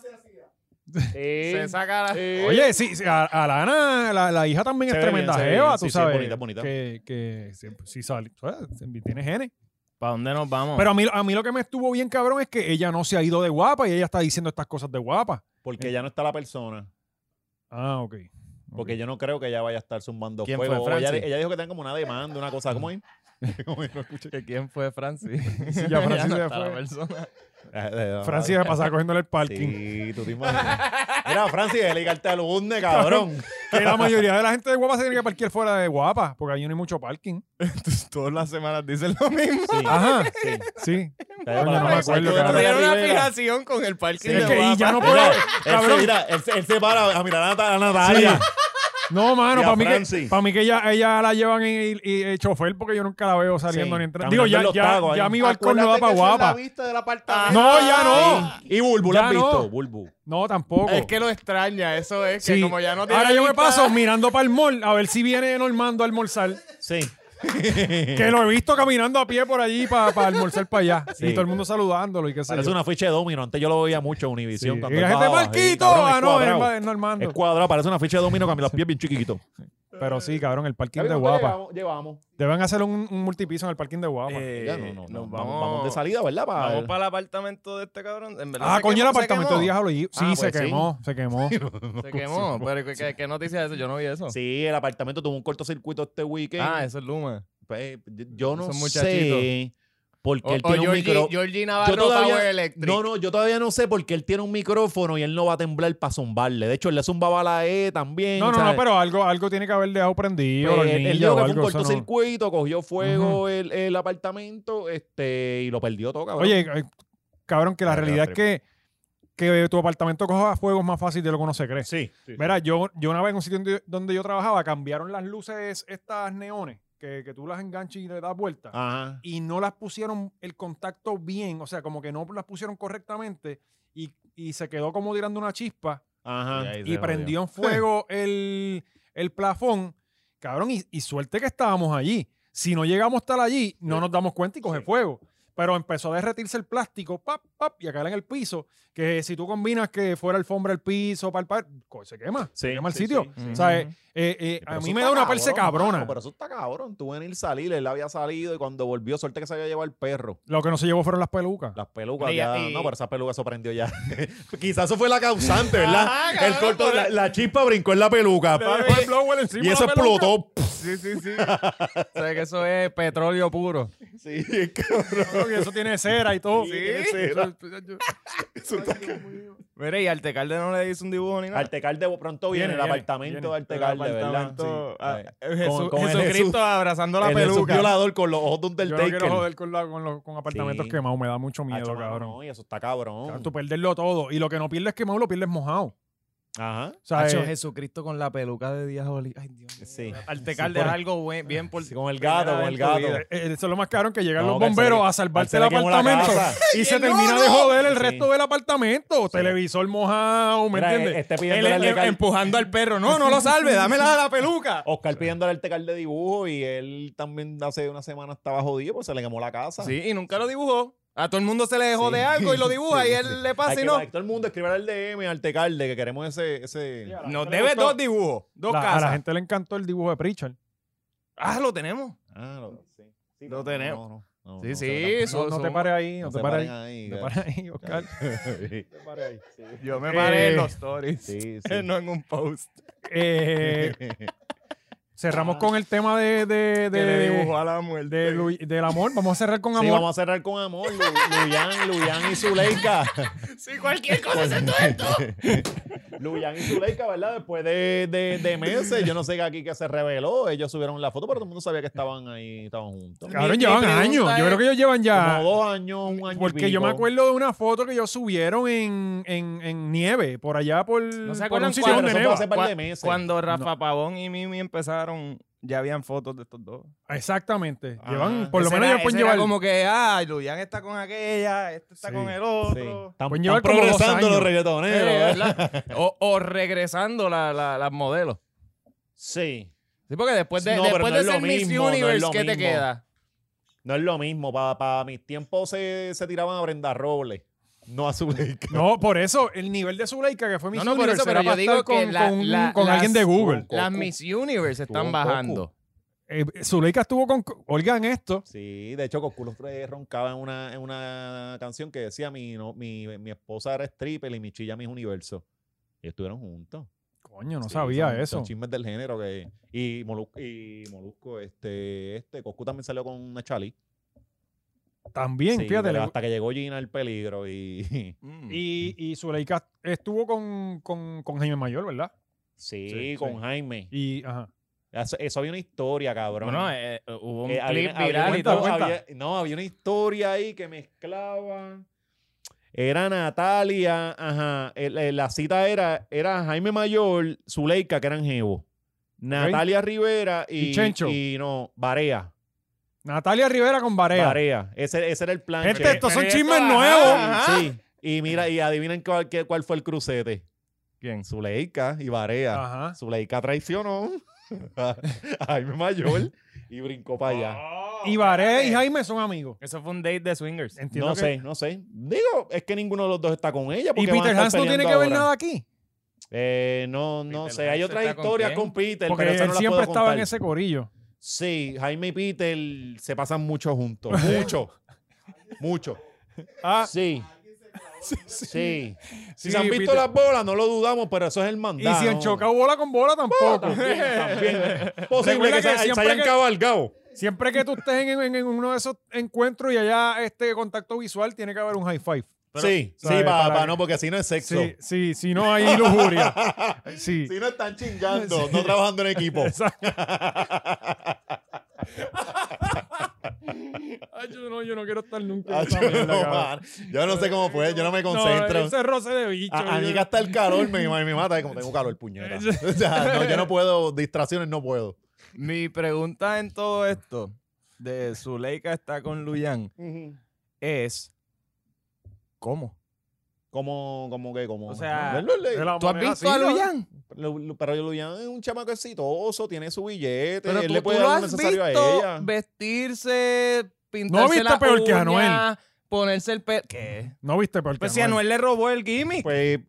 [SPEAKER 3] se saca la-
[SPEAKER 1] Oye, sí, sí, a- Alana, la, la hija también
[SPEAKER 2] Se
[SPEAKER 1] es
[SPEAKER 2] ve
[SPEAKER 1] tremenda
[SPEAKER 2] bien, se ve
[SPEAKER 1] jeva,
[SPEAKER 2] bien.
[SPEAKER 1] tú
[SPEAKER 2] Sí, sí,
[SPEAKER 1] sabes.
[SPEAKER 2] bonita, bonita.
[SPEAKER 1] Que, que sí, sí sale, ¿sabes? tiene genes.
[SPEAKER 3] ¿Para dónde nos vamos?
[SPEAKER 1] Pero a mí, a mí lo que me estuvo bien cabrón es que ella no se ha ido de guapa y ella está diciendo estas cosas de guapa.
[SPEAKER 2] Porque ya no está la persona.
[SPEAKER 1] Ah, ok.
[SPEAKER 2] Porque yo no creo que ella vaya a estar zumbando
[SPEAKER 3] ¿Quién
[SPEAKER 2] fuego.
[SPEAKER 3] fue,
[SPEAKER 2] ella,
[SPEAKER 3] Francis?
[SPEAKER 2] ella dijo que tenía como una demanda, una cosa. ¿Cómo es?
[SPEAKER 3] ¿Que ¿Quién fue Francis?
[SPEAKER 1] ya
[SPEAKER 3] Ya
[SPEAKER 1] Francis
[SPEAKER 3] no
[SPEAKER 1] se
[SPEAKER 3] está la
[SPEAKER 1] fue.
[SPEAKER 3] persona.
[SPEAKER 1] Francis
[SPEAKER 2] Francia
[SPEAKER 1] me pasaba cogiéndole el parking.
[SPEAKER 2] Eh, Ah, Sí, tú te imaginas. Mira, Francis, de ligarte al hunde, cabrón.
[SPEAKER 1] Que la mayoría de la gente de guapa se tiene que parquear fuera de guapa, porque allí no hay mucho parking.
[SPEAKER 3] Todas las semanas dicen lo mismo.
[SPEAKER 2] Sí.
[SPEAKER 1] Ajá,
[SPEAKER 2] Sí.
[SPEAKER 1] sí.
[SPEAKER 2] Te
[SPEAKER 1] Coño, Ah. no me acuerdo,
[SPEAKER 2] Exacto,
[SPEAKER 1] cabrón.
[SPEAKER 2] de
[SPEAKER 3] Tuvieron
[SPEAKER 2] Natalia
[SPEAKER 3] una
[SPEAKER 2] Rivera.
[SPEAKER 3] fijación con el parking
[SPEAKER 1] Sí, es
[SPEAKER 3] de
[SPEAKER 1] que- y ya
[SPEAKER 3] Guapa.
[SPEAKER 1] no puedo.
[SPEAKER 2] Mira, él, se,
[SPEAKER 1] Cabrón.
[SPEAKER 2] mira, él, se- él se para a mirar a Nat- a Natalia.
[SPEAKER 1] No, mano,
[SPEAKER 2] Y a
[SPEAKER 1] para mí, que,
[SPEAKER 2] Francis.
[SPEAKER 1] para mí que ella, ella la llevan en, en- en eh, chofer porque yo nunca la veo saliendo
[SPEAKER 2] Sí,
[SPEAKER 1] ni entrando.
[SPEAKER 2] caminando
[SPEAKER 1] Digo,
[SPEAKER 2] en
[SPEAKER 1] ya,
[SPEAKER 2] los
[SPEAKER 1] ya,
[SPEAKER 2] tagos ahí.
[SPEAKER 1] ya mi balcón no da
[SPEAKER 4] Acuérdate
[SPEAKER 1] para
[SPEAKER 4] que esa es la
[SPEAKER 1] guajapa.
[SPEAKER 4] vista del apartamento.
[SPEAKER 1] No, ya no.
[SPEAKER 2] Y Bulbu, ¿la
[SPEAKER 1] Ya
[SPEAKER 2] has visto?
[SPEAKER 1] no.
[SPEAKER 2] Bulbu.
[SPEAKER 1] No, tampoco.
[SPEAKER 3] Es que lo extraña, eso es que
[SPEAKER 1] Sí.
[SPEAKER 3] como ya no tiene
[SPEAKER 1] Ahora yo me
[SPEAKER 3] amistad-
[SPEAKER 1] paso mirando para el mall a ver si viene Normando a almorzar.
[SPEAKER 2] Sí.
[SPEAKER 1] Que lo he visto caminando a pie por allí para almorzar para allá.
[SPEAKER 2] Sí.
[SPEAKER 1] Y todo el mundo saludándolo y qué sé
[SPEAKER 2] Parece
[SPEAKER 1] yo.
[SPEAKER 2] una ficha de domino. Antes yo lo veía mucho en
[SPEAKER 1] Sí.
[SPEAKER 2] Univision.
[SPEAKER 1] Y
[SPEAKER 2] cuando él
[SPEAKER 1] la gente,
[SPEAKER 2] bajaba. Sí,
[SPEAKER 1] Marquito,
[SPEAKER 2] cabrón, es
[SPEAKER 1] ah, no,
[SPEAKER 2] cuadrado.
[SPEAKER 1] es, es Normando.
[SPEAKER 2] Es cuadrado, parece una ficha de domino con los pies bien chiquititos.
[SPEAKER 1] Pero sí, cabrón, el parking de guapa.
[SPEAKER 2] Llevamos.
[SPEAKER 1] Deben hacer un, un multipiso en el parking de guapa.
[SPEAKER 3] Eh,
[SPEAKER 2] Ya, no, no, no.
[SPEAKER 3] nos
[SPEAKER 2] Vamos, vamos de salida, ¿verdad? Pa-
[SPEAKER 3] Vamos para el apartamento de este cabrón. En verdad
[SPEAKER 1] ah,
[SPEAKER 3] se
[SPEAKER 1] coño, el
[SPEAKER 3] quemó, se
[SPEAKER 1] apartamento
[SPEAKER 3] quemó.
[SPEAKER 1] de Díaz Aloy- Sí,
[SPEAKER 2] Ah,
[SPEAKER 1] se
[SPEAKER 2] pues sí.
[SPEAKER 1] quemó, se quemó.
[SPEAKER 3] Se quemó. Pero ¿qué, qué, qué noticia es eso? Yo no vi eso.
[SPEAKER 2] Sí, el apartamento tuvo un cortocircuito este weekend.
[SPEAKER 3] Ah, eso es Luma.
[SPEAKER 2] Pues, yo no
[SPEAKER 3] esos
[SPEAKER 2] sé
[SPEAKER 3] muchachitos.
[SPEAKER 2] porque
[SPEAKER 3] O,
[SPEAKER 2] él
[SPEAKER 3] o
[SPEAKER 2] tiene un
[SPEAKER 3] Georgie,
[SPEAKER 2] micro.
[SPEAKER 3] Georgie
[SPEAKER 2] Yo
[SPEAKER 3] Navarro Power
[SPEAKER 2] todavía,
[SPEAKER 3] Electric.
[SPEAKER 2] no, no, yo todavía no sé por qué él tiene un micrófono y él no va a temblar para zumbarle. De hecho, él le zumbaba a la E también.
[SPEAKER 1] No, no,
[SPEAKER 2] ¿sabes?
[SPEAKER 1] no, pero algo, algo tiene que haber dejado prendido.
[SPEAKER 2] Pues,
[SPEAKER 1] el
[SPEAKER 2] él, él
[SPEAKER 1] ninja
[SPEAKER 2] dijo
[SPEAKER 1] o
[SPEAKER 2] que fue un
[SPEAKER 1] algo, eso no-
[SPEAKER 2] cortocircuito, cogió fuego el, el apartamento este, y lo perdió todo, cabrón.
[SPEAKER 1] Oye, eh, cabrón, que la
[SPEAKER 2] Ah, te da
[SPEAKER 1] realidad es que, que tu apartamento coja fuego es más fácil de lo que uno se cree.
[SPEAKER 2] sí.
[SPEAKER 1] Mira, yo, yo una vez en un sitio donde, donde yo trabajaba cambiaron las luces estas neones que, que tú las enganchas y le das vuelta.
[SPEAKER 2] Ajá.
[SPEAKER 1] Y no las pusieron el contacto bien, o sea, como que no las pusieron correctamente y, y se quedó como tirando una chispa
[SPEAKER 2] Ajá.
[SPEAKER 3] ahí se
[SPEAKER 1] y
[SPEAKER 3] jodió.
[SPEAKER 1] prendió en fuego el, el plafón. Cabrón, y, y suerte que estábamos allí. Si no llegamos tal allí, no nos damos cuenta y coge fuego. Pero empezó a derretirse el plástico, pap, pap, y a caer en el piso. Que si tú combinas que fuera alfombra el piso, pal, pal, co- se quema. se
[SPEAKER 2] Sí,
[SPEAKER 1] quema el
[SPEAKER 2] sí,
[SPEAKER 1] sitio.
[SPEAKER 2] sí,
[SPEAKER 3] sí.
[SPEAKER 1] O sea, eh, eh, a
[SPEAKER 2] Pero
[SPEAKER 1] mí
[SPEAKER 2] eso
[SPEAKER 1] me
[SPEAKER 2] está
[SPEAKER 1] da una perse
[SPEAKER 2] cabrón,
[SPEAKER 1] cabrona.
[SPEAKER 2] mano, pero eso está cabrón. Tú venir salir, él había salido y cuando volvió, suerte que se había llevado el perro.
[SPEAKER 1] Lo que no se llevó fueron las pelucas.
[SPEAKER 2] Las pelucas
[SPEAKER 3] Mira,
[SPEAKER 2] ya.
[SPEAKER 3] y-
[SPEAKER 2] No, pero esas pelucas se prendió ya. Quizás eso fue la causante, ¿verdad?
[SPEAKER 1] Ah,
[SPEAKER 3] Ajá,
[SPEAKER 2] el
[SPEAKER 3] cabrón,
[SPEAKER 2] corto,
[SPEAKER 3] por
[SPEAKER 2] la, la chispa brincó en la peluca. pa,
[SPEAKER 1] Le dio el blower encima
[SPEAKER 2] y
[SPEAKER 1] a la
[SPEAKER 2] eso
[SPEAKER 1] peluca.
[SPEAKER 2] explotó.
[SPEAKER 3] Sí, sí, sí. o sea que eso es petróleo puro.
[SPEAKER 2] Sí,
[SPEAKER 1] Y eso tiene cera y todo.
[SPEAKER 2] Sí, tiene cera.
[SPEAKER 3] Mira, y Artecalde no le hizo un dibujo ni nada.
[SPEAKER 2] Artecal de pronto viene,
[SPEAKER 1] Viene,
[SPEAKER 2] el
[SPEAKER 1] viene,
[SPEAKER 2] apartamento
[SPEAKER 1] viene.
[SPEAKER 2] de Artecal de verdad.
[SPEAKER 3] Apartamento,
[SPEAKER 2] Sí.
[SPEAKER 3] ah,
[SPEAKER 2] Ay.
[SPEAKER 3] Jesu-
[SPEAKER 2] Con- con el
[SPEAKER 3] Jesucristo
[SPEAKER 2] Jesús-
[SPEAKER 3] abrazando la
[SPEAKER 2] el Jesús
[SPEAKER 3] peluca.
[SPEAKER 2] violador con los ojos de
[SPEAKER 1] Yo no quiero
[SPEAKER 2] Undertaker.
[SPEAKER 1] joder con, la- con los, con apartamentos
[SPEAKER 2] Sí.
[SPEAKER 1] quemados. Me da mucho
[SPEAKER 2] Ah,
[SPEAKER 1] miedo,
[SPEAKER 2] chamo,
[SPEAKER 1] cabrón.
[SPEAKER 2] No, y eso está cabrón.
[SPEAKER 1] Claro, tú perderlo todo. Y lo que no pierdes quemado, lo pierdes mojado. O
[SPEAKER 2] Ajá.
[SPEAKER 1] sea,
[SPEAKER 3] Hacho,
[SPEAKER 1] eh,
[SPEAKER 3] Jesucristo con la peluca de Díaz Oli. Ay, Dios mío.
[SPEAKER 2] Sí. Sí,
[SPEAKER 3] Artecalde es
[SPEAKER 2] por-
[SPEAKER 3] algo buen- bien por
[SPEAKER 2] Sí, con el gato,
[SPEAKER 3] primera
[SPEAKER 2] con el
[SPEAKER 3] vez en tu
[SPEAKER 2] gato.
[SPEAKER 3] vida.
[SPEAKER 1] eh, eso es lo más caro que llegan
[SPEAKER 2] No,
[SPEAKER 1] los
[SPEAKER 2] que él se le-
[SPEAKER 1] bomberos a
[SPEAKER 2] él se
[SPEAKER 1] salvarte el
[SPEAKER 2] le quemó la
[SPEAKER 1] apartamento.
[SPEAKER 2] casa.
[SPEAKER 1] Y
[SPEAKER 3] Y
[SPEAKER 1] se
[SPEAKER 3] el
[SPEAKER 1] termina de
[SPEAKER 3] lodo.
[SPEAKER 1] joder el
[SPEAKER 2] Sí.
[SPEAKER 1] resto del apartamento. Televisor mojado, ¿me
[SPEAKER 2] Mira,
[SPEAKER 1] entiendes?
[SPEAKER 2] este
[SPEAKER 1] Él
[SPEAKER 2] pidiendo
[SPEAKER 1] es-
[SPEAKER 2] al Artecal.
[SPEAKER 3] Empujando al perro. No, no lo salve, dámela a la peluca.
[SPEAKER 2] Oscar pidiendo al Artecal de dibujo y él también hace una semana estaba jodido pues se le quemó la casa.
[SPEAKER 3] Sí, y nunca lo dibujó. A todo el mundo se le dejó de
[SPEAKER 2] Sí.
[SPEAKER 3] algo y lo dibuja
[SPEAKER 2] Sí,
[SPEAKER 3] y
[SPEAKER 2] sí.
[SPEAKER 3] él le
[SPEAKER 2] Hay
[SPEAKER 3] pasa y
[SPEAKER 2] que-
[SPEAKER 3] Ah, no.
[SPEAKER 2] hay que Todo el mundo escribe al DM, al Artecalde, que queremos ese... ese...
[SPEAKER 1] Ya.
[SPEAKER 3] Nos
[SPEAKER 1] ¿Te le
[SPEAKER 3] debe
[SPEAKER 1] gustó?
[SPEAKER 3] dos dibujos, dos
[SPEAKER 1] La- a
[SPEAKER 3] casas.
[SPEAKER 1] la gente le encantó el dibujo de Pritchard.
[SPEAKER 3] Ah, lo tenemos.
[SPEAKER 2] Ah, lo, sí. Sí,
[SPEAKER 3] Lo
[SPEAKER 2] no,
[SPEAKER 3] tenemos.
[SPEAKER 2] no, no, no,
[SPEAKER 3] Sí,
[SPEAKER 2] no
[SPEAKER 3] sí,
[SPEAKER 2] se-
[SPEAKER 3] eso-
[SPEAKER 1] No, no te
[SPEAKER 3] eso-
[SPEAKER 1] pares ahí, no,
[SPEAKER 2] no
[SPEAKER 1] te
[SPEAKER 2] se
[SPEAKER 1] pares
[SPEAKER 2] paren
[SPEAKER 1] ahí.
[SPEAKER 2] ahí.
[SPEAKER 1] No te
[SPEAKER 2] que-
[SPEAKER 1] pares ahí, Oscar. No te pares ahí.
[SPEAKER 3] Yo me
[SPEAKER 1] Eh,
[SPEAKER 3] paré en los stories.
[SPEAKER 2] Sí, sí.
[SPEAKER 3] no en un post.
[SPEAKER 1] Eh, cerramos con el tema de, de,
[SPEAKER 3] que le
[SPEAKER 1] de,
[SPEAKER 3] dibujó a la muerte.
[SPEAKER 1] de Lu- del amor. Vamos a cerrar con
[SPEAKER 2] Sí,
[SPEAKER 1] amor.
[SPEAKER 2] vamos a cerrar con amor. Lu- Luyan, Luyan y Zuleika.
[SPEAKER 3] Sí, cualquier cosa.
[SPEAKER 2] Luyan y Zuleika, ¿verdad? Después de, de- de meses, yo no sé qué aquí que se reveló. Ellos subieron la foto, pero todo el mundo sabía que estaban ahí, estaban juntos.
[SPEAKER 1] Cabrón,
[SPEAKER 3] Mi- mi
[SPEAKER 1] llevan
[SPEAKER 3] pregunta
[SPEAKER 1] años. Yo
[SPEAKER 3] es-
[SPEAKER 1] creo que ellos llevan ya.
[SPEAKER 2] Como dos años, un año y
[SPEAKER 1] Porque yo me
[SPEAKER 2] pico.
[SPEAKER 1] acuerdo de una foto que ellos subieron en, en, en nieve, por allá por,
[SPEAKER 3] ¿No se
[SPEAKER 1] por
[SPEAKER 3] acuerdan
[SPEAKER 1] un sitio
[SPEAKER 2] cuando
[SPEAKER 1] donde
[SPEAKER 2] nosotros
[SPEAKER 1] neva.
[SPEAKER 2] hace par de meses?
[SPEAKER 3] Cuando Rafa Pavón y Mimi empezaron ya habían fotos de estos dos.
[SPEAKER 1] Exactamente.
[SPEAKER 3] Ah,
[SPEAKER 1] Llevan, por lo
[SPEAKER 3] ese
[SPEAKER 1] menos
[SPEAKER 3] era-
[SPEAKER 1] ellos pueden
[SPEAKER 3] ese era
[SPEAKER 1] llevar.
[SPEAKER 3] como que, ah, Luyan está con aquella, este está
[SPEAKER 1] Sí,
[SPEAKER 3] con el otro.
[SPEAKER 2] Están,
[SPEAKER 1] Pueden
[SPEAKER 2] están
[SPEAKER 1] llevar como dos
[SPEAKER 2] progresando los
[SPEAKER 1] años.
[SPEAKER 3] Eh,
[SPEAKER 2] reggaetoneros. ¿eh?
[SPEAKER 3] ¿verdad? o, o regresando la- la- las modelos.
[SPEAKER 2] Sí.
[SPEAKER 3] Sí, porque después de,
[SPEAKER 2] No, pero
[SPEAKER 3] después
[SPEAKER 2] no
[SPEAKER 3] de
[SPEAKER 2] es lo
[SPEAKER 3] ser Miss
[SPEAKER 2] mismo, no es
[SPEAKER 3] Universe,
[SPEAKER 2] lo
[SPEAKER 3] ¿qué te
[SPEAKER 2] mismo.
[SPEAKER 3] queda?
[SPEAKER 2] No es lo mismo. Para mis tiempos se, se tiraban a Brenda Robles, no a Zuleika.
[SPEAKER 1] No, por eso, el nivel de Zuleika, que fue mi
[SPEAKER 3] No, no, por eso, pero yo digo que
[SPEAKER 1] con,
[SPEAKER 3] la-
[SPEAKER 1] con-
[SPEAKER 3] la-
[SPEAKER 1] con
[SPEAKER 3] las-
[SPEAKER 1] alguien de Google.
[SPEAKER 2] Coco.
[SPEAKER 3] Las Miss Universe están
[SPEAKER 2] Coco.
[SPEAKER 3] bajando.
[SPEAKER 1] Eh, Zuleika estuvo con. Oigan esto.
[SPEAKER 2] Sí, de hecho, Cosculo roncaba en una, en una canción que decía: mi, no- mi, mi esposa era stripper y mi chilla mis universos. Y estuvieron juntos.
[SPEAKER 1] Coño, no
[SPEAKER 2] Sí,
[SPEAKER 1] sabía
[SPEAKER 2] son-
[SPEAKER 1] eso.
[SPEAKER 2] Son chismes del género que. Y Molusco, y Molusco este, este, Coscu también salió con una Chali.
[SPEAKER 1] También,
[SPEAKER 2] Sí,
[SPEAKER 1] fíjate.
[SPEAKER 2] pero
[SPEAKER 1] le-
[SPEAKER 2] Hasta que llegó Gina el peligro y.
[SPEAKER 3] Mm.
[SPEAKER 1] Y, y Zuleika estuvo con, con, con Jaime Mayor, ¿verdad?
[SPEAKER 2] Sí,
[SPEAKER 1] Sí,
[SPEAKER 2] con
[SPEAKER 1] sí.
[SPEAKER 2] Jaime.
[SPEAKER 1] Y, ajá.
[SPEAKER 2] Eso, eso había una historia, cabrón.
[SPEAKER 3] Bueno, eh, eh, hubo un
[SPEAKER 2] Eh, había
[SPEAKER 3] clip
[SPEAKER 2] una- había
[SPEAKER 3] viral
[SPEAKER 2] una-
[SPEAKER 3] y todo.
[SPEAKER 1] cuenta, cuenta.
[SPEAKER 2] había- no, había una historia ahí que mezclaban. Era Natalia, ajá. el- el- la cita era, era Jaime Mayor, Zuleika, que eran Jevo. Natalia Rivera y,
[SPEAKER 1] Y Chencho.
[SPEAKER 2] y no, Barea.
[SPEAKER 1] Natalia Rivera con Barea.
[SPEAKER 2] Barea. Ese, ese era el plan.
[SPEAKER 1] Gente,
[SPEAKER 2] che.
[SPEAKER 1] estos son
[SPEAKER 3] Pero
[SPEAKER 1] chismes
[SPEAKER 3] esto, ajá,
[SPEAKER 1] nuevos.
[SPEAKER 3] ajá.
[SPEAKER 2] Sí. Y mira, y adivinen cuál, qué- cuál fue el crucete.
[SPEAKER 3] ¿Quién?
[SPEAKER 2] Zuleika y Barea.
[SPEAKER 1] Ajá.
[SPEAKER 2] Zuleika traicionó a a Jaime Mayor y brincó para
[SPEAKER 1] Ah,
[SPEAKER 2] allá.
[SPEAKER 1] Y Barea y Jaime son amigos.
[SPEAKER 3] Eso fue un date de swingers.
[SPEAKER 1] Entiendo
[SPEAKER 2] Eh, No
[SPEAKER 1] que-
[SPEAKER 2] sé, no sé. Digo, es que ninguno de los dos está con ella.
[SPEAKER 1] Y
[SPEAKER 2] porque van a
[SPEAKER 1] Peter
[SPEAKER 2] estar
[SPEAKER 1] Hans no tiene que
[SPEAKER 2] peleando
[SPEAKER 1] ver
[SPEAKER 2] ahora.
[SPEAKER 1] nada aquí.
[SPEAKER 2] Eh, no, no
[SPEAKER 3] Peter
[SPEAKER 2] sé. Hay
[SPEAKER 3] Hans
[SPEAKER 2] otras
[SPEAKER 3] está con
[SPEAKER 2] historias
[SPEAKER 3] quién.
[SPEAKER 2] con, Peter,
[SPEAKER 1] Porque
[SPEAKER 2] pero esas
[SPEAKER 1] él
[SPEAKER 2] no las
[SPEAKER 1] siempre
[SPEAKER 2] puedo
[SPEAKER 1] estaba en
[SPEAKER 2] contar.
[SPEAKER 1] ese corillo.
[SPEAKER 2] Sí, Jaime y Peter se pasan mucho juntos. Mucho. mucho.
[SPEAKER 1] Ah,
[SPEAKER 2] Sí. Sí. Si
[SPEAKER 1] Sí,
[SPEAKER 2] se han visto
[SPEAKER 1] Peter.
[SPEAKER 2] las bolas, no lo dudamos, pero eso es el
[SPEAKER 1] y
[SPEAKER 2] mandado.
[SPEAKER 1] si han chocado bola con bola, tampoco.
[SPEAKER 2] También. Posible
[SPEAKER 1] Recuerda
[SPEAKER 2] que,
[SPEAKER 1] que
[SPEAKER 2] se, se
[SPEAKER 1] siempre
[SPEAKER 2] hayan
[SPEAKER 1] que-
[SPEAKER 2] cabalgado.
[SPEAKER 1] Siempre que tú estés en, en- en uno de esos encuentros y haya este contacto visual, tiene que haber un high five.
[SPEAKER 2] sí, sí,
[SPEAKER 1] ¿sabes?
[SPEAKER 2] pa-
[SPEAKER 1] Para
[SPEAKER 2] pa-
[SPEAKER 1] que-
[SPEAKER 2] no, porque así no es sexo.
[SPEAKER 1] Sí, sí, si no hay lujuria. Sí.
[SPEAKER 2] Si no están chingando, no trabajando en equipo.
[SPEAKER 1] Exacto. Ay, yo no, yo no quiero estar nunca.
[SPEAKER 2] Ah,
[SPEAKER 1] en esa
[SPEAKER 2] yo,
[SPEAKER 1] mierda,
[SPEAKER 2] no,
[SPEAKER 1] cabrón.
[SPEAKER 2] man. Yo no sé cómo fue, yo no me
[SPEAKER 1] No,
[SPEAKER 2] concentro.
[SPEAKER 1] ese roce de bicho.
[SPEAKER 2] a, a mí que
[SPEAKER 1] yo-
[SPEAKER 2] hasta el calor me, me mata, como tengo calor, puñeta. O sea, no, yo no puedo, distracciones no puedo.
[SPEAKER 3] Mi pregunta en todo esto de Zuleika está con Luyan es ¿cómo?
[SPEAKER 2] Como, como que, como.
[SPEAKER 3] O sea,
[SPEAKER 2] Verlo, le-
[SPEAKER 1] de la
[SPEAKER 3] ¿Tú has
[SPEAKER 1] manera
[SPEAKER 3] visto a
[SPEAKER 1] así, ¿no?
[SPEAKER 3] Luyan?
[SPEAKER 2] lo- lo- pero Luyan es un chamaco exitoso, tiene su billete,
[SPEAKER 3] Pero
[SPEAKER 2] él
[SPEAKER 3] tú,
[SPEAKER 2] Eh, le puede
[SPEAKER 3] tú lo
[SPEAKER 2] dar lo
[SPEAKER 3] has
[SPEAKER 2] necesario a
[SPEAKER 3] visto
[SPEAKER 2] ella.
[SPEAKER 3] vestirse, pintarse
[SPEAKER 1] viste
[SPEAKER 3] la
[SPEAKER 1] peor que
[SPEAKER 3] uña,
[SPEAKER 1] Anuel.
[SPEAKER 3] ponerse el pelo. ¿Qué?
[SPEAKER 1] No viste, porque
[SPEAKER 3] Pues si Anuel le robó el gimmick.
[SPEAKER 2] Pues,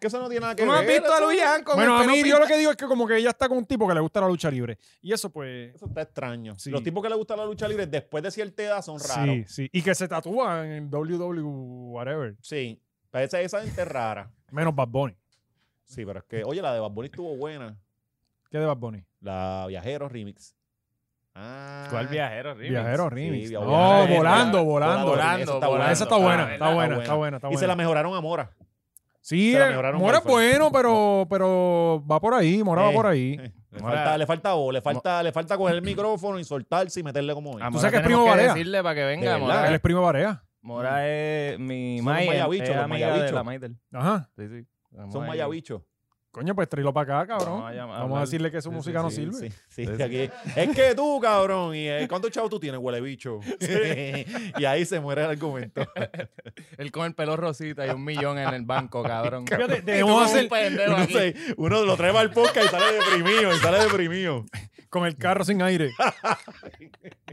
[SPEAKER 2] que eso no tiene nada que
[SPEAKER 3] ¿Tú no
[SPEAKER 2] ver.
[SPEAKER 3] has visto a
[SPEAKER 2] eso-
[SPEAKER 3] Luyan con
[SPEAKER 1] Bueno, a
[SPEAKER 3] el pelo
[SPEAKER 1] mí yo lo
[SPEAKER 3] pintado?
[SPEAKER 1] que digo es que como que ella está con un tipo que le gusta la lucha libre. Y eso pues...
[SPEAKER 2] Eso está extraño.
[SPEAKER 1] Sí.
[SPEAKER 2] Los tipos que les gusta la lucha libre después de cierta edad son raros.
[SPEAKER 1] Sí, sí. Y que se tatúa en el WW whatever.
[SPEAKER 2] Sí. Pero Esa, esa gente es rara.
[SPEAKER 1] Menos Bad Bunny.
[SPEAKER 2] Sí, pero es que, oye, la de Bad Bunny estuvo buena.
[SPEAKER 1] ¿Qué de Bad Bunny?
[SPEAKER 2] La Viajero Remix. Ah.
[SPEAKER 3] ¿Cuál viajero, Remix?
[SPEAKER 1] Viajero remix.
[SPEAKER 2] Sí,
[SPEAKER 1] no,
[SPEAKER 2] viajero remix.
[SPEAKER 1] volando,
[SPEAKER 2] Volando,
[SPEAKER 1] volando.
[SPEAKER 2] volando. volando.
[SPEAKER 1] Esa está
[SPEAKER 2] Ah,
[SPEAKER 1] buena,
[SPEAKER 2] ¿verdad?
[SPEAKER 1] está buena,
[SPEAKER 2] Está
[SPEAKER 1] está buena, está
[SPEAKER 2] Y
[SPEAKER 1] buena.
[SPEAKER 2] se la mejoraron a Mora.
[SPEAKER 1] Sí,
[SPEAKER 2] se la
[SPEAKER 1] eh,
[SPEAKER 2] mejoraron
[SPEAKER 1] Mora es
[SPEAKER 2] Wi-Fi.
[SPEAKER 1] bueno, pero, pero va por ahí, Mora va
[SPEAKER 2] Eh,
[SPEAKER 1] por ahí.
[SPEAKER 2] eh, Le
[SPEAKER 3] Mora-
[SPEAKER 2] falta, le falta voz, le falta, le falta coger el micrófono y soltarse y meterle como es.
[SPEAKER 3] A
[SPEAKER 1] ¿Tú
[SPEAKER 3] Mora
[SPEAKER 1] sabes que es
[SPEAKER 3] tenemos
[SPEAKER 1] primo Barea?
[SPEAKER 3] decirle para que
[SPEAKER 2] De
[SPEAKER 3] venga,
[SPEAKER 2] verdad,
[SPEAKER 3] Mora.
[SPEAKER 1] Él es primo de Barea.
[SPEAKER 3] Mora es mi
[SPEAKER 2] Son
[SPEAKER 3] Maya,
[SPEAKER 2] mayabichos,
[SPEAKER 3] es
[SPEAKER 2] los
[SPEAKER 3] amiga de
[SPEAKER 2] mayabichos.
[SPEAKER 3] la Maidel.
[SPEAKER 1] Ajá.
[SPEAKER 3] Sí, sí.
[SPEAKER 2] Son mayabichos.
[SPEAKER 1] Coño, pues trilo para acá, cabrón.
[SPEAKER 3] Vamos a llamar-
[SPEAKER 1] Vamos a
[SPEAKER 3] hablar.
[SPEAKER 1] decirle que su
[SPEAKER 3] Sí,
[SPEAKER 1] música
[SPEAKER 3] sí,
[SPEAKER 1] no
[SPEAKER 2] ah, Sí,
[SPEAKER 1] sirve.
[SPEAKER 2] sí, sí,
[SPEAKER 3] Sí,
[SPEAKER 2] sí,
[SPEAKER 3] sí.
[SPEAKER 2] aquí. Es que tú, cabrón. ¿Y eh, cuántos chavos tú tienes, huele bicho? y ahí se muere el argumento.
[SPEAKER 3] Él con el pelo rosita y un millón en el banco, cabrón.
[SPEAKER 1] Fíjate,
[SPEAKER 3] Y tú como
[SPEAKER 1] debemos hacer
[SPEAKER 3] un pendejo
[SPEAKER 2] Uno,
[SPEAKER 3] aquí.
[SPEAKER 2] se- uno lo trae al podcast y sale deprimido, y sale deprimido.
[SPEAKER 1] con el carro sin aire.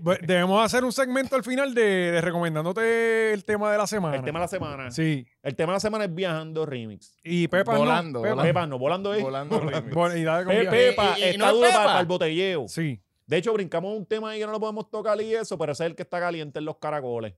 [SPEAKER 1] Bu- Debemos hacer un segmento al final de, de recomendándote el tema de la semana.
[SPEAKER 2] El tema de la semana.
[SPEAKER 1] Sí.
[SPEAKER 2] El tema de la semana es viajando remix.
[SPEAKER 1] Y Pepa
[SPEAKER 3] Volando,
[SPEAKER 1] no. Pepa.
[SPEAKER 3] volando.
[SPEAKER 2] Pepa, no, volando ahí.
[SPEAKER 3] Volando remix.
[SPEAKER 1] Bueno, y dale Ah. con
[SPEAKER 2] Pe-
[SPEAKER 1] viaje.
[SPEAKER 2] Pepa
[SPEAKER 3] Y- y- y
[SPEAKER 2] está
[SPEAKER 3] no es
[SPEAKER 2] duro para,
[SPEAKER 3] Pepa.
[SPEAKER 2] el botelleo.
[SPEAKER 1] Sí.
[SPEAKER 2] De hecho, brincamos un tema ahí que no lo podemos tocar y eso, pero ese es el que está caliente en los caracoles.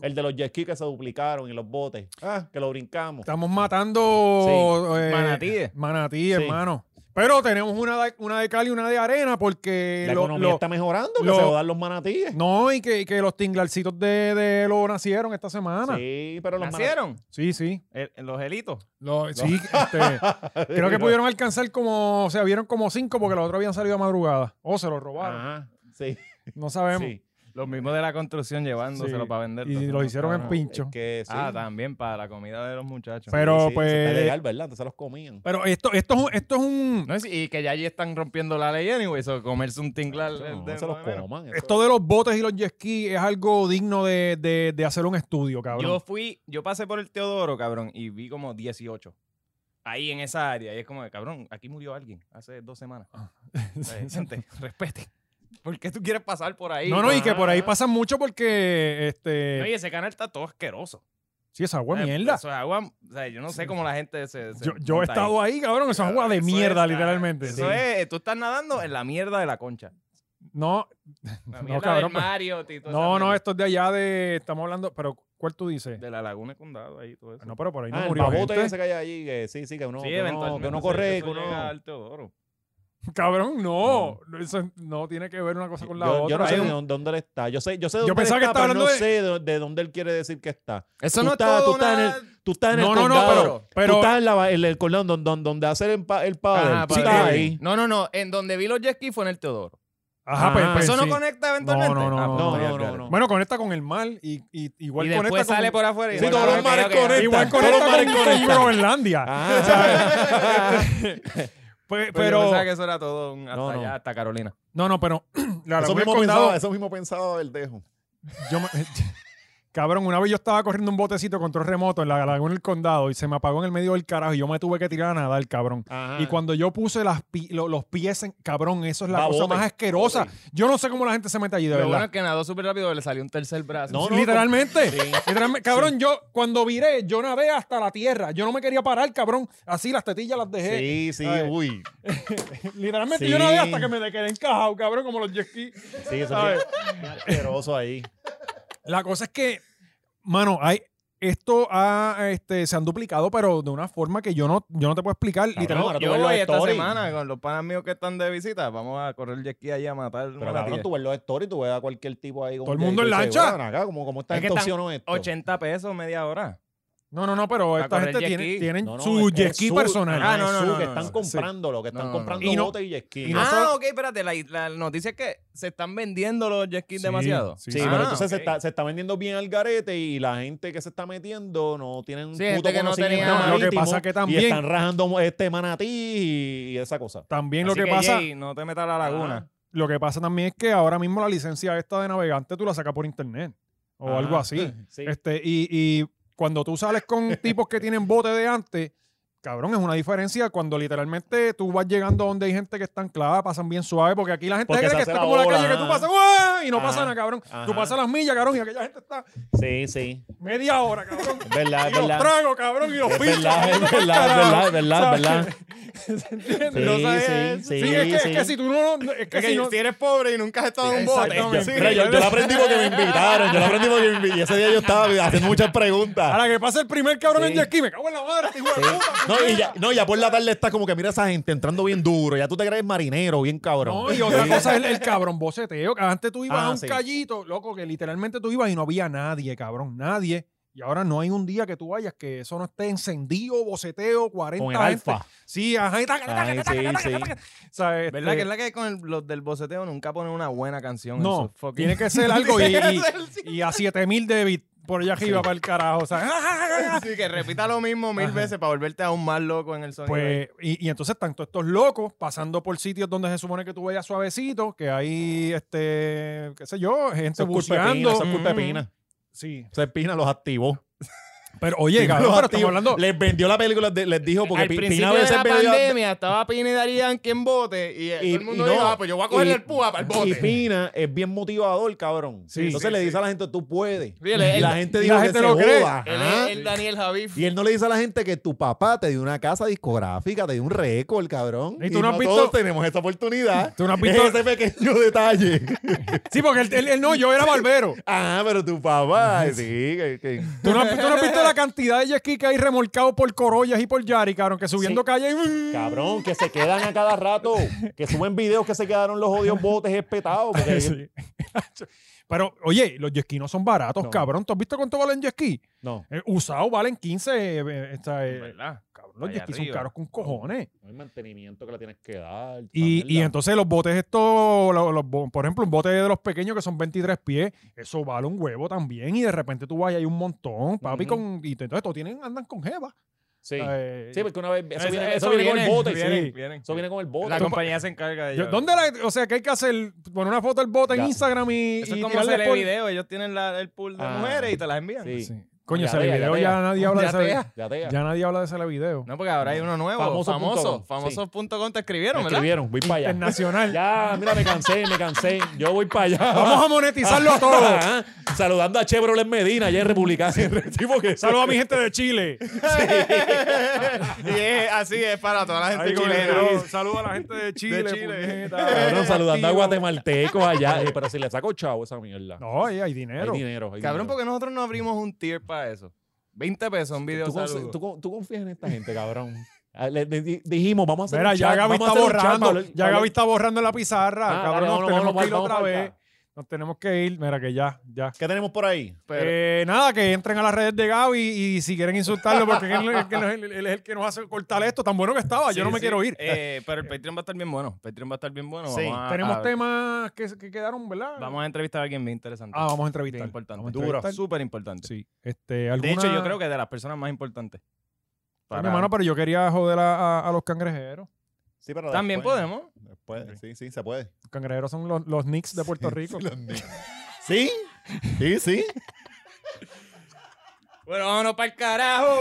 [SPEAKER 2] El de los jet skis que se duplicaron y los botes. Ah, que lo brincamos.
[SPEAKER 1] Estamos matando eh,
[SPEAKER 3] Manatíes.
[SPEAKER 1] manatí,
[SPEAKER 2] Sí.
[SPEAKER 1] hermano. Pero tenemos una de, una de cal y una de arena porque
[SPEAKER 2] La
[SPEAKER 1] lo-
[SPEAKER 2] economía
[SPEAKER 1] lo-
[SPEAKER 2] está mejorando, que
[SPEAKER 1] lo-
[SPEAKER 2] se jodan los manatíes.
[SPEAKER 1] no y que, y que los tinglarcitos de, de lo nacieron esta semana.
[SPEAKER 2] Sí, pero los
[SPEAKER 3] ¿Nacieron?
[SPEAKER 1] Sí, sí.
[SPEAKER 3] El- los helitos.
[SPEAKER 1] Lo- sí, este,
[SPEAKER 2] manatíes-
[SPEAKER 1] creo que pudieron alcanzar como, o sea, vieron como cinco porque los otros habían salido a madrugada o se los robaron.
[SPEAKER 2] Ajá, sí,
[SPEAKER 1] No sabemos.
[SPEAKER 2] sí.
[SPEAKER 3] Los mismos de la construcción llevándoselo
[SPEAKER 1] Sí,
[SPEAKER 3] para vender.
[SPEAKER 1] Y lo hicieron en pincho.
[SPEAKER 2] que sí.
[SPEAKER 3] Ah, también para la comida de los muchachos.
[SPEAKER 1] Pero,
[SPEAKER 2] Sí, sí,
[SPEAKER 1] pues-
[SPEAKER 2] eso está legal, ¿verdad? Entonces los comían.
[SPEAKER 1] Pero esto, esto, es un- esto es un.
[SPEAKER 3] No, es- y que ya allí están rompiendo la ley, anyway. Eso, comerse un tinglar.
[SPEAKER 2] Eso no,
[SPEAKER 3] de-
[SPEAKER 2] se los
[SPEAKER 3] de-
[SPEAKER 2] coman. eso-
[SPEAKER 1] Esto de los botes y los jet ski es algo digno de, de- de hacer un estudio,
[SPEAKER 3] Yo
[SPEAKER 1] cabrón.
[SPEAKER 3] fui, yo pasé por el Teodoro, cabrón, y vi como 18. Ahí en esa área. Y es como, de, cabrón, aquí murió alguien hace dos semanas.
[SPEAKER 1] Ah,
[SPEAKER 3] Eh, gente, respete. ¿Por qué tú quieres pasar por ahí?
[SPEAKER 1] no, no, y que
[SPEAKER 3] Ajá.
[SPEAKER 1] por ahí pasan mucho porque
[SPEAKER 3] No, y
[SPEAKER 1] este.
[SPEAKER 3] ese canal está todo asqueroso.
[SPEAKER 1] Sí, esa agua
[SPEAKER 3] Eh,
[SPEAKER 1] mierda.
[SPEAKER 3] Eso es agua. O sea, yo no sé cómo la gente se. se
[SPEAKER 1] Yo, yo he
[SPEAKER 3] monta ahí.
[SPEAKER 1] estado ahí, cabrón. Eso es agua de
[SPEAKER 3] Eso
[SPEAKER 1] mierda,
[SPEAKER 3] es-
[SPEAKER 1] literalmente.
[SPEAKER 3] Eso
[SPEAKER 1] Sí.
[SPEAKER 3] es, tú estás nadando en la mierda de la concha.
[SPEAKER 1] No,
[SPEAKER 3] La
[SPEAKER 1] No,
[SPEAKER 3] mierda
[SPEAKER 1] cabrón,
[SPEAKER 3] del
[SPEAKER 1] pero-
[SPEAKER 3] Mario, Tito. esa
[SPEAKER 1] no, no,
[SPEAKER 3] mierda.
[SPEAKER 1] esto es de allá de. Estamos hablando. Pero, ¿cuál tú dices?
[SPEAKER 3] De la laguna de condado ahí, todo eso.
[SPEAKER 1] No, pues, pero por ahí no
[SPEAKER 2] Ah, el
[SPEAKER 1] murió.
[SPEAKER 2] babote
[SPEAKER 1] gente.
[SPEAKER 2] ese que hay allí, que sí, sí, que uno,
[SPEAKER 3] Sí,
[SPEAKER 2] que uno,
[SPEAKER 3] eventualmente
[SPEAKER 2] que uno
[SPEAKER 3] eso-
[SPEAKER 2] corre,
[SPEAKER 3] eso
[SPEAKER 2] que uno-
[SPEAKER 3] llega al Teodoro.
[SPEAKER 1] Cabrón, no. Eso no tiene que ver una cosa con la
[SPEAKER 2] Yo, yo
[SPEAKER 1] otra.
[SPEAKER 2] no sé
[SPEAKER 1] Hay
[SPEAKER 2] de
[SPEAKER 1] un-
[SPEAKER 2] dónde, dónde él está. Yo sé, yo sé de
[SPEAKER 1] Yo
[SPEAKER 2] dónde él
[SPEAKER 1] pensaba que
[SPEAKER 2] está,
[SPEAKER 1] estaba
[SPEAKER 2] pero no
[SPEAKER 1] hablando
[SPEAKER 2] sé de, de dónde él quiere decir que está.
[SPEAKER 3] Eso
[SPEAKER 2] Tú
[SPEAKER 3] no
[SPEAKER 2] estás-
[SPEAKER 3] es
[SPEAKER 2] tú
[SPEAKER 3] todo
[SPEAKER 2] estás en
[SPEAKER 3] una-
[SPEAKER 2] Tú estás en
[SPEAKER 1] No,
[SPEAKER 2] el
[SPEAKER 1] no, no,
[SPEAKER 2] condado.
[SPEAKER 1] pero- pero-
[SPEAKER 2] Tú estás en, la, en el condado donde, donde, donde hacer el, pa, el pádel.
[SPEAKER 3] Ajá,
[SPEAKER 2] Tú
[SPEAKER 3] para-
[SPEAKER 2] estás
[SPEAKER 1] sí.
[SPEAKER 2] Ah, ahí.
[SPEAKER 3] Ah, No, no, no. En donde vi los jet ski fue en el Teodoro.
[SPEAKER 1] Ajá, pues,
[SPEAKER 2] Ah,
[SPEAKER 1] pues
[SPEAKER 3] ¿Eso
[SPEAKER 1] sí.
[SPEAKER 3] no conecta eventualmente?
[SPEAKER 1] no, no,
[SPEAKER 3] Ah, pues,
[SPEAKER 1] no,
[SPEAKER 3] ya,
[SPEAKER 2] no,
[SPEAKER 3] claro.
[SPEAKER 2] no.
[SPEAKER 1] Bueno, conecta con el mal y, y igual
[SPEAKER 3] Y
[SPEAKER 1] conecta
[SPEAKER 3] después
[SPEAKER 1] con...
[SPEAKER 3] sale por afuera. y
[SPEAKER 2] Sí,
[SPEAKER 3] igual-
[SPEAKER 2] todos los
[SPEAKER 3] ok,
[SPEAKER 2] mares
[SPEAKER 3] ok.
[SPEAKER 2] conectan.
[SPEAKER 1] Igual
[SPEAKER 2] Todos los
[SPEAKER 1] conecta
[SPEAKER 2] mares
[SPEAKER 1] con
[SPEAKER 2] conectan.
[SPEAKER 1] Groenlandia.
[SPEAKER 2] Ah.
[SPEAKER 1] Pues,
[SPEAKER 3] Pero, yo
[SPEAKER 1] pero...
[SPEAKER 3] pensaba que eso era todo un- hasta
[SPEAKER 2] No, no.
[SPEAKER 3] allá, hasta Carolina.
[SPEAKER 1] No, no, pero... la
[SPEAKER 2] eso,
[SPEAKER 1] laguna del
[SPEAKER 2] mismo
[SPEAKER 1] condado,
[SPEAKER 2] pensaba, eso mismo pensaba el dejo.
[SPEAKER 1] yo me- Cabrón, una vez yo estaba corriendo un botecito control remoto en la laguna del condado y se me apagó en el medio del carajo y yo me tuve que tirar a nadar, cabrón.
[SPEAKER 3] Ah.
[SPEAKER 1] Y cuando yo puse las pi- lo- los pies en... Cabrón, eso es la
[SPEAKER 2] Babote.
[SPEAKER 1] cosa más asquerosa.
[SPEAKER 2] Babote.
[SPEAKER 1] Yo no sé cómo la gente se mete allí, de
[SPEAKER 3] Lo bueno
[SPEAKER 1] verdad.
[SPEAKER 3] es que nadó súper rápido, le salió un tercer brazo.
[SPEAKER 2] No, no,
[SPEAKER 1] literalmente,
[SPEAKER 2] Sí.
[SPEAKER 1] literalmente. Cabrón, yo cuando viré, yo nadé hasta la tierra. Yo no me quería parar, cabrón. Así las tetillas las dejé.
[SPEAKER 2] Sí, sí,
[SPEAKER 1] Ay.
[SPEAKER 2] uy.
[SPEAKER 1] Literalmente
[SPEAKER 2] Sí.
[SPEAKER 1] yo nadé hasta que me quedé encajado, cabrón, como los jet ski.
[SPEAKER 2] Sí, eso es bien asqueroso ahí.
[SPEAKER 1] La cosa es que, mano, hay, esto ha, este, se han duplicado, pero de una forma que yo no, yo no te puedo explicar.
[SPEAKER 2] Cabrón,
[SPEAKER 1] Literalmente.
[SPEAKER 2] ahora tú
[SPEAKER 3] Yo
[SPEAKER 2] ves los
[SPEAKER 3] voy esta
[SPEAKER 2] stories.
[SPEAKER 3] semana con los panas míos que están de visita. Vamos a correr el jet ski allí a matar.
[SPEAKER 2] Pero
[SPEAKER 3] manatí.
[SPEAKER 2] cabrón, tú ves los stories, tú ves a cualquier tipo ahí. con
[SPEAKER 1] Todo el
[SPEAKER 2] un
[SPEAKER 1] mundo en
[SPEAKER 2] dedito y dices,
[SPEAKER 1] lancha.
[SPEAKER 2] "Bueno, acá, ¿Cómo, cómo está
[SPEAKER 3] Es que están
[SPEAKER 2] estacionado esto?
[SPEAKER 3] 80 pesos media hora.
[SPEAKER 1] No, no, no, pero
[SPEAKER 3] Para
[SPEAKER 1] esta
[SPEAKER 3] correr
[SPEAKER 1] gente
[SPEAKER 3] jet
[SPEAKER 1] tiene,
[SPEAKER 3] ski.
[SPEAKER 1] tienen
[SPEAKER 2] No, no,
[SPEAKER 1] su
[SPEAKER 2] es-
[SPEAKER 1] jet
[SPEAKER 2] es
[SPEAKER 1] ski
[SPEAKER 2] su-
[SPEAKER 1] personal.
[SPEAKER 2] Ah, no,
[SPEAKER 3] no,
[SPEAKER 2] no,
[SPEAKER 3] no,
[SPEAKER 2] que
[SPEAKER 3] no,
[SPEAKER 2] están
[SPEAKER 3] no.
[SPEAKER 2] comprando lo que están
[SPEAKER 3] No, no, no.
[SPEAKER 2] comprando
[SPEAKER 1] Y no-
[SPEAKER 2] botes y jet ski.
[SPEAKER 1] y no
[SPEAKER 3] ah,
[SPEAKER 1] solo-
[SPEAKER 3] ok, espérate. La, la noticia es que se están vendiendo los jet skis
[SPEAKER 1] Sí,
[SPEAKER 3] demasiado.
[SPEAKER 1] sí,
[SPEAKER 2] Sí,
[SPEAKER 1] Ah,
[SPEAKER 2] pero entonces se,
[SPEAKER 3] ok.
[SPEAKER 2] está, se está vendiendo bien al garete y la gente que se está metiendo no tienen un
[SPEAKER 3] Sí, gente
[SPEAKER 2] puto
[SPEAKER 3] que no
[SPEAKER 2] conocimiento
[SPEAKER 3] tenía-
[SPEAKER 1] No, lo que
[SPEAKER 2] marítimo
[SPEAKER 1] pasa que
[SPEAKER 2] y
[SPEAKER 1] también-
[SPEAKER 2] están rajando este manatí y, y esa cosa.
[SPEAKER 1] También
[SPEAKER 3] Así
[SPEAKER 1] lo que, pasa,
[SPEAKER 3] Jay, no te metas a la laguna.
[SPEAKER 1] lo que pasa también es que ahora mismo la licencia esta de navegante tú la sacas por internet o
[SPEAKER 2] Ajá.
[SPEAKER 1] algo así.
[SPEAKER 2] Ah, Sí.
[SPEAKER 1] Este, y, y cuando tú sales con tipos que tienen bote de antes, cabrón, es una diferencia cuando literalmente tú vas llegando donde hay gente que está anclada, pasan bien suave, porque aquí la gente
[SPEAKER 2] Porque se
[SPEAKER 1] cree que
[SPEAKER 2] hace
[SPEAKER 1] está
[SPEAKER 2] la
[SPEAKER 1] como la
[SPEAKER 2] ola,
[SPEAKER 1] calle que tú
[SPEAKER 2] ajá.
[SPEAKER 1] pasas ¡guau! y no pasa
[SPEAKER 2] Ajá,
[SPEAKER 1] nada, cabrón. Tú
[SPEAKER 2] ajá.
[SPEAKER 1] pasas las millas, cabrón, y aquella gente está
[SPEAKER 2] sí, sí.
[SPEAKER 1] media hora, cabrón.
[SPEAKER 2] Es verdad,
[SPEAKER 1] Y
[SPEAKER 2] es
[SPEAKER 1] los
[SPEAKER 2] verdad.
[SPEAKER 1] tragos, cabrón, y los
[SPEAKER 2] Es
[SPEAKER 1] pinchos.
[SPEAKER 2] verdad, es
[SPEAKER 1] cabrón,
[SPEAKER 2] verdad, es verdad,
[SPEAKER 1] carajo.
[SPEAKER 2] es verdad, es verdad.
[SPEAKER 1] ¿Entiendes?
[SPEAKER 2] Sí,
[SPEAKER 1] No sabía
[SPEAKER 2] sí,
[SPEAKER 1] eso.
[SPEAKER 2] sí,
[SPEAKER 1] es, que, es
[SPEAKER 2] sí.
[SPEAKER 1] que si tú no... no- Es que si no
[SPEAKER 3] eres pobre y nunca has estado
[SPEAKER 1] en un bote,
[SPEAKER 2] Yo,
[SPEAKER 1] Exactamente.
[SPEAKER 2] mira, yo, yo la aprendí porque me invitaron, yo la aprendí porque me invitaron. Y ese día yo estaba haciendo muchas preguntas.
[SPEAKER 1] a la que pasa el primer cabrón en
[SPEAKER 2] Sí.
[SPEAKER 1] jet ski, me cago en la madre, este hijo de puta,
[SPEAKER 2] No, y
[SPEAKER 1] puñeta.
[SPEAKER 2] ya, no, ya por la tarde estás como que mira a esa gente entrando bien duro. Ya tú te crees marinero, bien cabrón.
[SPEAKER 1] No, y otra cosa es el cabrón boceteo. que Antes tú ibas
[SPEAKER 2] Ah,
[SPEAKER 1] a un
[SPEAKER 2] sí.
[SPEAKER 1] callito, loco, que literalmente tú ibas y no había nadie, cabrón, nadie. Y ahora no hay un día que tú vayas que eso no esté encendido, boceteo, 40
[SPEAKER 2] Con el
[SPEAKER 1] gente.
[SPEAKER 2] alfa.
[SPEAKER 1] Sí, ajá, y taca, taca,
[SPEAKER 2] Ay,
[SPEAKER 1] taca,
[SPEAKER 2] sí,
[SPEAKER 1] taca,
[SPEAKER 2] sí.
[SPEAKER 1] taca, taca. O sea, este,
[SPEAKER 3] ¿Verdad que es la que con el- los del boceteo nunca ponen una buena canción? en
[SPEAKER 1] No,
[SPEAKER 3] sus fucking-
[SPEAKER 1] tiene que ser algo y,
[SPEAKER 3] Tiene que
[SPEAKER 1] y-
[SPEAKER 3] ser, sí.
[SPEAKER 1] y a 7000 de bit por allá arriba para el carajo. O sea, ajá, ajá, ajá.
[SPEAKER 3] Sí, que repita lo mismo mil
[SPEAKER 1] Ajá.
[SPEAKER 3] veces para volverte aún más loco en el sonido.
[SPEAKER 1] Pues, y, y entonces tanto estos locos pasando por sitios donde se supone que tú vayas suavecito, que hay, este, qué sé yo, gente
[SPEAKER 2] Eso es culpa de Pina,
[SPEAKER 1] buceando.
[SPEAKER 2] eso es culpa de
[SPEAKER 3] Ujú.
[SPEAKER 2] Pina.
[SPEAKER 1] Sí.
[SPEAKER 2] Eso es Pina los activó.
[SPEAKER 1] Pero oye,
[SPEAKER 2] Pina
[SPEAKER 1] cabrón,
[SPEAKER 2] los
[SPEAKER 1] pero estamos
[SPEAKER 2] activó.
[SPEAKER 1] hablando...
[SPEAKER 2] Les vendió la película, de- les dijo, porque
[SPEAKER 3] Al
[SPEAKER 2] Pi-
[SPEAKER 3] principio
[SPEAKER 2] Pina a
[SPEAKER 3] de
[SPEAKER 2] veces
[SPEAKER 3] la
[SPEAKER 2] vendió-
[SPEAKER 3] pandemia estaba Pina y Darían que en bote y, todo el mundo
[SPEAKER 2] no,
[SPEAKER 3] dijo, ah, pues yo voy a coger
[SPEAKER 2] y-
[SPEAKER 3] el púa para el
[SPEAKER 2] Y
[SPEAKER 3] bote.
[SPEAKER 2] Pina es bien motivador, cabrón.
[SPEAKER 1] Sí,
[SPEAKER 2] Entonces
[SPEAKER 3] sí,
[SPEAKER 2] le
[SPEAKER 3] sí.
[SPEAKER 2] dice a la gente, tú puedes.
[SPEAKER 3] Sí, él es-
[SPEAKER 2] y la
[SPEAKER 3] él-
[SPEAKER 2] gente
[SPEAKER 1] y
[SPEAKER 2] dijo
[SPEAKER 1] la
[SPEAKER 2] que
[SPEAKER 1] gente
[SPEAKER 2] se
[SPEAKER 1] lo cree.
[SPEAKER 2] joda.
[SPEAKER 3] Él
[SPEAKER 2] Ajá.
[SPEAKER 3] es el Daniel Javif.
[SPEAKER 2] Y él no le dice a la gente que tu papá te dio una casa discográfica, te dio un récord, cabrón.
[SPEAKER 1] Y tú no has visto-
[SPEAKER 2] todos tenemos esa oportunidad.
[SPEAKER 1] Tú no has
[SPEAKER 2] Es
[SPEAKER 1] visto-
[SPEAKER 2] ese pequeño detalle.
[SPEAKER 1] Sí, porque él, él- él no, yo era barbero.
[SPEAKER 2] ah, pero tu papá, sí, que- que-
[SPEAKER 1] ¿Tú no, has- tú no has visto la cantidad de jet ski que hay remolcados por Corollas y por Yari, cabrón, que subiendo
[SPEAKER 2] Sí.
[SPEAKER 1] calle y... ¡mm!
[SPEAKER 2] Cabrón, que se quedan a cada rato, que suben videos que se quedaron los odios botes espetados. porque-
[SPEAKER 1] Sí. Pero, oye, los jet ski no son baratos,
[SPEAKER 2] No.
[SPEAKER 1] cabrón. ¿Tú has visto cuánto valen jet ski?
[SPEAKER 2] No.
[SPEAKER 1] Eh, usados valen 15, eh, eh, esta, eh,
[SPEAKER 3] ¿Verdad?
[SPEAKER 1] cabrón, Los
[SPEAKER 3] Allá
[SPEAKER 1] jet skis son
[SPEAKER 3] arriba.
[SPEAKER 1] caros con cojones.
[SPEAKER 2] No hay mantenimiento que la tienes que dar.
[SPEAKER 1] Y, y
[SPEAKER 2] esta mierda.
[SPEAKER 1] entonces los botes estos, los- los bo- por ejemplo, un bote de los pequeños que son 23 pies, eso vale un huevo también. Y de repente tú vas y hay un montón, papi,
[SPEAKER 2] Ujú.
[SPEAKER 1] con, y te- entonces todos tienen, andan con jeva.
[SPEAKER 2] Sí.
[SPEAKER 1] Eh,
[SPEAKER 2] Sí, pues porque una vez. Eso,
[SPEAKER 3] Eso-
[SPEAKER 2] viene,
[SPEAKER 3] eso
[SPEAKER 2] eso viene con el
[SPEAKER 3] viene,
[SPEAKER 2] bote.
[SPEAKER 3] viene,
[SPEAKER 2] sí.
[SPEAKER 3] viene.
[SPEAKER 2] Eso viene con el bote.
[SPEAKER 3] La compañía se encarga de
[SPEAKER 1] yo-
[SPEAKER 3] ello.
[SPEAKER 1] ¿Dónde la, o sea, que hay que hacer? Poner una foto del bote
[SPEAKER 2] Ya.
[SPEAKER 1] en Instagram y,
[SPEAKER 3] Eso
[SPEAKER 1] y
[SPEAKER 3] es como
[SPEAKER 1] tirarle
[SPEAKER 3] hacer
[SPEAKER 1] por-
[SPEAKER 3] video. Ellos tienen la- el pool de
[SPEAKER 2] Ah.
[SPEAKER 3] mujeres y te las envían.
[SPEAKER 2] Sí.
[SPEAKER 1] Sí. Coño,
[SPEAKER 2] Ya
[SPEAKER 1] ese
[SPEAKER 2] vea, ya
[SPEAKER 1] video ya,
[SPEAKER 2] vea.
[SPEAKER 1] nadie habla de
[SPEAKER 3] Ya
[SPEAKER 1] ese
[SPEAKER 3] vea.
[SPEAKER 2] Ya te
[SPEAKER 1] Ya nadie habla de ese video.
[SPEAKER 3] No, porque ahora hay uno nuevo.
[SPEAKER 2] Famoso
[SPEAKER 3] Famoso. Famoso.
[SPEAKER 2] punto com,
[SPEAKER 3] Famosos.com te
[SPEAKER 2] Me
[SPEAKER 3] escribieron, ¿verdad?
[SPEAKER 2] escribieron, voy para allá.
[SPEAKER 1] Internacional.
[SPEAKER 2] Ya, mira, me cansé, me cansé. Yo voy para allá.
[SPEAKER 1] Vamos a monetizarlo todo.
[SPEAKER 2] Ajá. Saludando a Chevrolet Medina, ayer republicano. tipo que
[SPEAKER 1] Saludos a mi gente de Chile.
[SPEAKER 3] y es, así es para toda la gente
[SPEAKER 1] Ahí con
[SPEAKER 3] chilena.
[SPEAKER 1] el- Saludos a la gente de Chile.
[SPEAKER 3] Chile.
[SPEAKER 1] puñeta.
[SPEAKER 2] Cabrón, saludando a
[SPEAKER 1] Activo.
[SPEAKER 2] guatemaltecos allá. Eh, pero si le saco chavo esa mierda.
[SPEAKER 1] No, ahí hay
[SPEAKER 2] hay
[SPEAKER 1] dinero.
[SPEAKER 2] dinero. hay
[SPEAKER 3] Cabrón,
[SPEAKER 2] dinero.
[SPEAKER 3] porque nosotros no abrimos un tier para eso. 20 pesos un video
[SPEAKER 2] ¿Tú, confi-
[SPEAKER 3] saludo.
[SPEAKER 2] tú con- tú confías en esta gente, cabrón. Ah, Le, le di- dijimos, vamos a hacer
[SPEAKER 1] Mira,
[SPEAKER 2] un
[SPEAKER 1] ya
[SPEAKER 2] chat,
[SPEAKER 1] Gaby
[SPEAKER 2] vamos a
[SPEAKER 1] está
[SPEAKER 2] hacer un chat para
[SPEAKER 1] borrando.
[SPEAKER 2] hablar-
[SPEAKER 1] Ya
[SPEAKER 2] para
[SPEAKER 1] Gaby
[SPEAKER 2] hablar-
[SPEAKER 1] está borrando en la pizarra.
[SPEAKER 2] Ah,
[SPEAKER 1] Cabrón,
[SPEAKER 2] dale,
[SPEAKER 1] nos
[SPEAKER 2] vamos,
[SPEAKER 1] tenemos
[SPEAKER 2] vamos,
[SPEAKER 1] que ir
[SPEAKER 2] vamos,
[SPEAKER 1] otra
[SPEAKER 2] vamos
[SPEAKER 1] vez.
[SPEAKER 2] allá.
[SPEAKER 1] Nos tenemos que ir. Mira que ya, ya.
[SPEAKER 2] ¿Qué tenemos por ahí?
[SPEAKER 3] Pero-
[SPEAKER 1] Eh, nada, que entren a las redes de Gaby y si quieren insultarlo, porque él, es el que nos- él es el que nos hace cortar esto. Tan bueno que estaba, yo
[SPEAKER 3] Sí,
[SPEAKER 1] no me
[SPEAKER 3] sí.
[SPEAKER 1] quiero ir.
[SPEAKER 3] Eh, pero el Patreon va a estar bien bueno. Patreon va a estar bien bueno.
[SPEAKER 2] Sí.
[SPEAKER 3] Vamos a,
[SPEAKER 1] Tenemos
[SPEAKER 3] a-
[SPEAKER 2] ah,
[SPEAKER 1] temas que, que quedaron, ¿verdad?
[SPEAKER 3] Vamos a entrevistar a alguien bien interesante.
[SPEAKER 1] Ah, vamos a entrevistar.
[SPEAKER 3] bien importante.
[SPEAKER 1] Vamos a entrevistar.
[SPEAKER 3] Súper importante.
[SPEAKER 1] Sí. Este,
[SPEAKER 3] De
[SPEAKER 1] alguna...
[SPEAKER 3] hecho, yo creo que de las personas más importantes.
[SPEAKER 1] Coño, mano, pero yo quería joder a, a- a los cangrejeros.
[SPEAKER 2] Sí, pero
[SPEAKER 3] También podemos.
[SPEAKER 2] Después, sí, sí, se puede.
[SPEAKER 1] Los cangrejeros son los, los Knicks de Puerto Rico.
[SPEAKER 2] ¿Sí? Sí, sí.
[SPEAKER 3] Bueno, vámonos para el carajo.